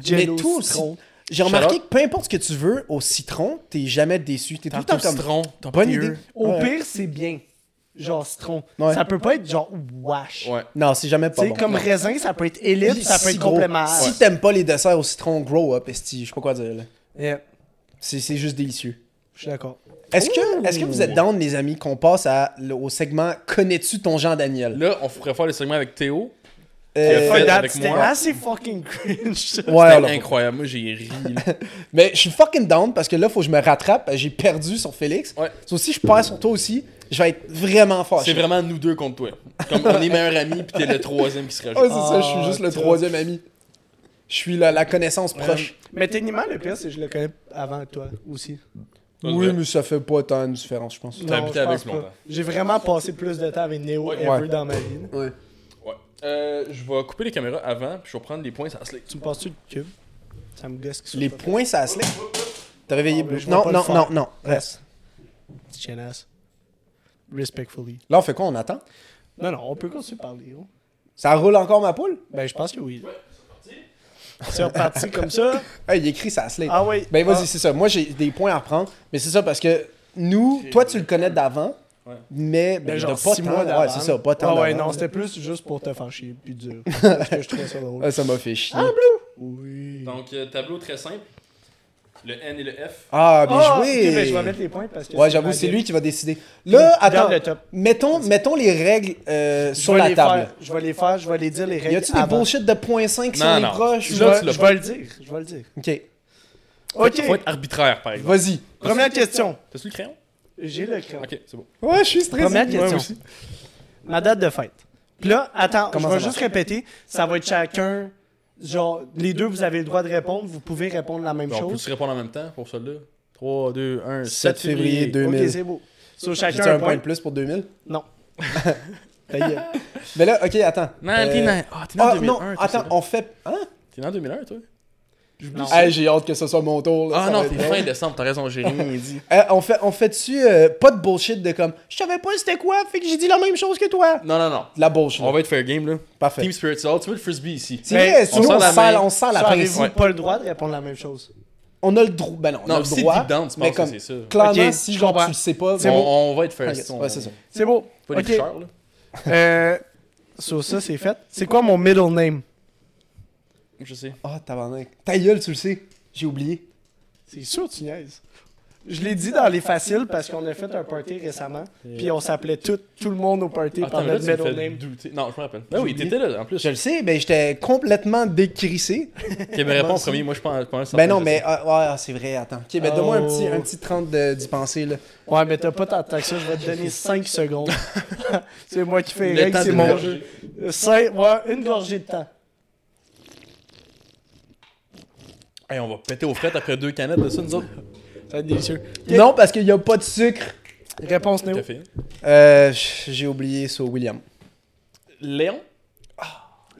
[SPEAKER 1] Jello
[SPEAKER 3] Mais tout aussi-
[SPEAKER 1] citron.
[SPEAKER 3] J'ai remarqué
[SPEAKER 2] Charlotte?
[SPEAKER 3] que peu importe ce que tu veux au citron, t'es jamais déçu. T'es tout le temps
[SPEAKER 2] Tantôt
[SPEAKER 3] comme.
[SPEAKER 2] citron, t'as
[SPEAKER 3] Bonne
[SPEAKER 2] pas
[SPEAKER 3] idée.
[SPEAKER 1] Au
[SPEAKER 3] Ouais.
[SPEAKER 1] pire, c'est bien. Genre citron.
[SPEAKER 3] Ouais.
[SPEAKER 1] Ça peut pas être genre wash.
[SPEAKER 2] Ouais.
[SPEAKER 3] Non, c'est jamais pas
[SPEAKER 1] Tu sais,
[SPEAKER 3] bon.
[SPEAKER 1] comme
[SPEAKER 3] Non.
[SPEAKER 1] raisin, ça peut être élite, ça peut
[SPEAKER 3] Si
[SPEAKER 1] être
[SPEAKER 3] gros.
[SPEAKER 1] complémentaire.
[SPEAKER 3] Si t'aimes pas les desserts au citron, grow up, esti. Je sais pas quoi dire là.
[SPEAKER 1] Yeah,
[SPEAKER 3] C'est c'est juste délicieux.
[SPEAKER 1] Je suis d'accord.
[SPEAKER 3] Est-ce que, est que vous êtes down, les amis, qu'on passe à- au segment Connais-tu ton Jean-Daniel
[SPEAKER 2] Là, on pourrait faire le segment avec Théo.
[SPEAKER 3] Euh,
[SPEAKER 2] fait
[SPEAKER 1] Fuck that,
[SPEAKER 2] avec
[SPEAKER 1] C'était
[SPEAKER 2] moi.
[SPEAKER 1] assez fucking cringe.
[SPEAKER 3] Ouais,
[SPEAKER 2] C'était
[SPEAKER 3] alors.
[SPEAKER 2] incroyable. Moi, j'ai ri. là.
[SPEAKER 3] Mais je suis fucking down parce que là, faut que je me rattrape. J'ai perdu sur Félix.
[SPEAKER 2] Ouais.
[SPEAKER 3] Sauf si je perds sur toi aussi, je vais être vraiment fâché.
[SPEAKER 2] C'est vraiment nous deux contre toi. Comme on est meilleurs amis, puis t'es le troisième qui se
[SPEAKER 3] Ouais,
[SPEAKER 2] rajoute.
[SPEAKER 3] c'est ça, je suis
[SPEAKER 1] Ah,
[SPEAKER 3] juste le
[SPEAKER 1] tu vois.
[SPEAKER 3] troisième ami. Je suis la, la connaissance proche.
[SPEAKER 1] Mais techniquement, le pire, c'est que je le connais avant toi aussi.
[SPEAKER 2] Ouais,
[SPEAKER 3] oui,
[SPEAKER 2] ouais.
[SPEAKER 3] mais ça fait pas tant de différence, je pense.
[SPEAKER 1] Non,
[SPEAKER 2] habité
[SPEAKER 1] je
[SPEAKER 2] avec
[SPEAKER 1] pense
[SPEAKER 2] plus
[SPEAKER 1] pas.
[SPEAKER 2] longtemps.
[SPEAKER 1] J'ai vraiment passé plus de temps avec Neo
[SPEAKER 2] Ouais.
[SPEAKER 1] ever
[SPEAKER 3] Ouais.
[SPEAKER 1] dans ma vie. là.
[SPEAKER 3] Ouais.
[SPEAKER 2] Ouais. Euh, je vais couper les caméras avant, puis je vais prendre les points. Ça se lève.
[SPEAKER 1] Tu me passes-tu le cube? Ça me gosse qu'il
[SPEAKER 3] Les
[SPEAKER 1] soit pas-
[SPEAKER 3] points, ça se lève. T'as réveillé
[SPEAKER 1] Ah, mais
[SPEAKER 3] Blue.
[SPEAKER 1] je vais
[SPEAKER 3] Non,
[SPEAKER 1] pas le
[SPEAKER 3] non,
[SPEAKER 1] faire.
[SPEAKER 3] non, non.
[SPEAKER 1] Reste. Petit chien-ass. Respectfully.
[SPEAKER 3] Là, on fait quoi On attend
[SPEAKER 1] Non, non, on peut continuer de parler. oh.
[SPEAKER 3] Ça roule encore ma poule
[SPEAKER 1] Ben, je pense que oui. C'est reparti comme ça.
[SPEAKER 3] Hey, il écrit ça se lève.
[SPEAKER 1] Ah oui.
[SPEAKER 3] Ben vas-y,
[SPEAKER 1] Ah.
[SPEAKER 3] c'est ça. Moi, j'ai des points à reprendre. Mais c'est ça parce que nous, toi, tu le connais d'avant.
[SPEAKER 2] Ouais.
[SPEAKER 3] Mais ben,
[SPEAKER 1] Ben,
[SPEAKER 3] genre,
[SPEAKER 1] genre,
[SPEAKER 3] pas
[SPEAKER 1] six
[SPEAKER 3] tant.
[SPEAKER 1] mois d'avant.
[SPEAKER 3] Ouais, c'est ça, pas tant.
[SPEAKER 1] Ah ouais,
[SPEAKER 3] d'avant.
[SPEAKER 1] non, c'était plus juste pour te fâcher, puis dur. Parce que je trouvais ça drôle.
[SPEAKER 3] Ah, ça m'a fait chier.
[SPEAKER 1] Oui.
[SPEAKER 2] Donc, euh, tableau très simple. Le N et le F.
[SPEAKER 3] Ah, bien
[SPEAKER 1] Ah,
[SPEAKER 3] joué.
[SPEAKER 1] ok, ben, je vais mettre les points parce que
[SPEAKER 3] Ouais, j'avoue,
[SPEAKER 1] ma
[SPEAKER 3] c'est
[SPEAKER 1] game.
[SPEAKER 3] lui qui va décider. Là,
[SPEAKER 1] Garde
[SPEAKER 3] attends,
[SPEAKER 1] le top.
[SPEAKER 3] mettons, mettons les règles euh,
[SPEAKER 1] Je
[SPEAKER 3] sur
[SPEAKER 1] vais
[SPEAKER 3] la
[SPEAKER 1] les
[SPEAKER 3] table.
[SPEAKER 1] faire, je vais les faire, je vais les dire les règles.
[SPEAKER 3] Y a-tu des
[SPEAKER 1] avant.
[SPEAKER 3] bullshit de point 5 si
[SPEAKER 2] Non,
[SPEAKER 3] on est
[SPEAKER 2] non.
[SPEAKER 3] proche?
[SPEAKER 1] Je
[SPEAKER 2] Là,
[SPEAKER 1] vais,
[SPEAKER 2] tu l'as
[SPEAKER 1] je
[SPEAKER 2] pas.
[SPEAKER 1] vais le dire, je vais le dire.
[SPEAKER 3] Ok,
[SPEAKER 1] Ok,
[SPEAKER 2] Faut être arbitraire, par exemple.
[SPEAKER 3] vas-y.
[SPEAKER 1] première question.
[SPEAKER 2] T'as-tu le crayon?
[SPEAKER 1] J'ai le crayon.
[SPEAKER 2] Ok, c'est bon.
[SPEAKER 3] Ouais, je suis stressé.
[SPEAKER 1] Première
[SPEAKER 3] Ouais,
[SPEAKER 1] question.
[SPEAKER 3] aussi.
[SPEAKER 1] Ma date de fête. Puis là, attends,
[SPEAKER 3] Comment
[SPEAKER 1] je
[SPEAKER 3] ça
[SPEAKER 1] vais juste
[SPEAKER 3] marche?
[SPEAKER 1] répéter. Ça va être chacun. Genre, les deux, vous avez le droit de répondre. Vous pouvez répondre la même
[SPEAKER 2] Bon, on
[SPEAKER 1] chose.
[SPEAKER 2] peut-tu répondre en même temps pour celle-là? 3, 2, 1,
[SPEAKER 3] 7 février
[SPEAKER 1] Ok,
[SPEAKER 3] 2000.
[SPEAKER 1] c'est beau. Sur
[SPEAKER 3] J'ai
[SPEAKER 1] chacun
[SPEAKER 3] un point de plus pour 2000.
[SPEAKER 1] Non. Ta
[SPEAKER 3] Ben,
[SPEAKER 1] gueule.
[SPEAKER 3] Mais là, ok, attends.
[SPEAKER 2] Non, t'es
[SPEAKER 3] Euh,
[SPEAKER 2] né- ah, t'es né en
[SPEAKER 3] Ah,
[SPEAKER 2] 2001.
[SPEAKER 3] non,
[SPEAKER 2] toi, c'est
[SPEAKER 3] attends,
[SPEAKER 2] vrai.
[SPEAKER 3] on fait. Hein?
[SPEAKER 2] T'es né en 2001, toi?
[SPEAKER 1] Non.
[SPEAKER 3] Hey, j'ai hâte que ce soit mon tour. là,
[SPEAKER 2] Ah
[SPEAKER 3] ça va
[SPEAKER 2] non,
[SPEAKER 3] être
[SPEAKER 2] t'es
[SPEAKER 3] drôle.
[SPEAKER 2] fin décembre, t'as raison, j'ai rien dit.
[SPEAKER 3] Euh, on fait, on fait dessus euh, pas de bullshit de comme je savais pas c'était quoi, fait que j'ai dit la même chose que toi.
[SPEAKER 2] Non, non, non.
[SPEAKER 3] De La bullshit.
[SPEAKER 2] On va être fair game, là.
[SPEAKER 3] Parfait.
[SPEAKER 2] Team Spirit Soul, tu veux le frisbee ici?
[SPEAKER 3] C'est
[SPEAKER 1] Hey,
[SPEAKER 3] vrai, sinon,
[SPEAKER 2] sent
[SPEAKER 3] on,
[SPEAKER 2] la
[SPEAKER 3] sent,
[SPEAKER 2] main.
[SPEAKER 3] on sent la
[SPEAKER 1] Ça, avez-vous
[SPEAKER 3] principe.
[SPEAKER 1] pas le droit de répondre la même chose?
[SPEAKER 3] On a le droit. Ben non, on
[SPEAKER 2] Non,
[SPEAKER 3] a le
[SPEAKER 2] si
[SPEAKER 3] droit.
[SPEAKER 2] deep down, tu
[SPEAKER 3] mais
[SPEAKER 2] penses
[SPEAKER 3] comme,
[SPEAKER 2] que c'est ça.
[SPEAKER 3] Clairement,
[SPEAKER 1] Ok,
[SPEAKER 3] si
[SPEAKER 1] je
[SPEAKER 3] genre, tu
[SPEAKER 1] comprends.
[SPEAKER 3] le sais pas,
[SPEAKER 2] On, on va être fair.
[SPEAKER 3] T'inquiète, ouais, c'est ça.
[SPEAKER 1] C'est beau.
[SPEAKER 2] Pas les
[SPEAKER 1] Ok.
[SPEAKER 2] tricheurs, là.
[SPEAKER 1] Euh, so, ça, c'est fait. C'est quoi mon middle name?
[SPEAKER 2] Je sais.
[SPEAKER 3] Ah, tabarnak. Ta gueule, tu le sais. J'ai oublié.
[SPEAKER 1] C'est sûr, tu niaises. Je l'ai dit dans les faciles parce qu'on a fait un party récemment. Puis on s'appelait tout, tout le monde au party
[SPEAKER 2] Attends,
[SPEAKER 1] par
[SPEAKER 2] mais là,
[SPEAKER 1] notre
[SPEAKER 2] tu me
[SPEAKER 1] middle
[SPEAKER 2] fais
[SPEAKER 1] name.
[SPEAKER 2] douter. Non, je me rappelle. Ben oui,
[SPEAKER 3] J'ai oublié.
[SPEAKER 2] t'étais là, en plus.
[SPEAKER 3] Je le sais, ben j'étais complètement décrissé.
[SPEAKER 2] Qui me répond en premier, moi, je pense je pense-
[SPEAKER 3] Ben non, mais ah, ouais, ah, c'est vrai, attends. Ok, ben donne-moi un
[SPEAKER 1] Oh.
[SPEAKER 3] petit, un petit 30 de- d'y penser, là.
[SPEAKER 1] Ouais, mais t'as pas tant de temps que ça, je vais te donner 5 secondes. c'est moi qui fais
[SPEAKER 2] Le
[SPEAKER 1] les règles,
[SPEAKER 2] temps
[SPEAKER 1] c'est
[SPEAKER 2] de
[SPEAKER 1] mon
[SPEAKER 2] gorgée.
[SPEAKER 1] jeu. Cinq- ouais, une gorgée de temps.
[SPEAKER 2] Hey, on va péter aux frettes après deux canettes de ça, nous autres.
[SPEAKER 1] Ça va être délicieux. Ok,
[SPEAKER 3] Non, parce qu'il y a pas de sucre.
[SPEAKER 1] Réponse Néo.
[SPEAKER 2] Café.
[SPEAKER 3] Euh, j'ai oublié sur William.
[SPEAKER 2] Léon.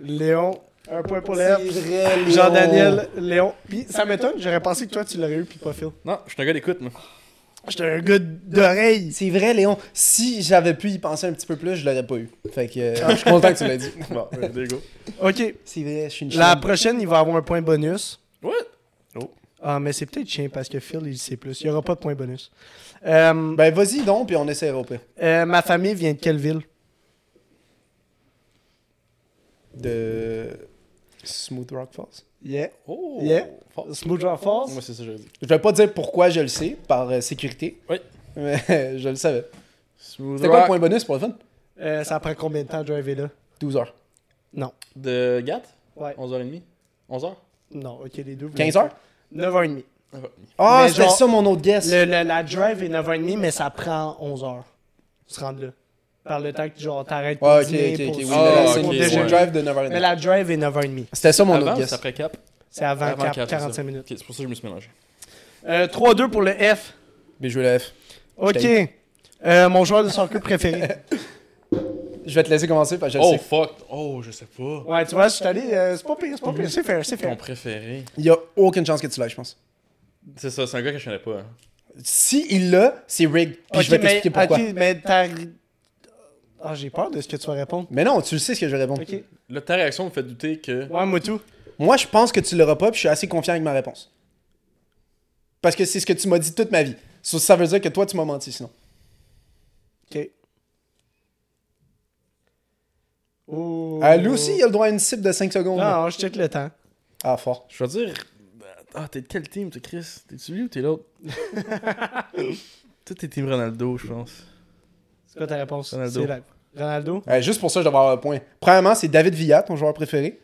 [SPEAKER 1] Léon, un point pour Léon.
[SPEAKER 3] vrai, Léon.
[SPEAKER 1] Jean-Daniel, Léon. Puis ça m'étonne, j'aurais pensé que toi tu l'aurais eu, puis pas Phil.
[SPEAKER 2] Non, je suis un gars d'écoute, moi.
[SPEAKER 1] J'étais un gars d'oreille.
[SPEAKER 3] C'est vrai, Léon. Si j'avais pu y penser un petit peu plus, je l'aurais pas eu. Fait que euh, je suis content que tu l'aies dit.
[SPEAKER 2] Bon, euh, there you
[SPEAKER 1] Ok,
[SPEAKER 3] C'est vrai, je suis une
[SPEAKER 1] la
[SPEAKER 3] chienne.
[SPEAKER 1] prochaine, il va avoir un point bonus.
[SPEAKER 2] go. What?
[SPEAKER 1] Ah, mais c'est peut-être chien parce que Phil, il sait plus. Il n'y aura pas de point bonus. Euh,
[SPEAKER 3] Ben vas-y donc, puis on essaiera au pire.
[SPEAKER 1] euh, ma famille vient de quelle ville?
[SPEAKER 3] De Smooth Rock Falls.
[SPEAKER 1] Yeah.
[SPEAKER 2] Oh!
[SPEAKER 1] Yeah.
[SPEAKER 2] Fort.
[SPEAKER 1] Smooth Rock Falls.
[SPEAKER 2] Moi, c'est ça que j'avais dit.
[SPEAKER 3] Je vais pas dire pourquoi je le sais, par euh, sécurité.
[SPEAKER 2] Oui.
[SPEAKER 3] Mais je le savais.
[SPEAKER 2] Smooth
[SPEAKER 3] C'était quoi le
[SPEAKER 2] Rock
[SPEAKER 3] point bonus pour le fun?
[SPEAKER 1] Euh, ça prend combien de temps de driver là?
[SPEAKER 3] 12 heures.
[SPEAKER 1] Non.
[SPEAKER 2] de Gat?
[SPEAKER 1] Ouais.
[SPEAKER 2] 11h30? 11h?
[SPEAKER 1] Non, ok, les deux.
[SPEAKER 3] 15 heures?
[SPEAKER 1] 9h30.
[SPEAKER 3] Ah,
[SPEAKER 1] Mais
[SPEAKER 3] c'était
[SPEAKER 1] genre-
[SPEAKER 3] ça mon autre guess.
[SPEAKER 1] Le, le- la drive est 9h30, mais ça prend 11h. Se rendre là. Par le temps que genre, t'arrêtes pour
[SPEAKER 3] Ah, ok, ok,
[SPEAKER 1] dîner,
[SPEAKER 3] ok.
[SPEAKER 1] pour
[SPEAKER 3] oui,
[SPEAKER 1] souper,
[SPEAKER 3] mais là,
[SPEAKER 2] Ah,
[SPEAKER 3] c'est
[SPEAKER 1] pour
[SPEAKER 2] ok,
[SPEAKER 3] une- c'est
[SPEAKER 1] déjeuner.
[SPEAKER 3] une
[SPEAKER 2] ouais.
[SPEAKER 3] drive de
[SPEAKER 1] Mais
[SPEAKER 3] 9h30.
[SPEAKER 1] la drive est 9h30.
[SPEAKER 3] C'était ça mon
[SPEAKER 2] Avant,
[SPEAKER 3] autre
[SPEAKER 2] c'est
[SPEAKER 3] guess.
[SPEAKER 2] après Cap.
[SPEAKER 1] C'est avant, quar-
[SPEAKER 2] Avant Cap, c'est ça.
[SPEAKER 1] 45 minutes.
[SPEAKER 2] Ok, c'est pour ça que je me suis mélangé.
[SPEAKER 1] Euh, 3-2 pour le F.
[SPEAKER 3] Mais je vais la F.
[SPEAKER 1] Ok.
[SPEAKER 3] J'étais
[SPEAKER 1] Euh, mon joueur de soccer préféré.
[SPEAKER 3] Je vais te laisser commencer, parce que je le
[SPEAKER 2] Oh,
[SPEAKER 3] sais.
[SPEAKER 2] fuck! Oh, je sais pas.
[SPEAKER 1] Ouais, tu vois, je suis allé. euh, c'est pas pire, c'est pas pire. C'est fair, c'est
[SPEAKER 2] Ton
[SPEAKER 1] fair.
[SPEAKER 2] préféré.
[SPEAKER 3] Il y a aucune chance que tu l'aies, je pense.
[SPEAKER 2] C'est ça, c'est un gars que je connais pas. hein.
[SPEAKER 3] Si il l'a, c'est rigged. Puis
[SPEAKER 1] Ok,
[SPEAKER 3] je vais t'expliquer
[SPEAKER 1] mais-
[SPEAKER 3] pourquoi.
[SPEAKER 1] Ok, mais t'as. Ah, j'ai peur de ce que tu vas répondre.
[SPEAKER 3] Mais non, tu le sais ce que je vais répondre.
[SPEAKER 1] Ok.
[SPEAKER 2] Là, ta réaction me fait douter que.
[SPEAKER 1] Ouais, Moutou.
[SPEAKER 3] Moi, je pense que tu l'auras pas, puis je suis assez confiant avec ma réponse. Parce que c'est ce que tu m'as dit toute ma vie. So, ça veut dire que toi, tu m'as menti, sinon.
[SPEAKER 1] Ok. Oh.
[SPEAKER 3] Euh, lui aussi, il a le droit à une cible de 5 secondes.
[SPEAKER 1] Non, non, je check le temps.
[SPEAKER 3] Ah, fort.
[SPEAKER 2] Je veux dire. Ah, t'es de quel team, t'es Chris? T'es-tu lui ou t'es l'autre? Toi, t'es team Ronaldo, je pense.
[SPEAKER 1] C'est quoi ta réponse?
[SPEAKER 2] Ronaldo.
[SPEAKER 1] C'est la... Ronaldo?
[SPEAKER 3] Euh, juste pour ça, je devrais avoir un point. Premièrement, c'est David Villa, ton joueur préféré.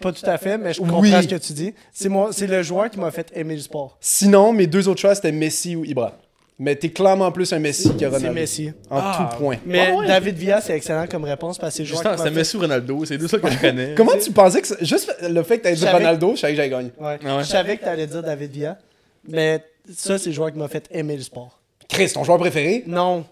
[SPEAKER 1] Pas tout à fait, mais je comprends
[SPEAKER 3] Oui.
[SPEAKER 1] ce que tu dis. C'est moi, c'est le joueur qui m'a fait aimer le sport.
[SPEAKER 3] Sinon, mes deux autres choix, c'était Messi ou Ibra. Mais t'es clairement plus un Messi que Ronaldo.
[SPEAKER 1] C'est Messi.
[SPEAKER 3] En
[SPEAKER 2] Ah.
[SPEAKER 3] tout point.
[SPEAKER 1] Mais
[SPEAKER 2] Ah ouais.
[SPEAKER 1] David Villa, c'est excellent comme réponse parce que c'est le joueur
[SPEAKER 2] Justement,
[SPEAKER 1] qui m'a
[SPEAKER 2] c'était
[SPEAKER 1] fait-
[SPEAKER 2] Messi ou Ronaldo, c'est les deux seuls que je connais.
[SPEAKER 3] Comment tu pensais que... ça- Juste le fait que t'aies dit
[SPEAKER 1] J'avais-
[SPEAKER 3] Ronaldo, je savais que j'allais gagner.
[SPEAKER 1] Ouais.
[SPEAKER 2] Ah ouais.
[SPEAKER 1] Je savais que t'allais dire David Villa, mais ça, c'est le joueur qui m'a fait aimer le sport.
[SPEAKER 3] Chris, ton joueur préféré?
[SPEAKER 1] Non.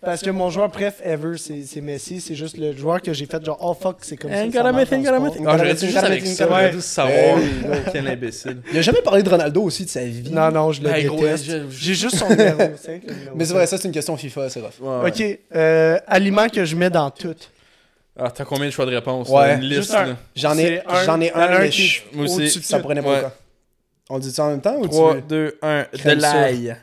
[SPEAKER 1] Parce que mon joueur préf ever, c'est c'est Messi. C'est juste le joueur que j'ai fait genre, oh fuck, c'est comme ça. que ça marche dans le sport.
[SPEAKER 2] Ah, j'aurais dû juste avec ça,
[SPEAKER 3] Ouais.
[SPEAKER 2] j'aurais dû savoir
[SPEAKER 3] Ouais.
[SPEAKER 2] quel imbécile.
[SPEAKER 3] Il a jamais parlé de Ronaldo aussi de sa vie.
[SPEAKER 1] Non, non, je le
[SPEAKER 2] Ben, gros,
[SPEAKER 1] déteste.
[SPEAKER 2] je-
[SPEAKER 1] J'ai juste son numéro. c'est vrai que le numéro
[SPEAKER 3] Mais c'est vrai, ça, c'est une question FIFA, c'est rough.
[SPEAKER 2] Ouais.
[SPEAKER 1] Ok, euh, aliment que je mets dans tout.
[SPEAKER 2] Ah, t'as combien de choix de réponse?
[SPEAKER 3] Ouais.
[SPEAKER 2] là? Une liste,
[SPEAKER 1] Juste un.
[SPEAKER 2] là.
[SPEAKER 3] J'en ai,
[SPEAKER 1] C'est un-
[SPEAKER 3] j'en ai
[SPEAKER 1] il y en a
[SPEAKER 3] un,
[SPEAKER 1] un
[SPEAKER 3] mais
[SPEAKER 1] qui-
[SPEAKER 3] je-
[SPEAKER 2] Moi
[SPEAKER 1] Au-dessus
[SPEAKER 2] aussi.
[SPEAKER 1] de
[SPEAKER 3] ça prenait pas
[SPEAKER 2] Ouais.
[SPEAKER 3] quoi. On dit ça en même temps ou tu
[SPEAKER 2] 3,
[SPEAKER 3] veux-
[SPEAKER 2] 2, 1. De
[SPEAKER 3] Crème
[SPEAKER 2] l'ail.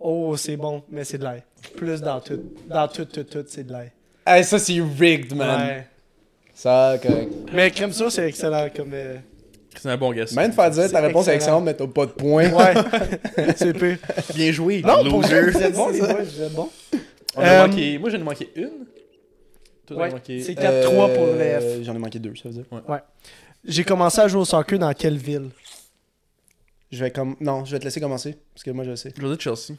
[SPEAKER 1] Oh, c'est bon, mais c'est de l'ail. Plus dans tout. Dans tout, tout, tout, c'est de l'ail.
[SPEAKER 3] Hey, ça, c'est rigged, man.
[SPEAKER 1] Ouais.
[SPEAKER 3] Ça, correct.
[SPEAKER 1] Mais crème sur, c'est excellent comme. euh,
[SPEAKER 2] C'est un bon guess.
[SPEAKER 3] Même de faire dire ta
[SPEAKER 1] C'est
[SPEAKER 3] réponse est
[SPEAKER 1] excellent.
[SPEAKER 3] excellente, mais t'as pas de points.
[SPEAKER 1] Ouais, c'est peu.
[SPEAKER 2] Bien joué.
[SPEAKER 1] Non, pour vrai, vous êtes bon, les boys, vous êtes bon.
[SPEAKER 2] On a
[SPEAKER 1] Euh,
[SPEAKER 2] manqué... Moi, j'en ai manqué une. Toi, t'en as
[SPEAKER 1] Ouais,
[SPEAKER 2] manqué-
[SPEAKER 1] c'est-
[SPEAKER 2] Euh,
[SPEAKER 1] 4-3 pour le
[SPEAKER 3] Euh, J'en ai manqué deux, ça veut dire.
[SPEAKER 1] J'ai commencé à jouer au soccer dans quelle ville
[SPEAKER 3] Je vais comme. Non, je vais te laisser commencer, parce que moi, je le sais.
[SPEAKER 2] Je vais dire Chelsea.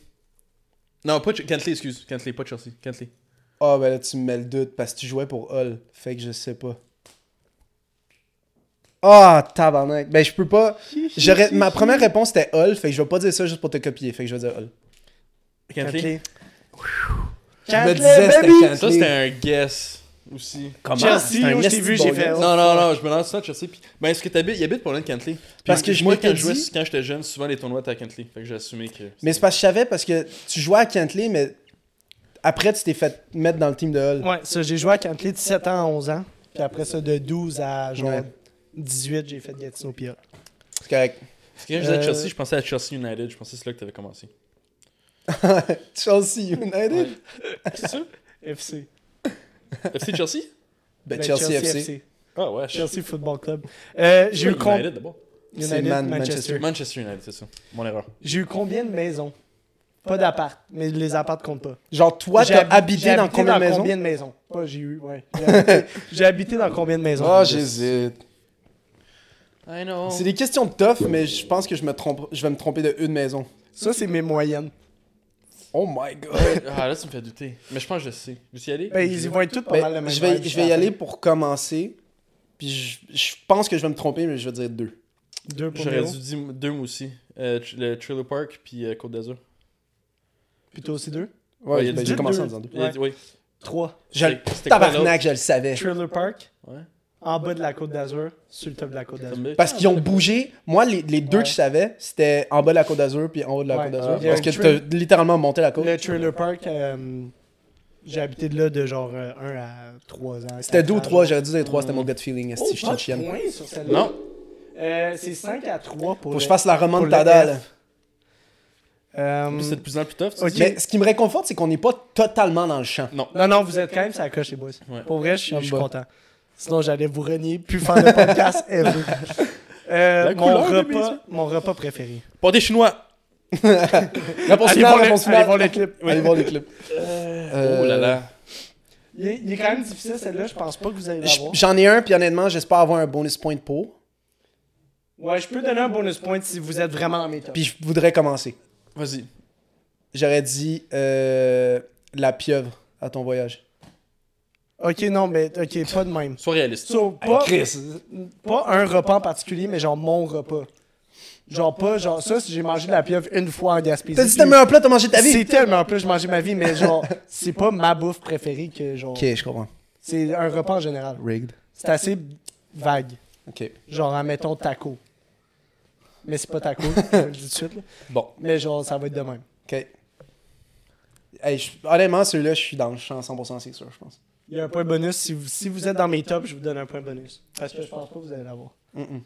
[SPEAKER 2] Non, pas Ch- Cantley, excuse. Cantley, pas Chelsea. Cantley.
[SPEAKER 3] Ah, ben là, tu me mets le doute, parce que tu jouais pour Hull. Fait que je sais pas. Ah, tabarnak. Ben, je peux pas. J'aurais... Ma première réponse était Hull, fait que je vais pas dire ça juste pour te copier. Fait que je vais dire Hull.
[SPEAKER 2] Cantley.
[SPEAKER 3] je me disais, c'était Cantley.
[SPEAKER 2] Ça, c'était un guess aussi.
[SPEAKER 3] Comment? C'est
[SPEAKER 1] Chelsea,
[SPEAKER 3] un
[SPEAKER 1] où je
[SPEAKER 3] esti
[SPEAKER 1] t'ai vu,
[SPEAKER 3] bon
[SPEAKER 1] j'ai
[SPEAKER 3] gars.
[SPEAKER 1] fait.
[SPEAKER 2] Non, non, non, je me lance ça, Chelsea. Puis... Ben, est-ce que t'habites Il habite pour l'un de Cantley. Puis
[SPEAKER 3] Parce que je
[SPEAKER 2] moi,
[SPEAKER 3] m'étais
[SPEAKER 2] quand je jouais-
[SPEAKER 3] dit-
[SPEAKER 2] quand j'étais jeune, souvent les tournois étaient à Cantley. Fait que j'ai assumé que.
[SPEAKER 3] Mais c'est parce que je savais, parce que tu jouais à Cantley, mais après, tu t'es fait mettre dans le team de Hull.
[SPEAKER 1] oh. Ouais, ça, j'ai joué à Cantley de 7 ans à 11 ans. Puis après ça, de 12 à genre
[SPEAKER 3] Ouais.
[SPEAKER 1] 18, j'ai fait Gatineau Pia.
[SPEAKER 3] C'est correct.
[SPEAKER 2] Parce que quand je disais
[SPEAKER 1] Euh,
[SPEAKER 2] Chelsea, je pensais à Chelsea United. Je pensais que c'est là que t'avais commencé.
[SPEAKER 3] Chelsea United.
[SPEAKER 2] Ouais. C'est ça?
[SPEAKER 1] FC.
[SPEAKER 2] FC Chelsea?
[SPEAKER 3] Ben, Chelsea, FC.
[SPEAKER 2] Ah ouais,
[SPEAKER 1] Chelsea Football Club. Euh, j'ai eu, com-
[SPEAKER 2] United d'abord.
[SPEAKER 1] United,
[SPEAKER 3] C'est Man-
[SPEAKER 1] Manchester.
[SPEAKER 2] Manchester United, c'est ça. Mon erreur.
[SPEAKER 1] J'ai eu combien de maisons Pas d'appart, mais les apparts comptent pas.
[SPEAKER 3] Genre, toi,
[SPEAKER 1] J'ai
[SPEAKER 3] t'as
[SPEAKER 1] habi- j'ai
[SPEAKER 3] habité dans combien de maisons?
[SPEAKER 1] combien de maisons? Pas j'ai eu, ouais. J'ai habité- J'ai habité dans combien de maisons
[SPEAKER 3] Ah, j'hésite.
[SPEAKER 2] I know.
[SPEAKER 3] C'est des questions de tough, mais je pense que je, me trompe, je vais me tromper de une maison.
[SPEAKER 1] Ça, c'est mes moyennes.
[SPEAKER 3] Oh my god.
[SPEAKER 2] Ah là, tu me fais douter. Mais je pense que je sais. Veux y aller?
[SPEAKER 1] Ben, ils y vont être toutes pas
[SPEAKER 3] Ben,
[SPEAKER 1] mal de maisons.
[SPEAKER 3] je vais, je vais y aller pour commencer. Puis je, je pense que je vais me tromper, mais je vais dire deux.
[SPEAKER 1] Deux pour
[SPEAKER 2] J'aurais
[SPEAKER 1] Méro.
[SPEAKER 2] dû dire deux moi aussi. Euh, tr- le Trailer Park puis euh, Côte d'Azur.
[SPEAKER 1] Plutôt aussi deux.
[SPEAKER 3] Ouais,
[SPEAKER 2] Ouais, il y a
[SPEAKER 3] ben,
[SPEAKER 2] dit
[SPEAKER 3] j'ai commencé
[SPEAKER 1] deux.
[SPEAKER 3] en disant deux.
[SPEAKER 2] Il a dit- Oui.
[SPEAKER 1] Trois.
[SPEAKER 3] Je,
[SPEAKER 2] C'était- c'était quoi
[SPEAKER 3] tabarnak, je le savais.
[SPEAKER 1] Trailer Park,
[SPEAKER 2] Ouais.
[SPEAKER 1] en bas de la Côte d'Azur, sur le top de la Côte d'Azur.
[SPEAKER 2] euh,
[SPEAKER 3] Parce qu'ils ont bougé. Moi, les, les deux
[SPEAKER 1] Ouais.
[SPEAKER 3] que je savais, c'était en bas de la Côte d'Azur puis en haut de la
[SPEAKER 1] Ouais.
[SPEAKER 3] Côte
[SPEAKER 1] Ah,
[SPEAKER 3] d'Azur.
[SPEAKER 1] il y a
[SPEAKER 3] parce
[SPEAKER 1] un
[SPEAKER 3] que t'as
[SPEAKER 1] trip.
[SPEAKER 3] littéralement monté la côte.
[SPEAKER 1] Le Trailer Park, euh, j'ai habité de là de genre 1 à 3 ans.
[SPEAKER 3] C'était deux ou trois,
[SPEAKER 1] j'ai
[SPEAKER 3] j'aurais dû dire trois,
[SPEAKER 1] Mm.
[SPEAKER 3] c'était mon gut
[SPEAKER 1] Oh,
[SPEAKER 3] feeling. Esti, j'étais une chienne.
[SPEAKER 1] sur celle-là.
[SPEAKER 2] Non.
[SPEAKER 1] Euh, c'est 5 à 3 pour
[SPEAKER 3] Faut que
[SPEAKER 1] le-
[SPEAKER 3] je fasse la
[SPEAKER 1] pour le
[SPEAKER 3] remontada,
[SPEAKER 1] F.
[SPEAKER 3] là.
[SPEAKER 1] Euh,
[SPEAKER 2] En plus, c'est de plus en plus tough. tu
[SPEAKER 1] Ok.
[SPEAKER 2] dis?
[SPEAKER 3] Mais ce qui me réconforte, c'est qu'on n'est pas totalement dans le champ.
[SPEAKER 2] Non.
[SPEAKER 1] Non, non, vous êtes quand même ça coche, les boys.
[SPEAKER 2] Ouais.
[SPEAKER 1] Pour vrai, je suis- je suis
[SPEAKER 3] Ah bah.
[SPEAKER 1] content. Sinon, j'allais vous renier, plus faire de podcast ever. Euh,
[SPEAKER 2] La
[SPEAKER 1] mon,
[SPEAKER 2] couleur de mes
[SPEAKER 1] repas,
[SPEAKER 2] yeux.
[SPEAKER 1] mon repas préféré.
[SPEAKER 2] Pas des Chinois.
[SPEAKER 3] Réponse
[SPEAKER 1] Allez
[SPEAKER 3] finale,
[SPEAKER 1] voir le-
[SPEAKER 3] réponse
[SPEAKER 1] allez
[SPEAKER 3] finale.
[SPEAKER 1] voir le clip.
[SPEAKER 3] Ouais. Allez voir les clips. Euh,
[SPEAKER 2] Oh là là.
[SPEAKER 1] Il est, il est quand même difficile, celle-là. Je pense pas que vous allez
[SPEAKER 3] J-
[SPEAKER 1] l'avoir.
[SPEAKER 3] Euh, J'en ai un, puis honnêtement, j'espère avoir un bonus point pour.
[SPEAKER 1] Ouais, je peux donner un bonus point si vous êtes vraiment en méthode.
[SPEAKER 3] Puis je voudrais commencer.
[SPEAKER 2] Vas-y.
[SPEAKER 3] J'aurais dit euh, la pieuvre à ton voyage.
[SPEAKER 1] Ok, non, mais ok, pas de même.
[SPEAKER 2] Sois réaliste.
[SPEAKER 1] So, pas,
[SPEAKER 3] Chris.
[SPEAKER 1] pas un repas en particulier, mais genre mon repas. Genre pas, genre ça, si j'ai mangé de la pieuvre une fois en Gaspésie.
[SPEAKER 3] T'as dit t'as mis un plat, t'as mangé de ta vie.
[SPEAKER 1] C'était le meilleur plat que j'ai mangé de ma vie, mais genre, c'est pas ma bouffe préférée que genre.
[SPEAKER 3] Ok, je comprends.
[SPEAKER 1] C'est un repas en général.
[SPEAKER 3] Rigged.
[SPEAKER 1] C'est assez vague.
[SPEAKER 3] Ok.
[SPEAKER 1] Genre, admettons taco. Mais c'est pas taco, je le dis tout de suite. là.
[SPEAKER 3] Bon.
[SPEAKER 1] Mais genre, ça va être de même.
[SPEAKER 3] Ok. Hey, je- honnêtement, celui-là, je suis dans le champ 100%, c'est sûr, je pense.
[SPEAKER 1] Il y a un point bonus. Si vous, si vous êtes dans mes tops, je vous donne un point bonus. Parce que je pense pas que vous allez l'avoir.
[SPEAKER 3] Mm-mm.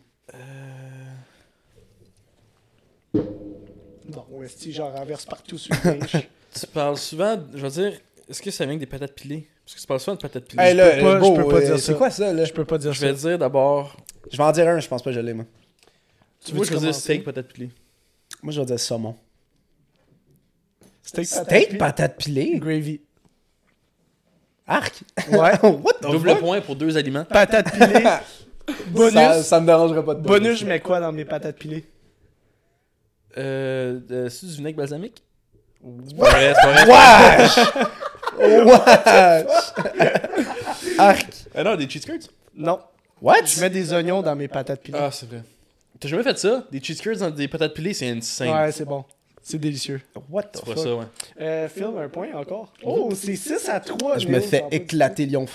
[SPEAKER 1] Bon, ouais, si genre renverse partout sur le linge.
[SPEAKER 2] Tu parles souvent, de- je veux dire, est-ce que ça vient que des patates pilées Parce que tu parles souvent de patates pilées.
[SPEAKER 3] Hey, là,
[SPEAKER 1] peux pas-
[SPEAKER 3] le beau,
[SPEAKER 1] je peux pas
[SPEAKER 3] euh,
[SPEAKER 1] dire ça.
[SPEAKER 3] C'est quoi ça, là?
[SPEAKER 1] je peux pas dire
[SPEAKER 2] je
[SPEAKER 1] ça.
[SPEAKER 2] vais dire d'abord.
[SPEAKER 3] Je vais en dire un, je pense pas que je l'ai, moi.
[SPEAKER 1] Tu
[SPEAKER 2] Moi,
[SPEAKER 1] veux
[SPEAKER 2] je vais dire steak, patates pilées.
[SPEAKER 3] Moi, je vais dire saumon.
[SPEAKER 1] Steak,
[SPEAKER 3] Steak,
[SPEAKER 1] patate,
[SPEAKER 3] patate pilée?
[SPEAKER 1] gravy.
[SPEAKER 3] Arc?
[SPEAKER 1] Ouais.
[SPEAKER 3] What the
[SPEAKER 2] Double
[SPEAKER 3] fuck?
[SPEAKER 2] point pour deux aliments.
[SPEAKER 1] Patates pilées. bonus.
[SPEAKER 3] Ça, ça me dérangerait pas de
[SPEAKER 1] bonus, je mets quoi dans mes patates pilées?
[SPEAKER 2] Euh, euh, c'est du vinaigre balsamique? C'est pas vrai, c'est pas vrai.
[SPEAKER 3] Wesh! Wesh! Arc.
[SPEAKER 2] Ah non, des cheese curds.
[SPEAKER 1] Non.
[SPEAKER 3] What?
[SPEAKER 1] Je mets des oignons dans mes patates pilées.
[SPEAKER 2] Ah, c'est vrai. T'as jamais fait ça? Des cheese curds dans des patates pilées, c'est insane.
[SPEAKER 1] ouais, c'est bon. C'est délicieux.
[SPEAKER 3] What the
[SPEAKER 2] c'est pas ça, ouais.
[SPEAKER 1] Euh, film, un point encore. Oh, c'est 6 à 3.
[SPEAKER 3] Je me fais éclater Lyon.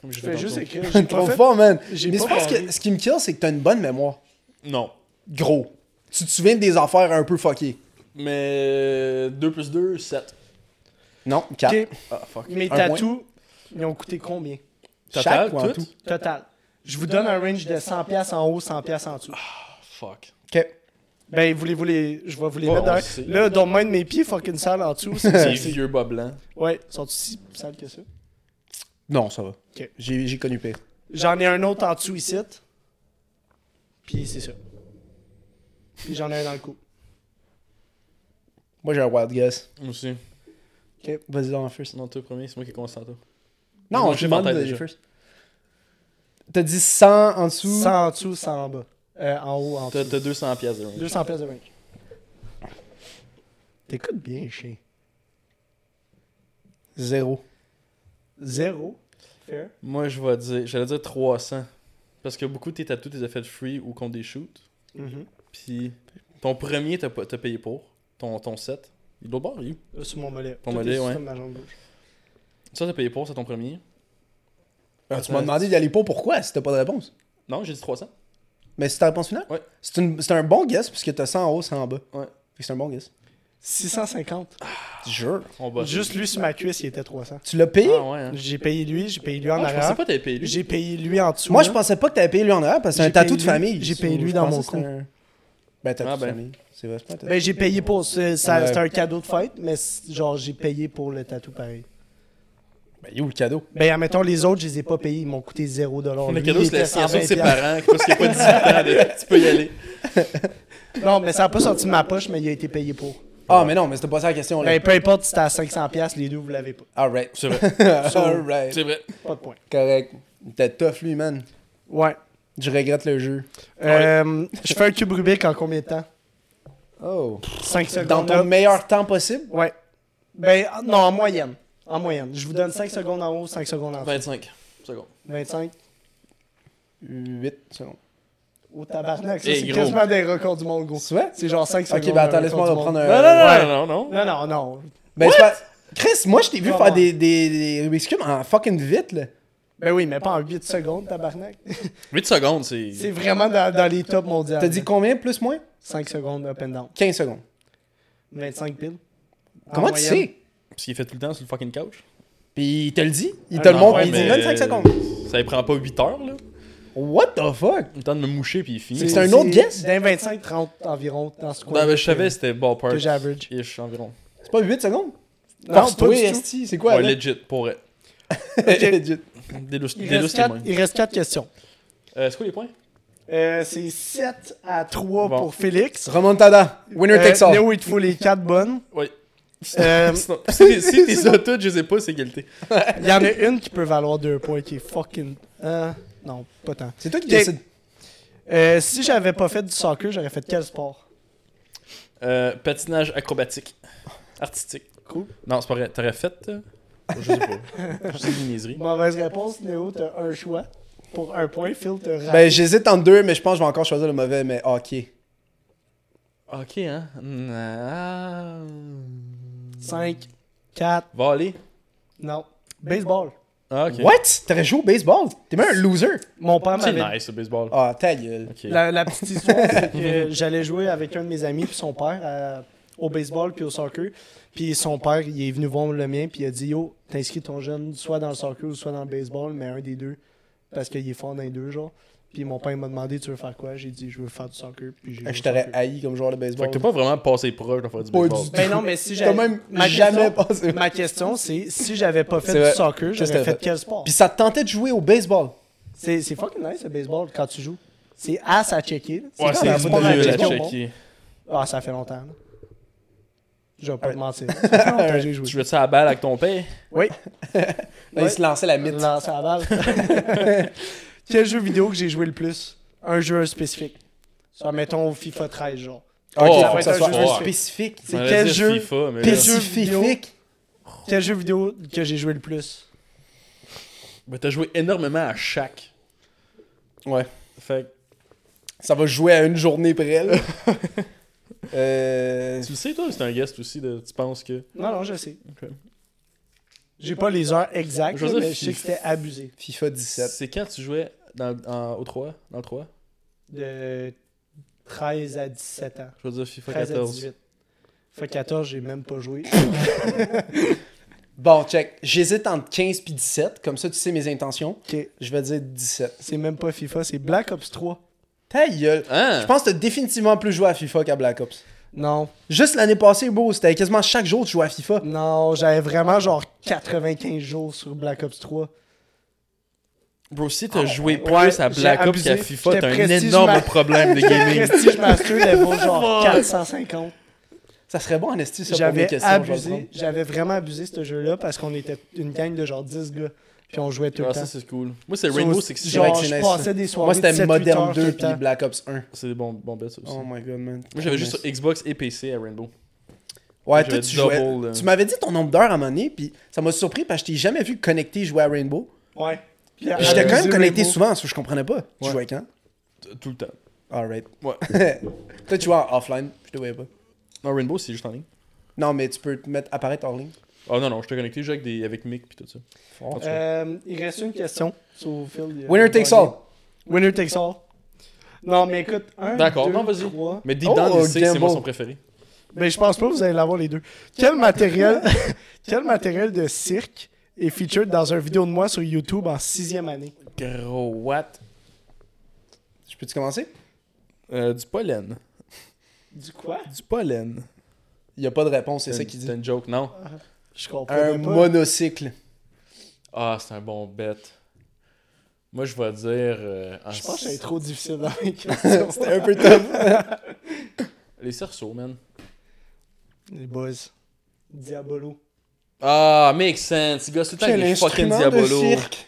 [SPEAKER 2] Comme
[SPEAKER 1] Je
[SPEAKER 2] fais
[SPEAKER 1] fais juste
[SPEAKER 2] tantôt.
[SPEAKER 1] écrire. j'ai
[SPEAKER 3] Trop
[SPEAKER 1] pas fait-
[SPEAKER 3] fort, man.
[SPEAKER 1] j'ai
[SPEAKER 3] Mais
[SPEAKER 1] pas
[SPEAKER 3] je pense
[SPEAKER 1] parlé.
[SPEAKER 3] que ce qui me kill, c'est que t'as une bonne mémoire.
[SPEAKER 2] Non.
[SPEAKER 3] Gros. Tu te souviens des affaires un peu fuckées.
[SPEAKER 2] Mais 2 plus 2, 7.
[SPEAKER 3] Non, 4.
[SPEAKER 1] Ok.
[SPEAKER 3] Ah, fuck.
[SPEAKER 1] Mes
[SPEAKER 3] Un point.
[SPEAKER 1] tatous, ils ont coûté combien?
[SPEAKER 2] Total,
[SPEAKER 3] Chaque ou en
[SPEAKER 2] tout?
[SPEAKER 3] tout?
[SPEAKER 1] Total. Je vous donne un range de 100$ piastres en haut, 100$ piastres en dessous.
[SPEAKER 2] Ah, Fuck.
[SPEAKER 3] Ok.
[SPEAKER 1] Ben, voulez-vous les. Je vais vous les
[SPEAKER 2] Ouais,
[SPEAKER 1] mettre
[SPEAKER 2] on
[SPEAKER 1] dans.
[SPEAKER 2] le sait.
[SPEAKER 1] Là, dans le main de mes pieds, fucking sale en dessous. c'est-
[SPEAKER 2] Ces
[SPEAKER 1] c'est-
[SPEAKER 2] vieux bas blancs.
[SPEAKER 1] ouais, ils sont si sales que ça?
[SPEAKER 3] Non, ça va.
[SPEAKER 1] Ok.
[SPEAKER 3] J'ai j'ai connu pire.
[SPEAKER 1] J'en ai un autre en dessous ici. Puis c'est ça. Puis j'en ai un dans le cou.
[SPEAKER 3] Moi, j'ai un wild guess.
[SPEAKER 2] Moi aussi.
[SPEAKER 1] Ok.
[SPEAKER 3] Vas-y, dans first.
[SPEAKER 2] Non, toi premier, c'est moi qui commence tantôt.
[SPEAKER 3] Non,
[SPEAKER 2] Moi,
[SPEAKER 3] je
[SPEAKER 2] j'ai
[SPEAKER 3] demande
[SPEAKER 2] ma tête
[SPEAKER 3] de-
[SPEAKER 2] déjà.
[SPEAKER 3] first. T'as dit 100 en dessous.
[SPEAKER 1] 100 en dessous, 100 en bas. Euh, en haut, en
[SPEAKER 2] T'as
[SPEAKER 1] dessous.
[SPEAKER 2] t'as 200 pièces de range.
[SPEAKER 1] 200$ piastres de range. T'écoutes bien, chien.
[SPEAKER 3] Zéro.
[SPEAKER 1] Zéro. Fair.
[SPEAKER 2] Moi, je vais dire, j'allais dire 300. Parce que beaucoup de tes tattoos, t'es fait free ou contre des shoots.
[SPEAKER 1] Mhm.
[SPEAKER 2] Puis ton premier, t'as pas- t'as payé pour. Ton, ton 7. L'autre bord, il est où?
[SPEAKER 1] Là, Sur mon mollet.
[SPEAKER 2] Ton
[SPEAKER 1] Tout
[SPEAKER 2] mollet,
[SPEAKER 1] est sur
[SPEAKER 2] ouais.
[SPEAKER 1] ma jambe gauche.
[SPEAKER 2] Ça, t'as payé pour, c'est ton premier.
[SPEAKER 3] Ah, tu m'as demandé d'y aller pas pourquoi si t'as pas de réponse.
[SPEAKER 2] Non, j'ai dit 300.
[SPEAKER 3] Mais c'est ta réponse finale?
[SPEAKER 2] Ouais.
[SPEAKER 3] C'est une- c'est un bon guess puisque t'as 100 en haut, 100 en bas.
[SPEAKER 2] Ouais.
[SPEAKER 3] Fait que C'est un bon guess.
[SPEAKER 1] 650.
[SPEAKER 2] Ah,
[SPEAKER 3] Ah. Jure.
[SPEAKER 2] On bat.
[SPEAKER 1] Juste lui sur ma cuisse, il était 300.
[SPEAKER 3] Tu l'as payé?
[SPEAKER 2] Ah bah, ouais. hein.
[SPEAKER 1] J'ai payé lui, j'ai payé lui en
[SPEAKER 2] Ah, je pensais
[SPEAKER 1] arrière.
[SPEAKER 2] pas que t'avais payé lui.
[SPEAKER 1] J'ai payé lui en dessous.
[SPEAKER 3] Moi, je
[SPEAKER 1] hein.
[SPEAKER 3] pensais pas que t'avais payé lui en arrière parce que c'est un
[SPEAKER 1] J'ai payé
[SPEAKER 3] tatou de
[SPEAKER 1] lui-
[SPEAKER 3] famille.
[SPEAKER 1] j'ai payé
[SPEAKER 3] Je
[SPEAKER 1] lui dans
[SPEAKER 3] pensais
[SPEAKER 1] mon
[SPEAKER 3] que c'était
[SPEAKER 1] cou.
[SPEAKER 3] un- Ben, tatou
[SPEAKER 2] Ah,
[SPEAKER 3] de
[SPEAKER 2] ben.
[SPEAKER 3] famille. C'est vrai, c'est pas un tatou.
[SPEAKER 1] Ben, j'ai payé pour. ce- ça-
[SPEAKER 3] Ouais.
[SPEAKER 1] C'était un cadeau de fête, mais c'est- genre, j'ai payé pour le tatou pareil.
[SPEAKER 3] Ben, yo, le cadeau.
[SPEAKER 1] Ben, admettons, les autres, je les ai pas payés. Ils m'ont coûté 0$.
[SPEAKER 2] On a
[SPEAKER 1] Lui,
[SPEAKER 2] cadeau,
[SPEAKER 1] il
[SPEAKER 2] c'est la
[SPEAKER 1] était
[SPEAKER 2] signature de ses
[SPEAKER 1] 120
[SPEAKER 2] parents, parce qu'il n'y a pas 18 ans, de- tu peux y aller.
[SPEAKER 1] Non, mais ça a pas sorti de ma poche, mais il a été payé pour.
[SPEAKER 3] Ah, mais non, mais c'était pas ça la question. là.
[SPEAKER 1] Ben, peu importe si c'était à 500$, les deux, vous l'avez pas.
[SPEAKER 3] Alright.
[SPEAKER 2] C'est vrai,
[SPEAKER 3] Alright.
[SPEAKER 2] c'est vrai.
[SPEAKER 1] Pas de point.
[SPEAKER 3] Correct. T'es tough, lui, man.
[SPEAKER 1] Ouais.
[SPEAKER 3] Je regrette le jeu.
[SPEAKER 1] Euh, Je fais un cube Rubik en combien de temps
[SPEAKER 3] Oh.
[SPEAKER 1] 5 secondes.
[SPEAKER 3] Dans ton
[SPEAKER 1] là.
[SPEAKER 3] meilleur temps possible?
[SPEAKER 1] Ouais. Ben, en- non, en moyenne. En moyenne. Je vous donne 5 secondes en haut, 5 secondes en dessous.
[SPEAKER 2] 25 secondes.
[SPEAKER 1] 25.
[SPEAKER 3] 8 secondes.
[SPEAKER 1] Au tabarnak, ça,
[SPEAKER 2] Hey,
[SPEAKER 1] c'est
[SPEAKER 2] gros.
[SPEAKER 1] quasiment des records du monde, gros.
[SPEAKER 3] Tu vois?
[SPEAKER 1] C'est genre 5 secondes.
[SPEAKER 3] Ok, ben attends,
[SPEAKER 1] un
[SPEAKER 3] laisse-moi
[SPEAKER 1] record du
[SPEAKER 3] reprendre
[SPEAKER 1] monde.
[SPEAKER 3] un.
[SPEAKER 2] Non, non, non,
[SPEAKER 3] Ouais.
[SPEAKER 2] non, non, non.
[SPEAKER 1] Non, non, non.
[SPEAKER 3] Ben, c'est pas... Chris, moi, je t'ai vu
[SPEAKER 1] Comment?
[SPEAKER 3] faire des, des, des Rubik's Cube en fucking vite, là.
[SPEAKER 1] Ben oui, mais pas en 8 secondes, tabarnak.
[SPEAKER 2] 8 secondes, c'est...
[SPEAKER 1] C'est vraiment dans, dans les tops mondiaux.
[SPEAKER 3] T'as dit combien, plus, moins?
[SPEAKER 1] 5 secondes up and down.
[SPEAKER 3] 15 secondes.
[SPEAKER 1] 25 piles. En
[SPEAKER 3] Comment tu
[SPEAKER 1] moyenne.
[SPEAKER 3] sais?
[SPEAKER 2] Parce qu'il fait tout le temps sur le fucking couch.
[SPEAKER 3] Puis il te le dit. Il
[SPEAKER 1] Ah,
[SPEAKER 3] te le
[SPEAKER 1] non,
[SPEAKER 3] montre,
[SPEAKER 1] ouais,
[SPEAKER 3] il dit
[SPEAKER 2] mais-
[SPEAKER 3] 25 secondes.
[SPEAKER 2] Ça lui prend pas 8 heures, là.
[SPEAKER 3] What the fuck?
[SPEAKER 2] Le temps de me moucher, puis il finit.
[SPEAKER 3] C'est un autre guess?
[SPEAKER 1] D'un 25-30 environ dans ce coin.
[SPEAKER 2] Non, mais Ben, je savais, c'était ballpark.
[SPEAKER 1] Que j'average.
[SPEAKER 2] Ish, environ.
[SPEAKER 3] C'est pas 8 secondes?
[SPEAKER 1] Non,
[SPEAKER 3] Pense
[SPEAKER 1] pas
[SPEAKER 3] toi,
[SPEAKER 1] du tout.
[SPEAKER 3] esti, c'est
[SPEAKER 2] Ouais,
[SPEAKER 3] quoi? là?
[SPEAKER 2] legit, pour vrai.
[SPEAKER 3] Legit.
[SPEAKER 1] Il reste,
[SPEAKER 2] Délustre
[SPEAKER 1] quatre,
[SPEAKER 2] moi
[SPEAKER 1] il reste quatre questions.
[SPEAKER 2] Euh, c'est quoi les points?
[SPEAKER 1] Euh, c'est 7 à 3
[SPEAKER 2] Bon.
[SPEAKER 1] pour Félix.
[SPEAKER 3] Remontada. Winner
[SPEAKER 1] Euh,
[SPEAKER 3] takes all.
[SPEAKER 1] Léo, il te faut les 4 bonnes.
[SPEAKER 2] Oui.
[SPEAKER 1] Euh,
[SPEAKER 2] Sinon- si si t'es ça toutes, je sais pas, c'est égalité.
[SPEAKER 1] Il y en a une qui peut valoir 2 points qui est fucking. euh, non, pas tant.
[SPEAKER 3] C'est toi qui
[SPEAKER 1] Ok.
[SPEAKER 3] décides.
[SPEAKER 1] Euh, si j'avais pas fait du soccer, j'aurais fait quel sport
[SPEAKER 2] Euh, patinage acrobatique. Artistique.
[SPEAKER 1] Cool.
[SPEAKER 2] Non, c'est pas vrai. T'aurais fait... euh, Je sais pas. Je sais une niaiserie.
[SPEAKER 1] Mauvaise réponse, Léo, t'as un choix. Pour un point, Phil, t'as
[SPEAKER 3] Ben, j'hésite entre deux, mais je pense que je vais encore choisir le mauvais, mais hockey.
[SPEAKER 2] Ok, hein. Euh, Non.
[SPEAKER 1] 5, 4,
[SPEAKER 2] Volley.
[SPEAKER 1] non. Baseball.
[SPEAKER 2] Ah, ok.
[SPEAKER 3] What? T'aurais joué au baseball? T'es même un loser.
[SPEAKER 1] Mon père
[SPEAKER 2] C'est
[SPEAKER 1] m'avait
[SPEAKER 2] nice, le baseball.
[SPEAKER 3] Ah, ta gueule.
[SPEAKER 2] Ok.
[SPEAKER 1] La, la petite histoire, c'est que j'allais jouer avec un de mes amis puis son père à- au baseball puis au soccer. Puis son père, il est venu voir le mien puis il a dit Yo, t'inscris ton jeune soit dans le soccer ou soit dans le baseball, mais un des deux. Parce qu'il est fort dans les deux, genre. Puis mon père il m'a demandé Tu veux faire quoi J'ai dit Je veux faire du soccer. Puis j'ai joué
[SPEAKER 3] Hey, Eh, Je
[SPEAKER 1] au
[SPEAKER 3] t'aurais
[SPEAKER 1] soccer.
[SPEAKER 3] haï comme joueur de
[SPEAKER 2] Fait
[SPEAKER 3] baseball.
[SPEAKER 2] que t'as pas vraiment passé proche de faire du
[SPEAKER 3] Pas
[SPEAKER 2] baseball.
[SPEAKER 3] du tout.
[SPEAKER 1] Ben non, mais si
[SPEAKER 3] T'as
[SPEAKER 1] j'avais.
[SPEAKER 3] même
[SPEAKER 1] ma
[SPEAKER 3] jamais
[SPEAKER 1] question,
[SPEAKER 3] passé.
[SPEAKER 1] Ma question, c'est si j'avais pas fait
[SPEAKER 3] C'est
[SPEAKER 1] du
[SPEAKER 3] vrai.
[SPEAKER 1] soccer,
[SPEAKER 3] Qu'est-ce que
[SPEAKER 1] j'aurais
[SPEAKER 3] t'aurais
[SPEAKER 1] fait
[SPEAKER 3] fait?
[SPEAKER 1] quel sport
[SPEAKER 3] Puis ça te tentait de jouer au baseball.
[SPEAKER 1] C'est c'est fucking nice le baseball quand tu joues. C'est ass à checker. là.
[SPEAKER 2] Ouais,
[SPEAKER 1] quand même
[SPEAKER 2] c'est
[SPEAKER 1] pas mal hein.
[SPEAKER 2] nul à
[SPEAKER 1] checké au monde.
[SPEAKER 2] checker.
[SPEAKER 1] Ah, ça fait longtemps. là. Je vais pas te
[SPEAKER 3] Alright.
[SPEAKER 1] mentir. Ça fait longtemps que j'ai joué.
[SPEAKER 2] Tu veux ça à la balle avec ton père?
[SPEAKER 1] Oui,
[SPEAKER 3] Là, Il se lançait la mythe.
[SPEAKER 1] lancer la balle. Quel jeu vidéo que j'ai joué le plus Un jeu spécifique. Ça, mettons FIFA 13, genre.
[SPEAKER 3] Ok,
[SPEAKER 2] Oh,
[SPEAKER 3] faut que ça
[SPEAKER 1] ouais.
[SPEAKER 3] soit
[SPEAKER 2] Ouais.
[SPEAKER 3] spécifique.
[SPEAKER 1] C'est
[SPEAKER 2] On allait
[SPEAKER 1] quel
[SPEAKER 2] dire
[SPEAKER 1] jeu
[SPEAKER 2] FIFA, mais là-
[SPEAKER 1] T'es- vidéo.
[SPEAKER 3] Spécifique.
[SPEAKER 1] Quel jeu vidéo que j'ai joué le plus
[SPEAKER 2] Mais t'as joué énormément à chaque.
[SPEAKER 3] Ouais.
[SPEAKER 2] Fait que-
[SPEAKER 3] Ça va jouer à une journée près. là. euh...
[SPEAKER 2] Tu le sais, toi, c'est un guest aussi, de- tu penses que.
[SPEAKER 1] Non, non, je sais.
[SPEAKER 2] Ok.
[SPEAKER 1] J'ai pas les heures exactes,
[SPEAKER 2] Je veux dire,
[SPEAKER 1] mais je sais que
[SPEAKER 2] FIFA.
[SPEAKER 1] c'était abusé.
[SPEAKER 3] FIFA 17.
[SPEAKER 2] C'est quand tu jouais dans, en- au 3 Dans le 3
[SPEAKER 1] De 13 à 17 ans.
[SPEAKER 2] Je veux dire FIFA
[SPEAKER 1] 13 à
[SPEAKER 2] 14.
[SPEAKER 1] 18. FIFA 14, j'ai même pas joué.
[SPEAKER 3] Bon, check. J'hésite entre 15 puis 17. Comme ça, tu sais mes intentions.
[SPEAKER 1] Ok.
[SPEAKER 3] Je vais dire 17.
[SPEAKER 1] C'est même pas FIFA, c'est Black Ops 3.
[SPEAKER 3] Ta gueule.
[SPEAKER 2] Hein
[SPEAKER 3] Je pense que t'as définitivement plus joué à FIFA qu'à Black Ops.
[SPEAKER 1] Non,
[SPEAKER 3] Juste l'année passée, bro, c'était quasiment chaque jour tu jouais à FIFA.
[SPEAKER 1] non, j'avais vraiment genre 95 jours sur Black Ops 3.
[SPEAKER 2] Bro, si t'as joué plus
[SPEAKER 1] ouais,
[SPEAKER 2] à Black
[SPEAKER 1] j'ai
[SPEAKER 2] Ops qu'à
[SPEAKER 1] abusé.
[SPEAKER 2] FIFA,
[SPEAKER 1] J'étais
[SPEAKER 2] t'as un
[SPEAKER 1] prestige
[SPEAKER 2] énorme
[SPEAKER 1] ma-
[SPEAKER 2] problème de gaming.
[SPEAKER 1] Prestige Master level genre 450.
[SPEAKER 3] Ça serait bon en esti ça pour mes
[SPEAKER 1] J'avais
[SPEAKER 3] questions. je vais le
[SPEAKER 1] abusé,
[SPEAKER 3] prendre.
[SPEAKER 1] j'avais vraiment abusé ce jeu-là parce qu'on était une gang de genre 10 gars. Puis on jouait tout
[SPEAKER 2] Ah,
[SPEAKER 1] le temps.
[SPEAKER 2] ça, c'est cool. Moi, c'est Rainbow Six Siege.
[SPEAKER 1] Genre,
[SPEAKER 3] c'est
[SPEAKER 1] je
[SPEAKER 3] nice,
[SPEAKER 1] passais des soirées.
[SPEAKER 3] Moi,
[SPEAKER 1] de
[SPEAKER 3] c'était
[SPEAKER 1] 7-8
[SPEAKER 3] Modern
[SPEAKER 1] heures tout
[SPEAKER 3] 2
[SPEAKER 1] le
[SPEAKER 3] puis
[SPEAKER 1] temps.
[SPEAKER 3] Black Ops 1.
[SPEAKER 2] C'est des bons, bons bets, ça aussi.
[SPEAKER 3] Oh my god, man.
[SPEAKER 2] Moi, j'avais juste sur Xbox et PC à Rainbow.
[SPEAKER 3] Ouais,
[SPEAKER 2] j'avais
[SPEAKER 3] toi, tu jouais.
[SPEAKER 2] double, euh.
[SPEAKER 3] Tu m'avais dit ton nombre d'heures à un moment donné, puis ça m'a surpris parce que je t'ai jamais vu connecté jouer à Rainbow.
[SPEAKER 1] Ouais. Puis
[SPEAKER 3] Puis J'étais quand
[SPEAKER 1] abusé
[SPEAKER 3] même connecté
[SPEAKER 1] Rainbow.
[SPEAKER 3] souvent, ça, je comprenais pas. Tu
[SPEAKER 2] Ouais.
[SPEAKER 3] jouais quand
[SPEAKER 2] T- Tout le temps.
[SPEAKER 3] Alright.
[SPEAKER 2] Ouais.
[SPEAKER 3] toi, tu jouais en offline, je te voyais pas.
[SPEAKER 2] Non, Rainbow, c'est juste en ligne.
[SPEAKER 3] Non, mais tu peux te mettre apparaître en ligne.
[SPEAKER 2] Ah non, non, je t'ai connecté juste avec, des, avec Mick puis tout ça.
[SPEAKER 3] Fort.
[SPEAKER 2] En tout cas.
[SPEAKER 1] Euh, il reste une question. So, Phil, il y a-
[SPEAKER 3] Winner takes all.
[SPEAKER 1] Winner takes all. Non, mais écoute, un,
[SPEAKER 2] D'accord,
[SPEAKER 1] deux,
[SPEAKER 2] non, vas-y.
[SPEAKER 1] trois.
[SPEAKER 2] Mais Deep
[SPEAKER 3] Oh,
[SPEAKER 2] Down, il sait que c'est
[SPEAKER 3] Gamble.
[SPEAKER 2] moi son préféré.
[SPEAKER 1] Ben, je pense pas que vous allez l'avoir les deux. Quel matériel, quel matériel de cirque est featured dans une vidéo de moi sur YouTube en sixième année?
[SPEAKER 2] Gros, what?
[SPEAKER 3] Je peux-tu commencer
[SPEAKER 2] Euh, du pollen.
[SPEAKER 1] Du quoi?
[SPEAKER 2] Du pollen.
[SPEAKER 3] Il y a pas de réponse, c'est ça
[SPEAKER 2] Une-
[SPEAKER 3] qu'il dit.
[SPEAKER 2] C'est une joke, non?
[SPEAKER 1] Je comprends
[SPEAKER 3] Un
[SPEAKER 1] pas.
[SPEAKER 3] monocycle.
[SPEAKER 2] Ah, c'est un bon bet. Moi, je vais dire. euh, en-
[SPEAKER 1] Je pense que c'est trop difficile dans mes questions.
[SPEAKER 3] C'était un peu top.
[SPEAKER 2] Les cerceaux, man.
[SPEAKER 1] les boys. Diabolo.
[SPEAKER 2] Ah, make sense. Il gosse tout le temps avec les fucking
[SPEAKER 3] l'instrument de
[SPEAKER 2] Diabolo.
[SPEAKER 3] cirque.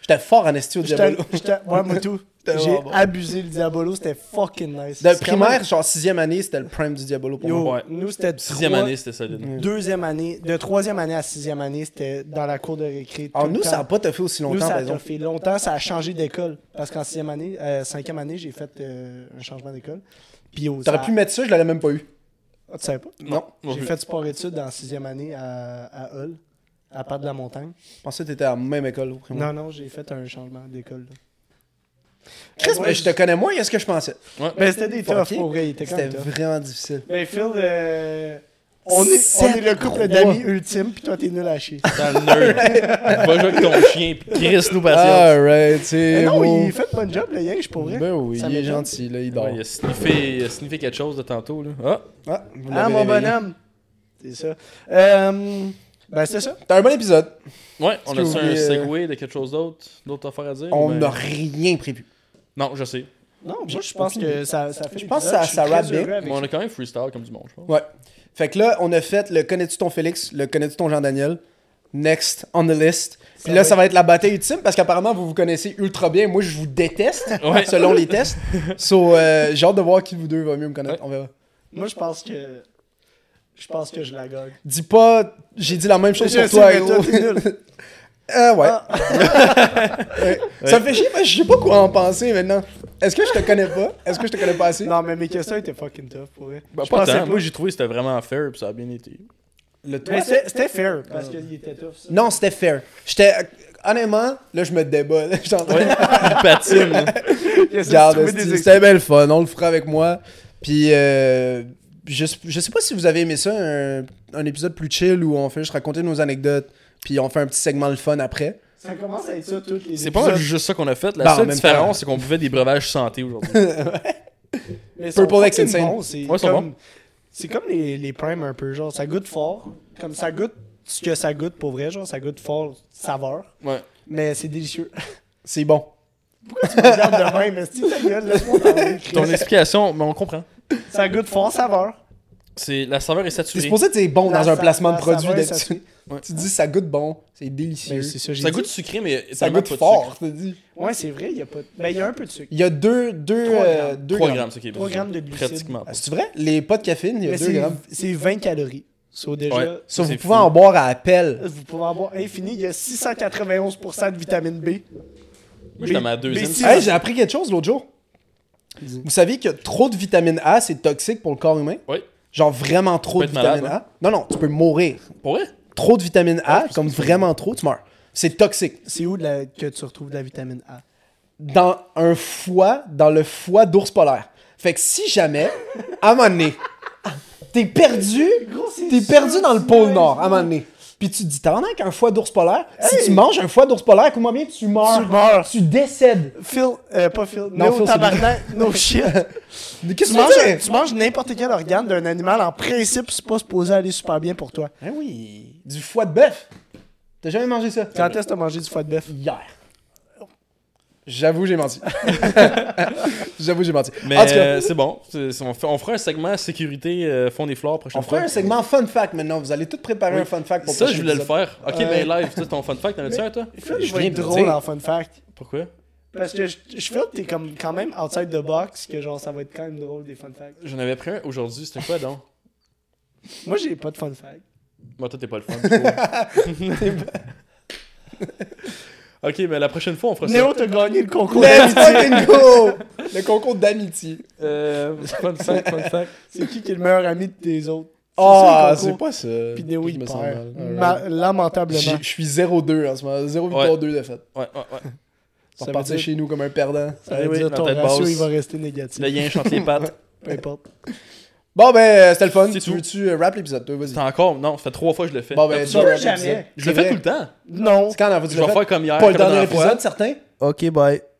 [SPEAKER 3] J'étais fort en esti au
[SPEAKER 1] J'étais-
[SPEAKER 3] Diabolo.
[SPEAKER 1] j'étais- Ouais, moi tout.
[SPEAKER 3] C'était
[SPEAKER 1] J'ai
[SPEAKER 3] vraiment bon.
[SPEAKER 1] abusé le Diabolo, c'était fucking nice.
[SPEAKER 3] De
[SPEAKER 1] C'est
[SPEAKER 3] primaire, genre sixième année, c'était le prime du Diabolo pour
[SPEAKER 1] vraiment- Yo,
[SPEAKER 3] moi.
[SPEAKER 2] Ouais.
[SPEAKER 1] nous c'était
[SPEAKER 2] Sixième
[SPEAKER 1] trois-
[SPEAKER 2] année, c'était solide.
[SPEAKER 1] Deuxième année, de troisième année à sixième année, c'était dans la cour de récré. tout
[SPEAKER 3] Alors
[SPEAKER 1] le
[SPEAKER 3] Ah, nous,
[SPEAKER 1] temps.
[SPEAKER 3] ça a pas te fait aussi
[SPEAKER 1] Nous,
[SPEAKER 3] longtemps,
[SPEAKER 1] ça
[SPEAKER 3] par
[SPEAKER 1] a
[SPEAKER 3] exemple.
[SPEAKER 1] fait longtemps, ça a changé d'école. Parce qu'en sixième année, euh, cinquième année, j'ai fait euh, un changement d'école. Puis au
[SPEAKER 3] T'aurais pu mettre ça, je l'aurais même pas eu.
[SPEAKER 1] Ah, tu savais pas?
[SPEAKER 3] Non.
[SPEAKER 2] Non
[SPEAKER 1] J'ai
[SPEAKER 2] plus.
[SPEAKER 1] fait sport-études en sixième année à, à Hull, à part de la montagne.
[SPEAKER 3] Je pensais que t'étais à la même école au primaire.
[SPEAKER 1] Non, non, j'ai fait un changement d'école. là.
[SPEAKER 3] Chris,
[SPEAKER 1] Euh,
[SPEAKER 3] mais je te connais moins, qu'est-ce que je pensais?
[SPEAKER 1] Ben, c'était des toughs,
[SPEAKER 3] Fucké.
[SPEAKER 1] pour vrai, il était quand
[SPEAKER 3] C'était
[SPEAKER 1] même tough.
[SPEAKER 3] vraiment difficile.
[SPEAKER 1] Ben, Phil, euh, on, est, on est le couple
[SPEAKER 3] Sept,
[SPEAKER 1] d'amis ultime, puis toi, t'es nul à chier.
[SPEAKER 2] T'es un nerd. Va jouer avec ton chien, pis Chris nous patience.
[SPEAKER 3] Alright,
[SPEAKER 1] Mais
[SPEAKER 3] c'est
[SPEAKER 1] non,
[SPEAKER 3] bon.
[SPEAKER 1] il fait de bon job, le Yang, je pour vrai.
[SPEAKER 3] Eh Ben oui,
[SPEAKER 1] Ça
[SPEAKER 3] il est
[SPEAKER 1] m'étonne.
[SPEAKER 3] gentil, là, il dort.
[SPEAKER 2] Ouais, il, a sniffé, il a sniffé quelque chose de tantôt, là. Ah!
[SPEAKER 3] Ah, vous
[SPEAKER 1] Ah,
[SPEAKER 3] l'avez
[SPEAKER 1] mon
[SPEAKER 3] réveillé.
[SPEAKER 1] bonhomme! C'est ça. Euh, ben, c'est ça.
[SPEAKER 3] T'as un bon épisode.
[SPEAKER 2] Ouais, on
[SPEAKER 3] que
[SPEAKER 2] a
[SPEAKER 3] vous
[SPEAKER 2] ça un
[SPEAKER 3] voulez, euh,
[SPEAKER 2] segway de quelque chose d'autre, d'autres affaires à dire?
[SPEAKER 3] On
[SPEAKER 2] Ben,
[SPEAKER 3] n'a rien prévu.
[SPEAKER 2] Non, je sais.
[SPEAKER 1] Non, moi, je pense que ça, ça fait
[SPEAKER 3] Je pense que
[SPEAKER 1] l'épisode,
[SPEAKER 3] ça-
[SPEAKER 1] je suis
[SPEAKER 3] ça
[SPEAKER 1] très
[SPEAKER 3] rappe bien.
[SPEAKER 1] heureux avec
[SPEAKER 2] Mais on a quand même freestyle comme du monde, je pense.
[SPEAKER 3] Ouais. Fait que là, on a fait le Connais-tu ton Félix, le Connais-tu ton Jean-Daniel, Next on the list. Puis là,
[SPEAKER 1] va
[SPEAKER 3] ça va être la bataille ultime parce qu'apparemment, vous vous connaissez ultra bien. Moi, je vous déteste
[SPEAKER 2] Ouais.
[SPEAKER 3] selon les tests. So, euh, j'ai hâte de voir qui de vous deux va mieux me connaître. On verra.
[SPEAKER 1] Moi, je pense que. Je pense que je la gagne.
[SPEAKER 3] Dis pas, j'ai dit la même chose
[SPEAKER 1] Je
[SPEAKER 3] pour
[SPEAKER 1] sais,
[SPEAKER 3] toi,
[SPEAKER 1] mais
[SPEAKER 3] gros.
[SPEAKER 1] toi, t'es nul.
[SPEAKER 3] Euh, ouais.
[SPEAKER 1] Ah.
[SPEAKER 3] Ouais. Ça me fait chier parce que je sais pas quoi en penser maintenant. Est-ce que je te connais pas? Est-ce que je te connais pas assez?
[SPEAKER 1] Non, mais mes questions étaient fucking tough pour vrai.
[SPEAKER 3] Bah,
[SPEAKER 2] Ben,
[SPEAKER 1] je
[SPEAKER 2] pas
[SPEAKER 1] pensais
[SPEAKER 2] tant.
[SPEAKER 1] pas.
[SPEAKER 2] Moi, j'ai trouvé que c'était vraiment fair, pis ça a bien été.
[SPEAKER 3] Le
[SPEAKER 1] Mais c'était c'était fair
[SPEAKER 3] Ah.
[SPEAKER 1] parce qu'il était tough. ça.
[SPEAKER 3] Non, c'était fair. J'étais. Honnêtement, là, je me débat. là. J'étais en train de-
[SPEAKER 2] Ouais, il patine. là.
[SPEAKER 1] Il a essayé de
[SPEAKER 3] Garde,
[SPEAKER 1] trouver
[SPEAKER 3] c'était-
[SPEAKER 1] des
[SPEAKER 3] c'était bien le fun. On le fera avec moi. Puis, euh, je, je sais pas si vous avez aimé ça, un, un épisode plus chill où on fait juste raconter nos anecdotes. Puis, on fait un petit segment le fun après.
[SPEAKER 1] Ça commence à être ça, toutes les
[SPEAKER 2] C'est pas mal
[SPEAKER 1] épisodes.
[SPEAKER 2] juste ça qu'on a fait. La
[SPEAKER 3] Ben, en
[SPEAKER 2] seule
[SPEAKER 3] même
[SPEAKER 2] différence, c'est qu'on buvait des breuvages santé aujourd'hui.
[SPEAKER 1] Mais ils
[SPEAKER 3] Purple
[SPEAKER 1] sont
[SPEAKER 3] X
[SPEAKER 1] fucking
[SPEAKER 3] Insane.
[SPEAKER 1] bons, C'est
[SPEAKER 2] Ouais, ils sont
[SPEAKER 1] comme, c'est comme les, les primes un peu, genre, ça goûte fort. Comme ça goûte ce que ça goûte pour vrai, genre, ça goûte fort saveur.
[SPEAKER 2] Ouais.
[SPEAKER 1] Mais c'est délicieux.
[SPEAKER 3] C'est bon.
[SPEAKER 1] tu me regardes de même, mais si ta gueule, laisse-moi parler, Chris.
[SPEAKER 2] Ton explication, mais on comprend.
[SPEAKER 1] Ça goûte fort saveur.
[SPEAKER 2] ben, C'est, la saveur est
[SPEAKER 3] T'es
[SPEAKER 2] saturée.
[SPEAKER 3] supposé que c'est bon
[SPEAKER 1] La
[SPEAKER 3] dans un
[SPEAKER 1] sa-
[SPEAKER 3] placement de
[SPEAKER 1] la
[SPEAKER 3] produit
[SPEAKER 1] saveur,
[SPEAKER 3] d'habitude.
[SPEAKER 2] Ouais.
[SPEAKER 3] Tu dis ça goûte bon, c'est
[SPEAKER 1] Ben,
[SPEAKER 3] délicieux.
[SPEAKER 1] c'est ça, j'ai
[SPEAKER 2] Ça
[SPEAKER 1] dit.
[SPEAKER 2] goûte sucré, mais
[SPEAKER 3] ça
[SPEAKER 2] tellement
[SPEAKER 3] goûte
[SPEAKER 2] pas de
[SPEAKER 3] fort,
[SPEAKER 2] sucre.
[SPEAKER 3] je te dis.
[SPEAKER 1] Ouais, c'est vrai, il y a pas. de- Ben, il y a un peu de sucre.
[SPEAKER 3] Il y a 2 deux,
[SPEAKER 1] Trois
[SPEAKER 3] euh,
[SPEAKER 1] grammes.
[SPEAKER 3] deux
[SPEAKER 2] 3
[SPEAKER 3] grammes.
[SPEAKER 2] grammes, c'est ok.
[SPEAKER 1] 3 grammes de glucides.
[SPEAKER 2] Pratiquement.
[SPEAKER 3] Ah, C'est vrai? Les pas de caféine, il y a
[SPEAKER 1] Mais
[SPEAKER 3] 2
[SPEAKER 1] c'est-
[SPEAKER 3] grammes.
[SPEAKER 1] c'est 20 calories. So, déjà,
[SPEAKER 2] Ouais.
[SPEAKER 3] Ça, vous
[SPEAKER 2] C'est
[SPEAKER 3] pouvez
[SPEAKER 2] fou.
[SPEAKER 3] en boire à appel.
[SPEAKER 1] vous pouvez en boire infini. Il y a 691 de vitamine B.
[SPEAKER 2] Moi, je la mets à
[SPEAKER 1] B-
[SPEAKER 2] deuxième.
[SPEAKER 1] B6.
[SPEAKER 3] Hey, j'ai appris quelque chose l'autre jour.
[SPEAKER 1] Dis.
[SPEAKER 3] Vous saviez que trop de vitamine A, c'est toxique pour le corps humain?
[SPEAKER 2] Ouais.
[SPEAKER 3] Genre vraiment trop
[SPEAKER 2] peux
[SPEAKER 3] de
[SPEAKER 2] être malade, hein?
[SPEAKER 3] vitamine A? Non, non, tu peux mourir.
[SPEAKER 2] Pour vrai?
[SPEAKER 3] Trop de vitamine
[SPEAKER 2] Ah,
[SPEAKER 3] A, comme vraiment trop, tu meurs. C'est toxique.
[SPEAKER 1] C'est où de la- que tu retrouves de la vitamine A?
[SPEAKER 3] dans un foie, dans le foie d'ours polaire. Fait que si jamais, à un moment donné, t'es perdu, t'es perdu dans le pôle Nord, à un moment donné. Puis tu te dis, t'en as qu'un foie d'ours polaire. Si tu manges un foie d'ours polaire, comment bien tu meurs.
[SPEAKER 1] Tu meurs.
[SPEAKER 3] Tu décèdes.
[SPEAKER 1] Phil, euh, pas Phil,
[SPEAKER 3] Ah. Non,
[SPEAKER 1] no
[SPEAKER 3] Phil, c'est
[SPEAKER 1] tabarnak, no Oh, shit.
[SPEAKER 3] Mais qu'est-ce
[SPEAKER 1] tu,
[SPEAKER 3] que tu
[SPEAKER 1] manges,
[SPEAKER 3] dis?
[SPEAKER 1] tu manges n'importe quel organe d'un animal, en principe, c'est pas supposé aller super bien pour toi.
[SPEAKER 3] Hein oui, du foie de bœuf. T'as jamais mangé ça?
[SPEAKER 1] Quand est-ce que t'as mangé du foie de bœuf?
[SPEAKER 3] Hier. J'avoue, j'ai menti. J'avoue, j'ai menti.
[SPEAKER 2] Mais
[SPEAKER 3] en tout cas,
[SPEAKER 2] euh, c'est bon. C'est- c'est- on, fait- on fera un segment sécurité euh, fond des fleurs prochaine
[SPEAKER 3] on fera
[SPEAKER 2] fois.
[SPEAKER 3] un segment fun fact maintenant. Vous allez tous préparer un fun fact pour
[SPEAKER 2] Ça,
[SPEAKER 3] prochain
[SPEAKER 2] je voulais le
[SPEAKER 3] épisode.
[SPEAKER 2] faire. Ok,
[SPEAKER 1] Euh,
[SPEAKER 2] ben live, tu sais, ton fun fact, t'en as-tu un, toi?
[SPEAKER 1] Phil,
[SPEAKER 3] je
[SPEAKER 1] je vais
[SPEAKER 3] viens
[SPEAKER 1] être
[SPEAKER 3] de le
[SPEAKER 1] drôle
[SPEAKER 3] dire.
[SPEAKER 1] en fun fact.
[SPEAKER 2] Pourquoi?
[SPEAKER 1] Parce que je, je feel que t'es comme, quand même outside the box, que genre ça va être quand même drôle des fun facts.
[SPEAKER 2] J'en avais pris un aujourd'hui, c'était quoi donc?
[SPEAKER 1] Moi, j'ai pas de fun fact.
[SPEAKER 2] Moi, toi, t'es pas le fun. du coup. ok, mais la prochaine fois, on fera ça.
[SPEAKER 1] Néo, t'as gagné le concours.
[SPEAKER 3] Let's fucking go! Le concours d'amitié.
[SPEAKER 2] Euh, fun fact, fun fact.
[SPEAKER 1] C'est qui qui est le meilleur ami de tes autres?
[SPEAKER 3] Ah,
[SPEAKER 1] ça, le
[SPEAKER 3] c'est
[SPEAKER 1] concours.
[SPEAKER 3] pas ça.
[SPEAKER 1] Puis Néo,
[SPEAKER 3] Je
[SPEAKER 1] il
[SPEAKER 3] me sens
[SPEAKER 1] perd.
[SPEAKER 3] mal.
[SPEAKER 1] Ma-
[SPEAKER 3] Alright.
[SPEAKER 1] Lamentablement.
[SPEAKER 3] J'ai- Je suis 0-2 en ce moment. 0 victoire,
[SPEAKER 2] Ouais.
[SPEAKER 3] 2 défaite.
[SPEAKER 2] Ouais, ouais, ouais.
[SPEAKER 1] Ça
[SPEAKER 3] On
[SPEAKER 1] veut
[SPEAKER 3] repartir
[SPEAKER 1] dire-
[SPEAKER 3] chez nous comme un perdant.
[SPEAKER 1] Ça veut
[SPEAKER 2] oui,
[SPEAKER 1] dire
[SPEAKER 2] la
[SPEAKER 1] ton
[SPEAKER 2] tête
[SPEAKER 1] ratio,
[SPEAKER 2] basse.
[SPEAKER 1] il va rester
[SPEAKER 2] Le
[SPEAKER 1] négatif.
[SPEAKER 2] yin chante les pattes.
[SPEAKER 1] Peu importe.
[SPEAKER 3] Bon, ben, c'était le fun.
[SPEAKER 2] C'est
[SPEAKER 3] Tu
[SPEAKER 2] tout.
[SPEAKER 3] veux-tu euh, rap l'épisode, toi? Vas-y.
[SPEAKER 2] C'est encore, non, ça fait trois fois que je le fais.
[SPEAKER 3] Bon, ben,
[SPEAKER 1] Tu
[SPEAKER 3] tu
[SPEAKER 1] veux
[SPEAKER 3] rap
[SPEAKER 1] jamais.
[SPEAKER 3] l'épisode.
[SPEAKER 2] je le
[SPEAKER 3] C'est
[SPEAKER 2] fais
[SPEAKER 3] vrai.
[SPEAKER 2] tout le temps.
[SPEAKER 1] Non.
[SPEAKER 3] C'est quand la fois
[SPEAKER 2] Je
[SPEAKER 3] que tu l'as
[SPEAKER 2] vais
[SPEAKER 3] fait?
[SPEAKER 2] faire comme hier.
[SPEAKER 3] Pas
[SPEAKER 2] comme
[SPEAKER 3] le
[SPEAKER 2] la
[SPEAKER 3] dernier
[SPEAKER 2] dernière fois.
[SPEAKER 3] épisode, certain?
[SPEAKER 2] Ok, bye.